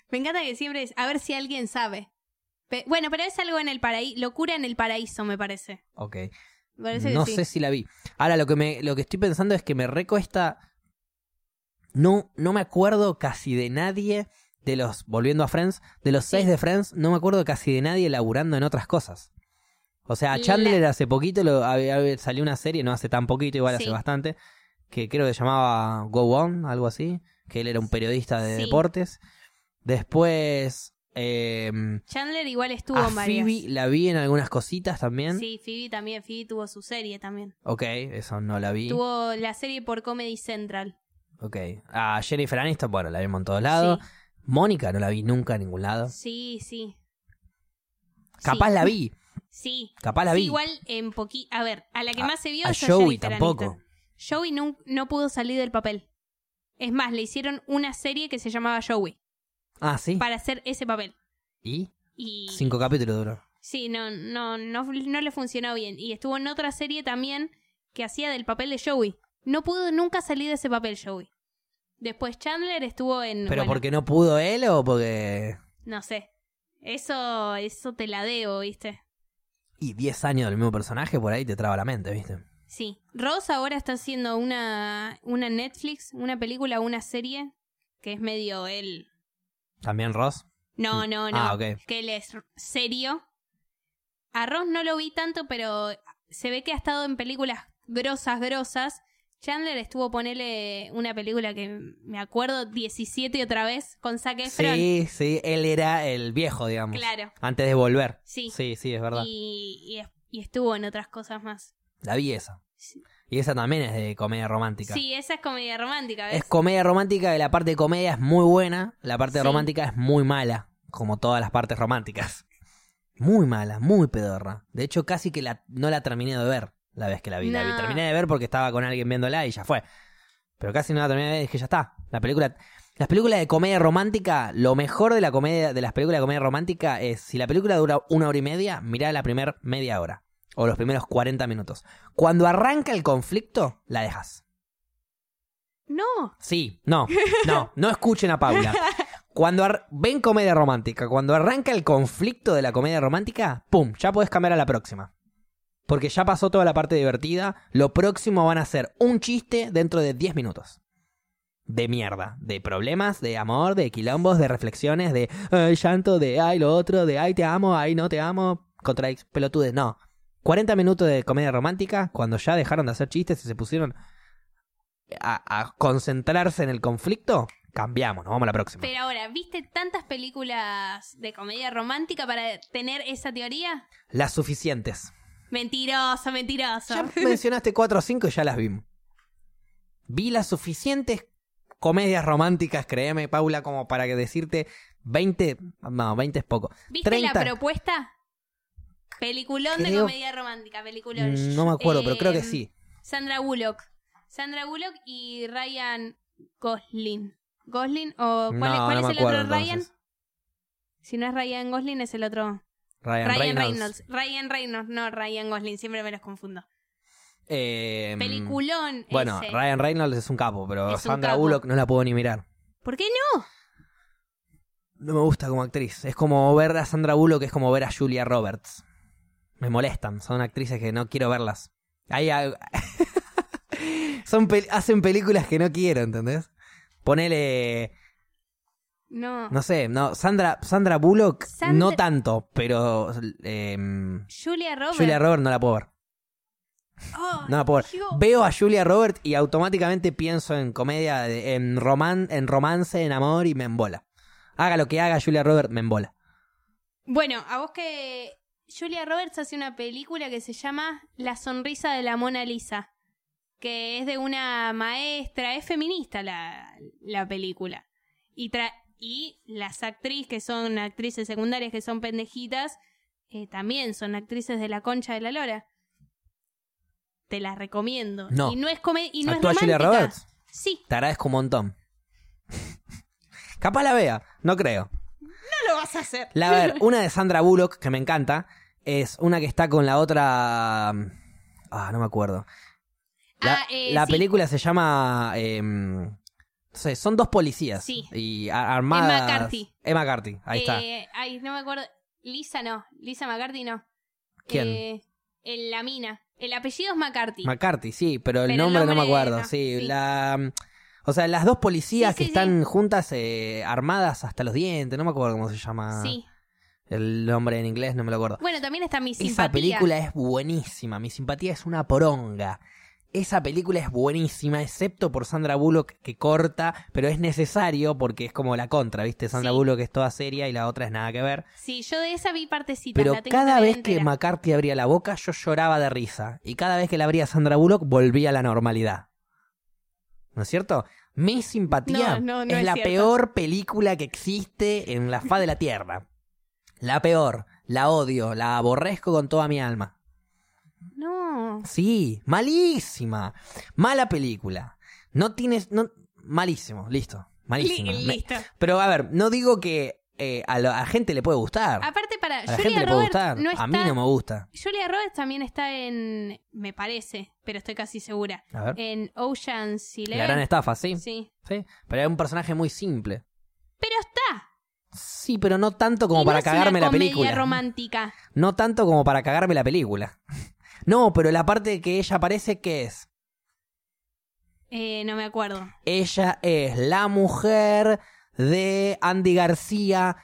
Me encanta que siempre es, a ver si alguien sabe. Pe- bueno, pero es algo en el paraíso, locura en el paraíso, me parece. Ok. Me parece que no sí. sé si la vi. Ahora, lo que, me, lo que estoy pensando es que me recuesta. No, no me acuerdo casi de nadie de los. Volviendo a Friends, de los seis de Friends, no me acuerdo casi de nadie laburando en otras cosas. O sea, a La- Chandler hace poquito lo, había- había- salió una serie, no hace tan poquito, igual Sí. hace bastante, que creo que se llamaba Go On, algo así, que él era un periodista de Sí. deportes. Después, em, Chandler igual estuvo a en varias. Phoebe la vi en algunas cositas también. Sí, Phoebe también, Phoebe tuvo su serie también. Ok, eso no la vi. Tuvo la serie por Comedy Central. Ok. A Jennifer Aniston, bueno, la vimos en todos lados. Mónica no la vi nunca en ningún lado. Sí, sí, sí. Capaz Sí. la vi, Sí. capaz la Sí, vi. igual en poqui... A ver, a la que A- más se vio a es a Joey Jennifer tampoco. Aniston. Joey no, no pudo salir del papel. Es más, le hicieron una serie que se llamaba Joey Ah, sí. para hacer ese papel. ¿Y? Y Cinco capítulos duró. Sí, no, no, no, no le funcionó bien. Y estuvo en otra serie también que hacía del papel de Joey. No pudo nunca salir de ese papel Joey. Después Chandler estuvo en... ¿Pero bueno, porque no pudo él o porque.? No sé. Eso, eso te la debo, ¿viste? Y 10 años del mismo personaje por ahí te traba la mente, ¿viste? Sí. Rose ahora está haciendo una, una Netflix, una película, una serie que es medio él. También Ross. No, no, no. Ah, ok. Que él es r- serio. A Ross no lo vi tanto, pero se ve que ha estado en películas grosas, grosas. Chandler estuvo ponele una película que me acuerdo 17 otra vez con Zac Efron. Sí, sí, él era el viejo, digamos. Claro. Antes de volver. Sí. Sí, sí, es verdad. Y, y es- y estuvo en otras cosas más. La vi esa. Sí. Y esa también es de comedia romántica. Sí, esa es comedia romántica, ¿ves? Es comedia romántica y la parte de comedia es muy buena, la parte Sí. romántica es muy mala, como todas las partes románticas. Muy mala, muy pedorra. De hecho, casi que la, no la terminé de ver la vez que la vi. La vi- No. terminé de ver porque estaba con alguien viéndola y ya fue. Pero casi no la terminé de ver y dije, ya está. La película, las películas de comedia romántica, lo mejor de la comedia, de las películas de comedia romántica es si la película dura una hora y media, mirá la primer media hora. O los primeros 40 minutos. Cuando arranca el conflicto, la dejas. No. Sí, no, no, no escuchen a Paula. Cuando ar- ven comedia romántica, cuando arranca el conflicto de la comedia romántica, ¡pum! Ya podés cambiar a la próxima. Porque ya pasó toda la parte divertida. Lo próximo van a ser un chiste dentro de 10 minutos. De mierda. De problemas, de amor, de quilombos, de reflexiones, de ay, llanto, de ay, lo otro, de ay, te amo, ay, no te amo. Contra pelotudes. No. 40 minutos de comedia romántica cuando ya dejaron de hacer chistes y se pusieron a, a concentrarse en el conflicto, cambiamos, nos vamos a la próxima. Pero ahora, ¿viste tantas películas de comedia romántica para tener esa teoría? Las suficientes. Mentiroso, mentiroso. Ya mencionaste 4 o 5 y ya las vimos. Vi las suficientes comedias románticas, créeme, Paula, como para que decirte 20, no, 20 es poco. ¿Viste 30. la propuesta? Peliculón de Creo- comedia romántica, peliculón. Mm, No me acuerdo, pero creo que Em, sí. Sandra Bullock. Sandra Bullock y Ryan Gosling. ¿Gosling o cuál, No, cuál no es me el acuerdo, otro Ryan? entonces. Si no es Ryan Gosling, es el otro. Ryan, Ryan Reynolds. Reynolds. Ryan Reynolds, no Ryan Gosling, siempre me los confundo. Em, Peliculón. Bueno, ese. Ryan Reynolds es un capo, pero Es un Sandra capo. Bullock no la puedo ni mirar. ¿Por qué no? No me gusta como actriz. Es como ver a Sandra Bullock, es como ver a Julia Roberts. Me molestan. Son actrices que no quiero verlas. Hay al- Son pel- hacen películas que no quiero, ¿entendés? Ponele. No. No sé, no. Sandra, Sandra Bullock, Sandra- no tanto, pero. eh, Julia Roberts. Julia Roberts no la puedo ver. Oh, No la puedo ver. Dios. Veo a Julia Roberts y automáticamente pienso en comedia, de- en, roman, en romance, en amor y me embola. Haga lo que haga Julia Roberts, me embola. Bueno, a vos que Julia Roberts hace una película que se llama La sonrisa de la Mona Lisa, que es de una maestra, es feminista la, la película. Y, tra- y las actrices que son actrices secundarias, que son pendejitas, eh, también son actrices de la concha de la lora. Te las recomiendo. No. Y no es, come- y no es ¿Actúa Julia romántica. Roberts? Sí, Te agradezco un montón. Capaz la vea, no creo. no lo vas a hacer. La a ver, una de Sandra Bullock, que me encanta, es una que está con la otra. Ah, no me acuerdo. La, Ah, eh, la sí. película se llama. eh, no sé, son dos policías. Sí. Y a- armadas. Emma Carthy. Emma Carthy, ahí está. Eh, ay, no me acuerdo. Lisa no. Lisa McCarthy no. ¿Quién? Eh, el- la mina. El apellido es McCarthy. McCarthy, sí, pero el, Pero el nombre, no me nombre, acuerdo. no, sí, sí. la. mm, O sea, las dos policías Sí, que sí, están juntas eh, armadas hasta los dientes, no me acuerdo cómo se llama Sí. el nombre en inglés, no me lo acuerdo. Bueno, también está mi simpatía. Ah. Esa película es buenísima. Mi simpatía es una poronga. Esa película es buenísima, excepto por Sandra Bullock que corta, pero es necesario porque es como la contra, ¿viste? Sandra Sí. Bullock es toda seria y la otra es nada que ver. Sí, yo de esa vi partecitas. Pero la tengo cada la vez entera. que McCarthy abría la boca, yo lloraba de risa. Y cada vez que la abría Sandra Bullock, volvía a la normalidad. ¿No es cierto? Mi simpatía No, no, no es, es la cierto. peor película que existe en la faz de la tierra. La peor. La odio. La aborrezco con toda mi alma. No. Sí, malísima. Mala película. No tienes. No... Malísimo, listo. Malísimo. Li- Me- Listo. Pero a ver, no digo que eh, a la a gente le puede gustar. Aparte para a la gente Julia le puede Roberts gustar. no A mí está- no me gusta. Julia Roberts también está en, me parece, pero estoy casi segura, A ver. en Ocean's Eleven. la gran estafa, ¿sí? sí. Sí. Pero era un personaje muy simple. Pero está. Sí, pero no tanto como Y no para es una cagarme la comedia película. romántica. No tanto como para cagarme la película. No, pero la parte que ella aparece, ¿qué es? Eh, no me acuerdo. Ella es la mujer de Andy García,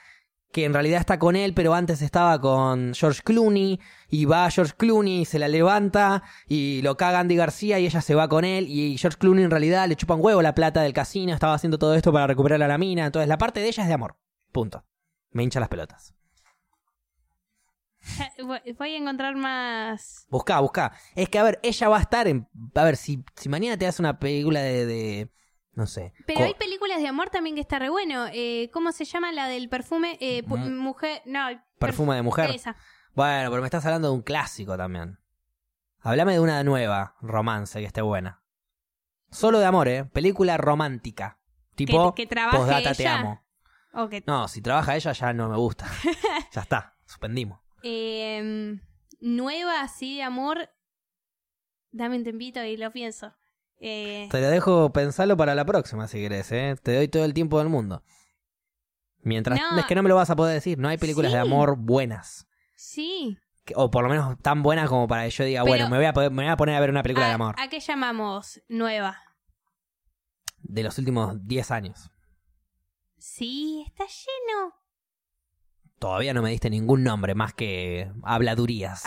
que en realidad está con él, pero antes estaba con George Clooney, y va George Clooney, y se la levanta, y lo caga Andy García, y ella se va con él, y George Clooney en realidad le chupa un huevo la plata del casino, estaba haciendo todo esto para recuperar a la mina, entonces la parte de ella es de amor. Punto. Me hincha las pelotas. Ya, voy- Voy a encontrar más. Buscá, buscá. Es que, a ver, ella va a estar en... A ver, si, si mañana te das una película de... de- no sé. Pero co- hay películas de amor también que está re bueno. Eh, ¿Cómo se llama la del perfume? Eh, pu- Mm. mujer. No, Perfume de mujer. Esa. Bueno, pero me estás hablando de un clásico también. Hablame de una nueva romance que esté buena. Solo de amor, ¿eh? Película romántica. Tipo, que, que trabaje postdata ella. te amo. O que- No, si trabaja ella ya no me gusta. ya está, suspendimos. eh, nueva así de amor. Dame un tempito y lo pienso. Eh, Te lo dejo pensarlo para la próxima si querés, ¿eh? Te doy todo el tiempo del mundo. Mientras... No. Es que no me lo vas a poder decir, no hay películas de Sí. amor buenas. sí. Que- O por lo menos tan buenas como para que yo diga, Pero- bueno, me voy, a poder- me voy a poner a ver una película ¿A, de amor. ¿A qué llamamos nueva? De los últimos 10 años. Sí, está lleno. Todavía no me diste ningún nombre más que habladurías.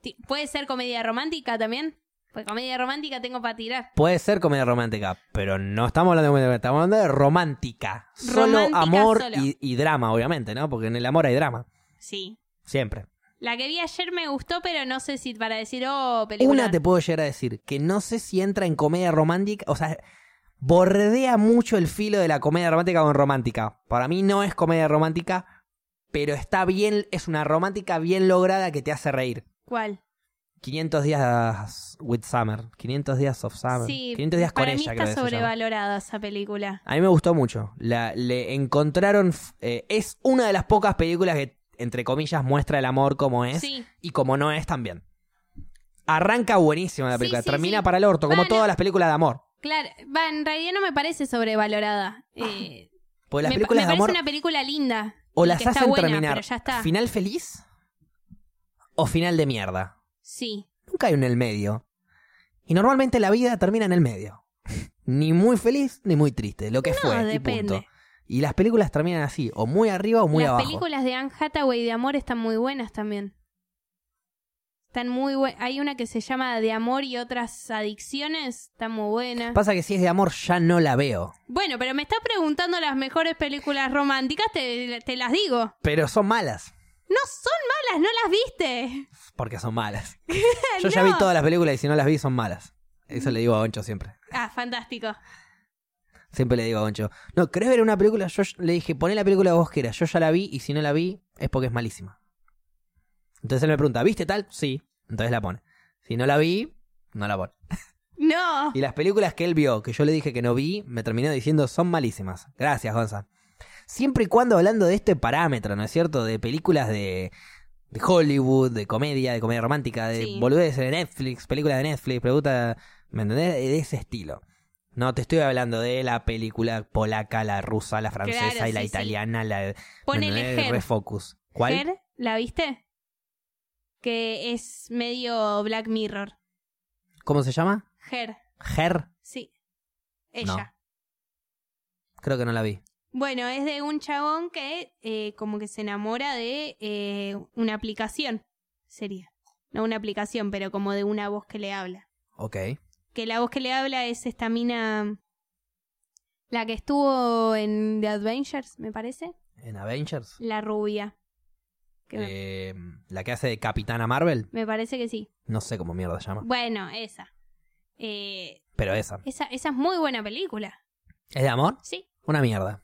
Ti- ¿Puede ser comedia romántica también? Pues comedia romántica tengo para tirar. Puede ser comedia romántica, pero no estamos hablando de comedia romántica, estamos hablando de romántica. Solo Romántica amor solo. Y, y drama, obviamente, ¿no? Porque en el amor hay drama, Sí. siempre. La que vi ayer me gustó, pero no sé si para decir, oh, película. Una te puedo llegar a decir, que no sé si entra en comedia romántica, o sea, bordea mucho el filo de la comedia romántica con romántica. Para mí no es comedia romántica, pero está bien, es una romántica bien lograda que te hace reír. ¿Cuál? 500 días with summer, 500 días of summer, Sí, 500 Ah, días con para mí ella, creo está que se llama. sobrevalorada esa película. A mí me gustó mucho. La, le encontraron. f- eh, es una de las pocas películas que, entre comillas, muestra el amor como es Sí. y como no es también. Arranca buenísima la Sí, película, sí, termina sí. para el orto, como Bueno. todas las películas de amor. Claro, va, en realidad no me parece sobrevalorada. Eh, Porque Ah, las me, películas de me parece amor una película linda. o y las que está hacen buena, terminar Pero ya está. final feliz o final de mierda. Sí. Nunca hay un en el medio. Y normalmente la vida termina en el medio. ni muy feliz ni muy triste, lo que No, fue. Y, depende. punto. y las películas terminan así, o muy arriba o muy Las abajo. películas de Anne Hathaway de amor están muy buenas también. Están muy buenas. Hay una que se llama De amor y otras adicciones. Está muy buena. Pasa que si es de amor ya no la veo. Bueno, pero me estás preguntando las mejores películas románticas. Te, te las digo. Pero son malas. No son malas, no las viste. Porque son malas. Yo ya vi No. todas las películas y si no las vi son malas. Eso le digo a Goncho siempre. Ah, fantástico. Siempre le digo a Goncho. No, ¿querés ver una película? Yo sh- le dije, poné la película que vos quieras. Yo ya la vi y si no la vi es porque es malísima. Entonces él me pregunta, ¿viste tal? Sí. Entonces la pone. Si no la vi, no la pone. No. Y las películas que él vio, que yo le dije que no vi, me terminó diciendo son malísimas. Gracias, Gonza. Siempre y cuando hablando de este parámetro, ¿no es cierto? De películas de, de Hollywood, de comedia, de comedia romántica, de Sí. boludeces de Netflix, películas de Netflix, pregunta, ¿me entendés? De ese estilo. No, te estoy hablando de la película polaca, la rusa, la francesa Claro, y la sí, sí. italiana, la ¿me Ponele entendés? Her. Refocus. ¿Cuál? Her, ¿la viste? Que es medio Black Mirror. ¿Cómo se llama? Her, Her. sí. Ella. No. Creo que no la vi. Bueno, es de un chabón que eh, como que se enamora de eh, una aplicación. Sería. No una aplicación, pero como de una voz que le habla. Ok. Que la voz que le habla es esta mina... La que estuvo en The Adventures, me parece. ¿En Avengers? La rubia. Que me- Eh, la que hace de Capitana Marvel, me parece que sí. no sé cómo mierda se llama, Bueno, esa. Eh, pero esa. esa. Esa es muy buena película. ¿Es de amor? Sí. Una mierda.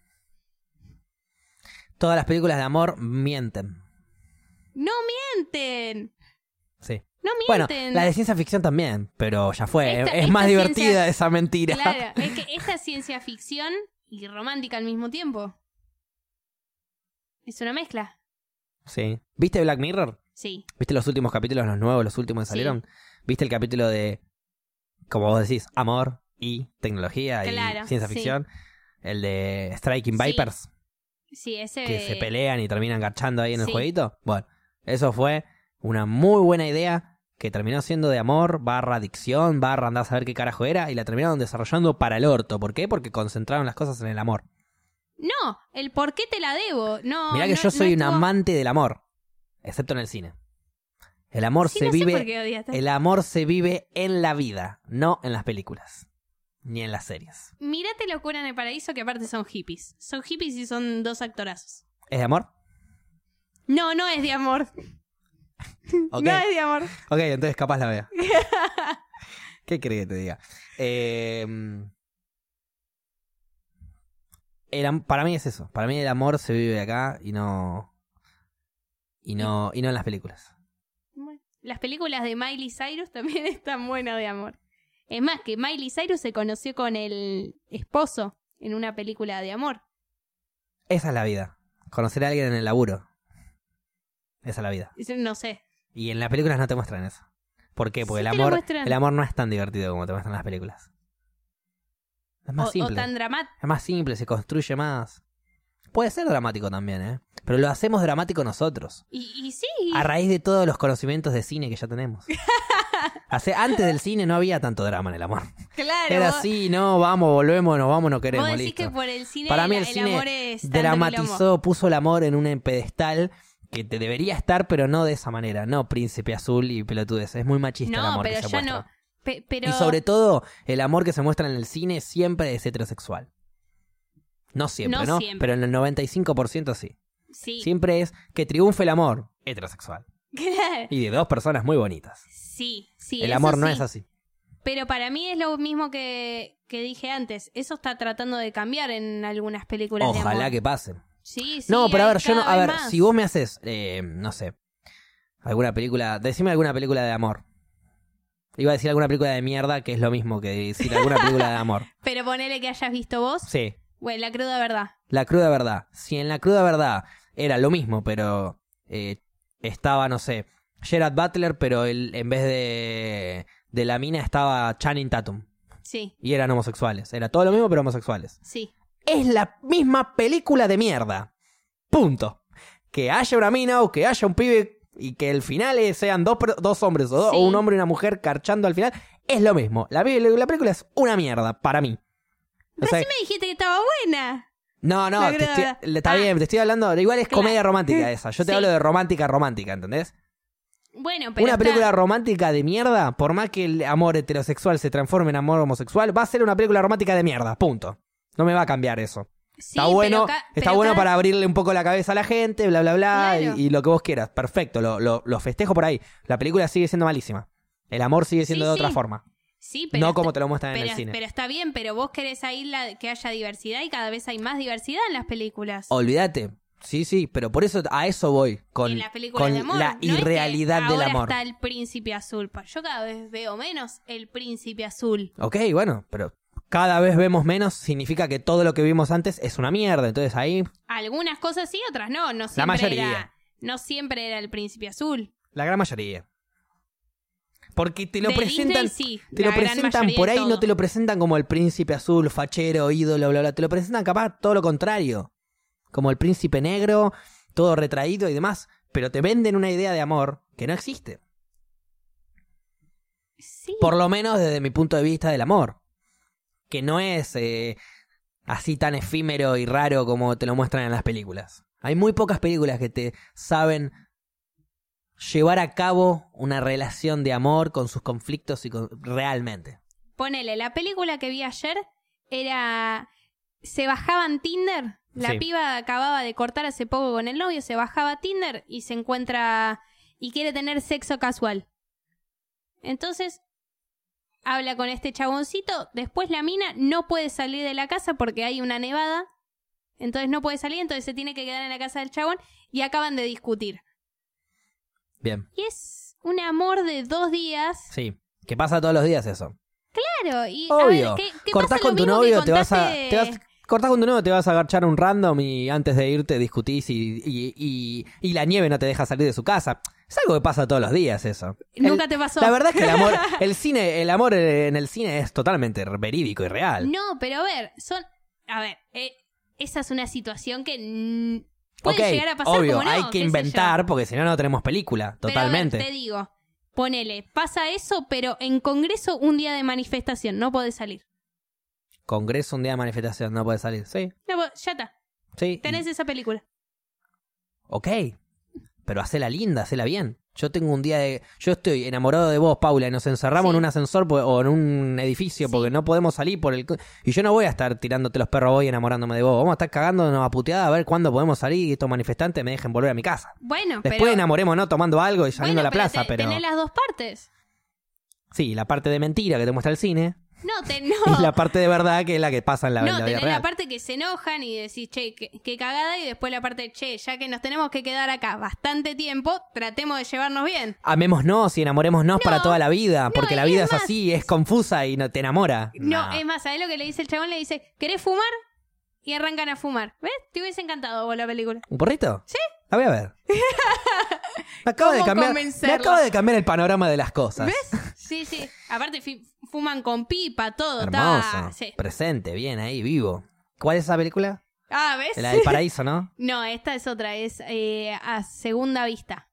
Todas las películas de amor mienten. No mienten. Sí. No Bueno, mienten. la de ciencia ficción también, pero ya fue. Esta- es esta más ciencia- divertida esa mentira. Claro, es que esta es ciencia ficción y romántica al mismo tiempo. Es una mezcla. Sí. ¿Viste Black Mirror? Sí. ¿Viste los últimos capítulos, los nuevos, los últimos que Sí. salieron? ¿Viste el capítulo de, como vos decís, amor y tecnología Claro, y ciencia sí. ficción? El de Striking Sí. Vipers, Sí, ese. que se pelean y terminan garchando ahí en el Eh, Sí. jueguito. Bueno, eso fue una muy buena idea que terminó siendo de amor, barra adicción, barra andar a saber qué carajo era, y la terminaron desarrollando para el orto. ¿Por qué? Porque concentraron las cosas en el amor. No, el por qué te la debo. No. Mirá que no- yo no soy un estuvo- amante del amor, excepto en el cine. El amor Sí, se no sé vive por qué odiaste. El amor se vive en la vida, no en las películas, ni en las series. Mírate Locura en el Paraíso, que aparte son hippies. Son hippies y son dos actorazos. ¿Es de amor? No, no es de amor. Ok, No es de amor. Ok, entonces capaz la veo. ¿Qué crees que te diga? Eh, el am- para mí es eso. Para mí el amor se vive acá y no. Y no, y no en las películas. Bueno, Las películas de Miley Cyrus también están buenas de amor. Es más, que Miley Cyrus se conoció con el esposo en una película de amor. Esa es la vida. Conocer a alguien en el laburo. Esa es la vida. Eso No sé. Y en las películas no te muestran eso. ¿Por qué? Porque Sí el te lo amor muestran. el amor no es tan divertido como te muestran las películas. Es O, más o simple. tan dramático. Es más simple, se construye más. Puede ser dramático también, ¿eh? Pero lo hacemos dramático nosotros. Y, y sí. A raíz de todos los conocimientos de cine que ya tenemos. Hace, antes del cine no había tanto drama en el amor. claro. Era vos- así, no, vamos, volvemos, nos vamos, no vos queremos, decís listo. que por el cine, Para mí el, el cine amor es tanto quilombo. Dramatizó, puso el amor en un pedestal que te debería estar, pero no de esa manera. No, príncipe azul y pelotudes. Es muy machista el No, amor que pero se yo muestra. no. Pe- pero Y sobre todo, el amor que se muestra en el cine siempre es heterosexual. No siempre, ¿no? No siempre. Pero en el 95% sí. sí. Siempre es que triunfe el amor heterosexual. Claro. Y de dos personas muy bonitas. Sí, sí. el eso amor no sí. es así. Pero para mí es lo mismo que, que dije antes. Eso está tratando de cambiar en algunas películas de Ojalá amor. que pase. Sí, sí. no, pero a hay ver, yo no, cada a vez ver, más. si vos me haces, eh, no sé, alguna película, decime alguna película de amor. Iba a decir alguna película de mierda, que es lo mismo que decir alguna película de amor. Pero ponele que hayas visto vos. Sí, Bueno, la cruda verdad. La cruda verdad. Si en la cruda verdad era lo mismo, pero eh, estaba, no sé, Gerard Butler, pero él, en vez de, de la mina estaba Channing Tatum. Sí, Y eran homosexuales. Era todo lo mismo, pero homosexuales. sí. Es la misma película de mierda. Punto. Que haya una mina o que haya un pibe y que el final eh, sean dos, per- dos hombres o, do- Sí. o un hombre y una mujer carchando al final. Es lo mismo. La, pe- la película es una mierda para mí. O sea, Recién me dijiste que estaba buena. no, no, La te grada. estoy- le- está Ah. bien, te estoy hablando. Igual es Claro. comedia romántica esa. Yo te Sí. hablo de romántica romántica, ¿entendés? Bueno, pero. una está- película romántica de mierda, por más que el amor heterosexual se transforme en amor homosexual, va a ser una película romántica de mierda, punto. No me va a cambiar eso. Sí, Está pero bueno, ca- está pero bueno cada- para abrirle un poco la cabeza a la gente, bla, bla, bla, Claro. y, y lo que vos quieras. Perfecto, lo, lo- lo festejo por ahí. La película sigue siendo malísima. El amor sigue siendo Sí, de otra sí. forma, Sí, pero. no como te lo muestran en pero, el cine. pero está bien, pero vos querés ahí la- que haya diversidad y cada vez hay más diversidad en las películas. Olvídate. Sí, sí, pero por eso a eso voy con, en las películas con de amor. la No es que irrealidad del ahora amor. está el príncipe azul. Pa- Yo cada vez veo menos el príncipe azul. Ok, bueno, pero cada vez vemos menos, significa que todo lo que vimos antes es una mierda. Entonces ahí Algunas cosas sí, otras no. No siempre mayoría. Era, no siempre era el príncipe azul. la gran mayoría. Porque te lo De presentan, Disney, sí, te la lo gran presentan mayoría por de ahí, no todo. te lo presentan como el príncipe azul, fachero, ídolo, bla, bla. Te lo presentan capaz todo lo contrario. Como el príncipe negro, todo retraído y demás. Pero te venden una idea de amor que no existe. Sí. Por lo menos desde mi punto de vista del amor. Que no es eh, así tan efímero y raro como te lo muestran en las películas. Hay muy pocas películas que te saben llevar a cabo una relación de amor con sus conflictos y con... realmente. Ponele, la película que vi ayer era. Se bajaban Tinder. La Sí. piba acababa de cortar hace poco con el novio, se bajaba a Tinder y se encuentra. y quiere tener sexo casual. Entonces. Habla con este chaboncito. Después la mina no puede salir de la casa porque hay una nevada. Entonces no puede salir, entonces se tiene que quedar en la casa del chabón y acaban de discutir. Bien, Y es un amor de dos días. sí. Que pasa todos los días eso. Claro, y. a Obvio. ver, ¿qué- qué Cortás pasa lo con tu mismo que novio, te vas a... contaste Te vas, cortás con tu nuevo, te vas a agarchar un random y antes de irte discutís y, y, y- y la nieve no te deja salir de su casa. Es algo que pasa todos los días eso. Nunca El- te pasó. La verdad es que el amor, el cine, el amor eh, en el cine es totalmente verídico y real. No, pero a ver, son. A ver, eh, esa es una situación que. mm, puede Ok, llegar a pasar obvio, como no, hay que qué sé yo. inventar porque si no no tenemos película, Pero a ver, totalmente. te digo, ponele, pasa eso, pero en Congreso un día de manifestación, no podés salir. Congreso un día de manifestación no puede salir. Sí, No, po- ya está, sí. tenés esa película. Ok, pero hacela linda, hacela bien. Yo tengo un día de... Yo estoy enamorado de vos, Paula, y nos encerramos Sí. en un ascensor po- o en un edificio Sí. porque no podemos salir por el... co- Y yo no voy a estar tirándote los perros hoy enamorándome de vos. Vamos a estar cagándonos a puteada a ver cuándo podemos salir y estos manifestantes me dejen volver a mi casa. Bueno, Después pero. enamoremos, ¿no? Tomando algo y saliendo bueno, a la pero plaza, te- pero... Tenés las dos partes. Sí, la parte de mentira que te muestra el cine No, te, no. y la parte de verdad que es la que pasa en la, en no, la vida tenés real. la parte que se enojan y decís, che, qué, qué cagada, y después la parte, che, ya que nos tenemos que quedar acá bastante tiempo, tratemos de llevarnos bien. Amémonos y enamorémonos No. para toda la vida, No, porque la y vida es es, más- así, es confusa y no te enamora. No, em- Nah. es más, ¿sabés lo que le dice el chabón? Le dice, ¿querés fumar? Y arrancan a fumar. ¿Ves? Te hubiese encantado vos la película. ¿Un porrito? Sí. La voy a ver. Me acabo, de ¿Cómo cambiar, me convencerlo? acabo de cambiar el panorama de las cosas. ¿Ves? Sí, sí. Aparte fi- fuman con pipa, todo. Hermoso. está- sí. Presente, bien ahí, vivo. ¿Cuál es esa película? Ah, ¿ves? La del paraíso, ¿no? No, esta es otra, es eh, a segunda vista.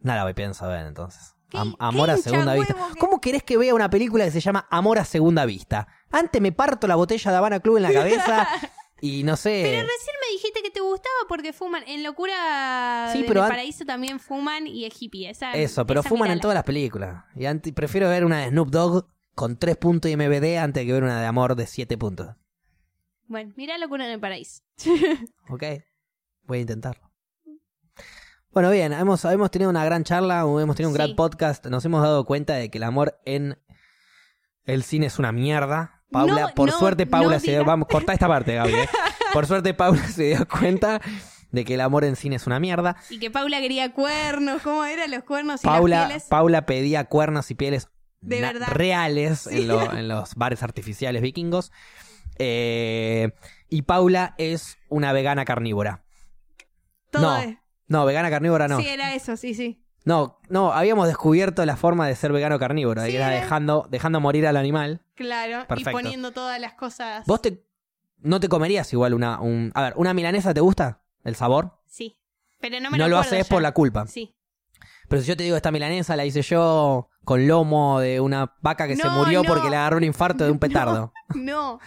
Nada, voy pienso ver entonces. ¿Qué- Am- qué amor a hincha segunda huevo vista. que- ¿Cómo querés que vea una película que se llama Amor a segunda vista? Antes me parto la botella de Habana Club en la cabeza y no sé. Pero recién me dijiste que te gustaba porque fuman. En Locura Sí, del pero an- Paraíso también fuman y es hippie. Esa, Eso, pero esa fuman en mirala. todas las películas. Y antes, prefiero ver una de Snoop Dogg con 3 puntos MBD antes que ver una de amor de 7 puntos. Bueno, mira Locura en el Paraíso. ¿Ok? Voy a intentarlo. Bueno, bien, hemos, hemos tenido una gran charla, hemos tenido un Sí. gran podcast. Nos hemos dado cuenta de que el amor en el cine es una mierda. Paula, No, por no, suerte, no Paula se dio. digas. Vamos, corta esta parte, Gaby. eh. Por suerte, Paula se dio cuenta de que el amor en cine es una mierda. Y que Paula quería cuernos. ¿Cómo eran los cuernos y las Paula, pieles? Paula pedía cuernos y pieles De na- verdad. reales en, lo- en los bares artificiales vikingos. Eh, y Paula es una vegana carnívora. todo no, es- no, vegana carnívora no. Sí, era eso, sí, sí. No, no, habíamos descubierto la forma de ser vegano carnívoro. Sí, ¿eh? y era era- dejando, dejando morir al animal. Claro. Perfecto. Y poniendo todas las cosas. Vos te, no te comerías igual una... Un, a ver, ¿una milanesa te gusta? ¿El sabor? Sí. Pero no No, me lo acuerdo haces ya. por la culpa. Sí. Pero si yo te digo, esta milanesa la hice yo con lomo de una vaca que se No, murió no. porque le agarró un infarto de un petardo. No.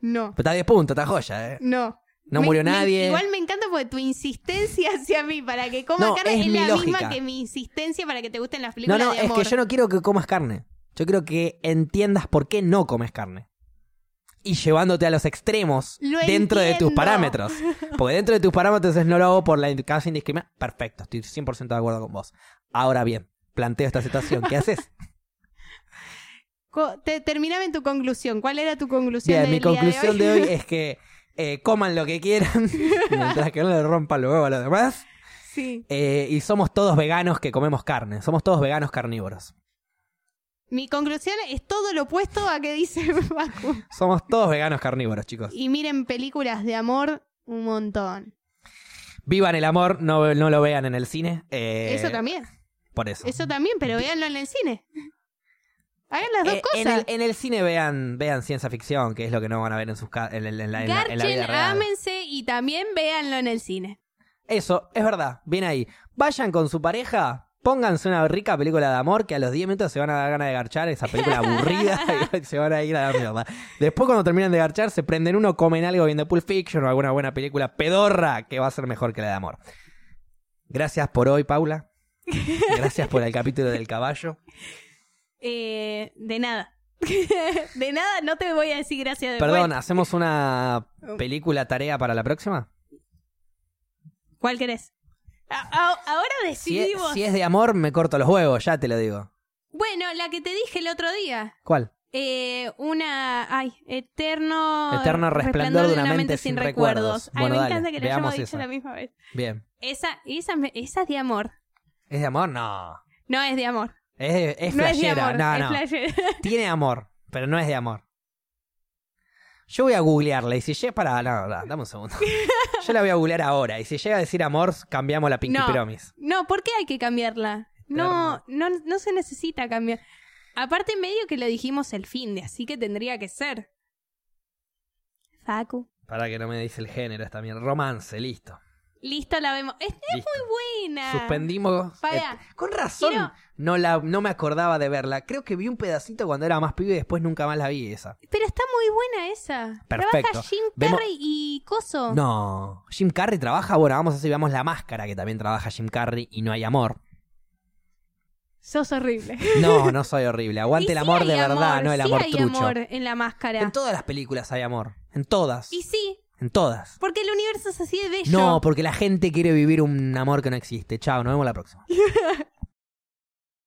No. Pero está a 10 puntos, está joya, ¿eh? No. No Me- murió me- nadie. igual me encanta porque tu insistencia hacia mí para que coma No, carne es es, mi la lógica. misma que mi insistencia para que te gusten las no, películas no, de es amor. que yo no quiero que comas carne. Yo quiero que entiendas por qué no comes carne. Y llevándote a los extremos Lo dentro de tus entiendo. parámetros. Porque dentro de tus parámetros es no lo hago por la in- causa indiscriminada. Perfecto, estoy 100% de acuerdo con vos. Ahora bien, planteo esta situación. ¿Qué haces? Co- te- terminame en tu conclusión. ¿Cuál era tu conclusión? Bien, del mi día conclusión de hoy es que eh, coman lo que quieran mientras que no le rompan los huevos a los demás. Sí. Eh, y somos todos veganos que comemos carne. Somos todos veganos carnívoros. Mi conclusión es todo lo opuesto a que dice Facu. Somos todos veganos carnívoros, chicos. Y miren películas de amor un montón. Vivan el amor, no, no lo vean en el cine. eh, eso también. Por eso. Eso también, pero véanlo en el cine. Hagan las dos Eh, cosas. en, el, en el cine vean, vean ciencia ficción, que es lo que no van a ver en, sus ca- en, en- en la, en la- en la vida Garchen, real. ámense y también véanlo en el cine. Eso, es verdad. Bien ahí. Vayan con su pareja, pónganse una rica película de amor que a los 10 minutos se van a dar ganas de garchar esa película aburrida y se van a ir a la mierda. Después, cuando terminan de garchar, se prenden uno, comen algo viendo Pulp Fiction o alguna buena película pedorra que va a ser mejor que la de amor. Gracias por hoy, Paula. Gracias por el capítulo del caballo. Eh, de nada. de nada, no te voy a decir gracias de Perdón, vuelta. ¿hacemos una película tarea para la próxima? ¿Cuál querés? A- a- ahora Si es, decidimos. si es de amor, me corto los huevos, ya te lo digo. Bueno, la que te dije el otro día. ¿Cuál? Eh, una. Ay, eterno. Eterno resplandor de una mente sin recuerdos. Ay, Bueno, me dale, encanta que lo veamos hayamos dicho esa. la misma vez. Bien. Esa, esa, me- esa es de amor. ¿Es de amor? No. No es de amor. Es, de- es no es de flashera. amor. no, es no. flashera. Tiene amor, pero no es de amor. Yo voy a googlearla y si llega para, no, no, dame un segundo. Yo la voy a googlear ahora y si llega a decir amor, cambiamos la Pinky No. Promise. No, ¿por qué hay que cambiarla? No, no, no se necesita cambiar. Aparte, medio que lo dijimos el fin de, así que tendría que ser. Facu. Para que no me dice el género esta mierda. Romance, listo. Listo, la vemos. Es listo. buena. Suspendimos. Pará. eh, con razón. Quiero- No, la, no me acordaba de verla. Creo que vi un pedacito cuando era más pibe y después nunca más la vi esa. Pero está muy buena esa. Perfecto. Trabaja Jim Vemos- Carrey y Coso. No. Jim Carrey trabaja. Bueno, vamos a hacer, veamos la máscara que también trabaja Jim Carrey y no hay amor. Sos horrible. No, no soy horrible. Y Aguante sí el amor de hay verdad, amor, no el sí amor hay trucho. amor en la máscara. En todas las películas hay amor. En todas. Y sí, En todas. porque el universo es así de bello. No, porque la gente quiere vivir un amor que no existe. Chao, nos vemos la próxima.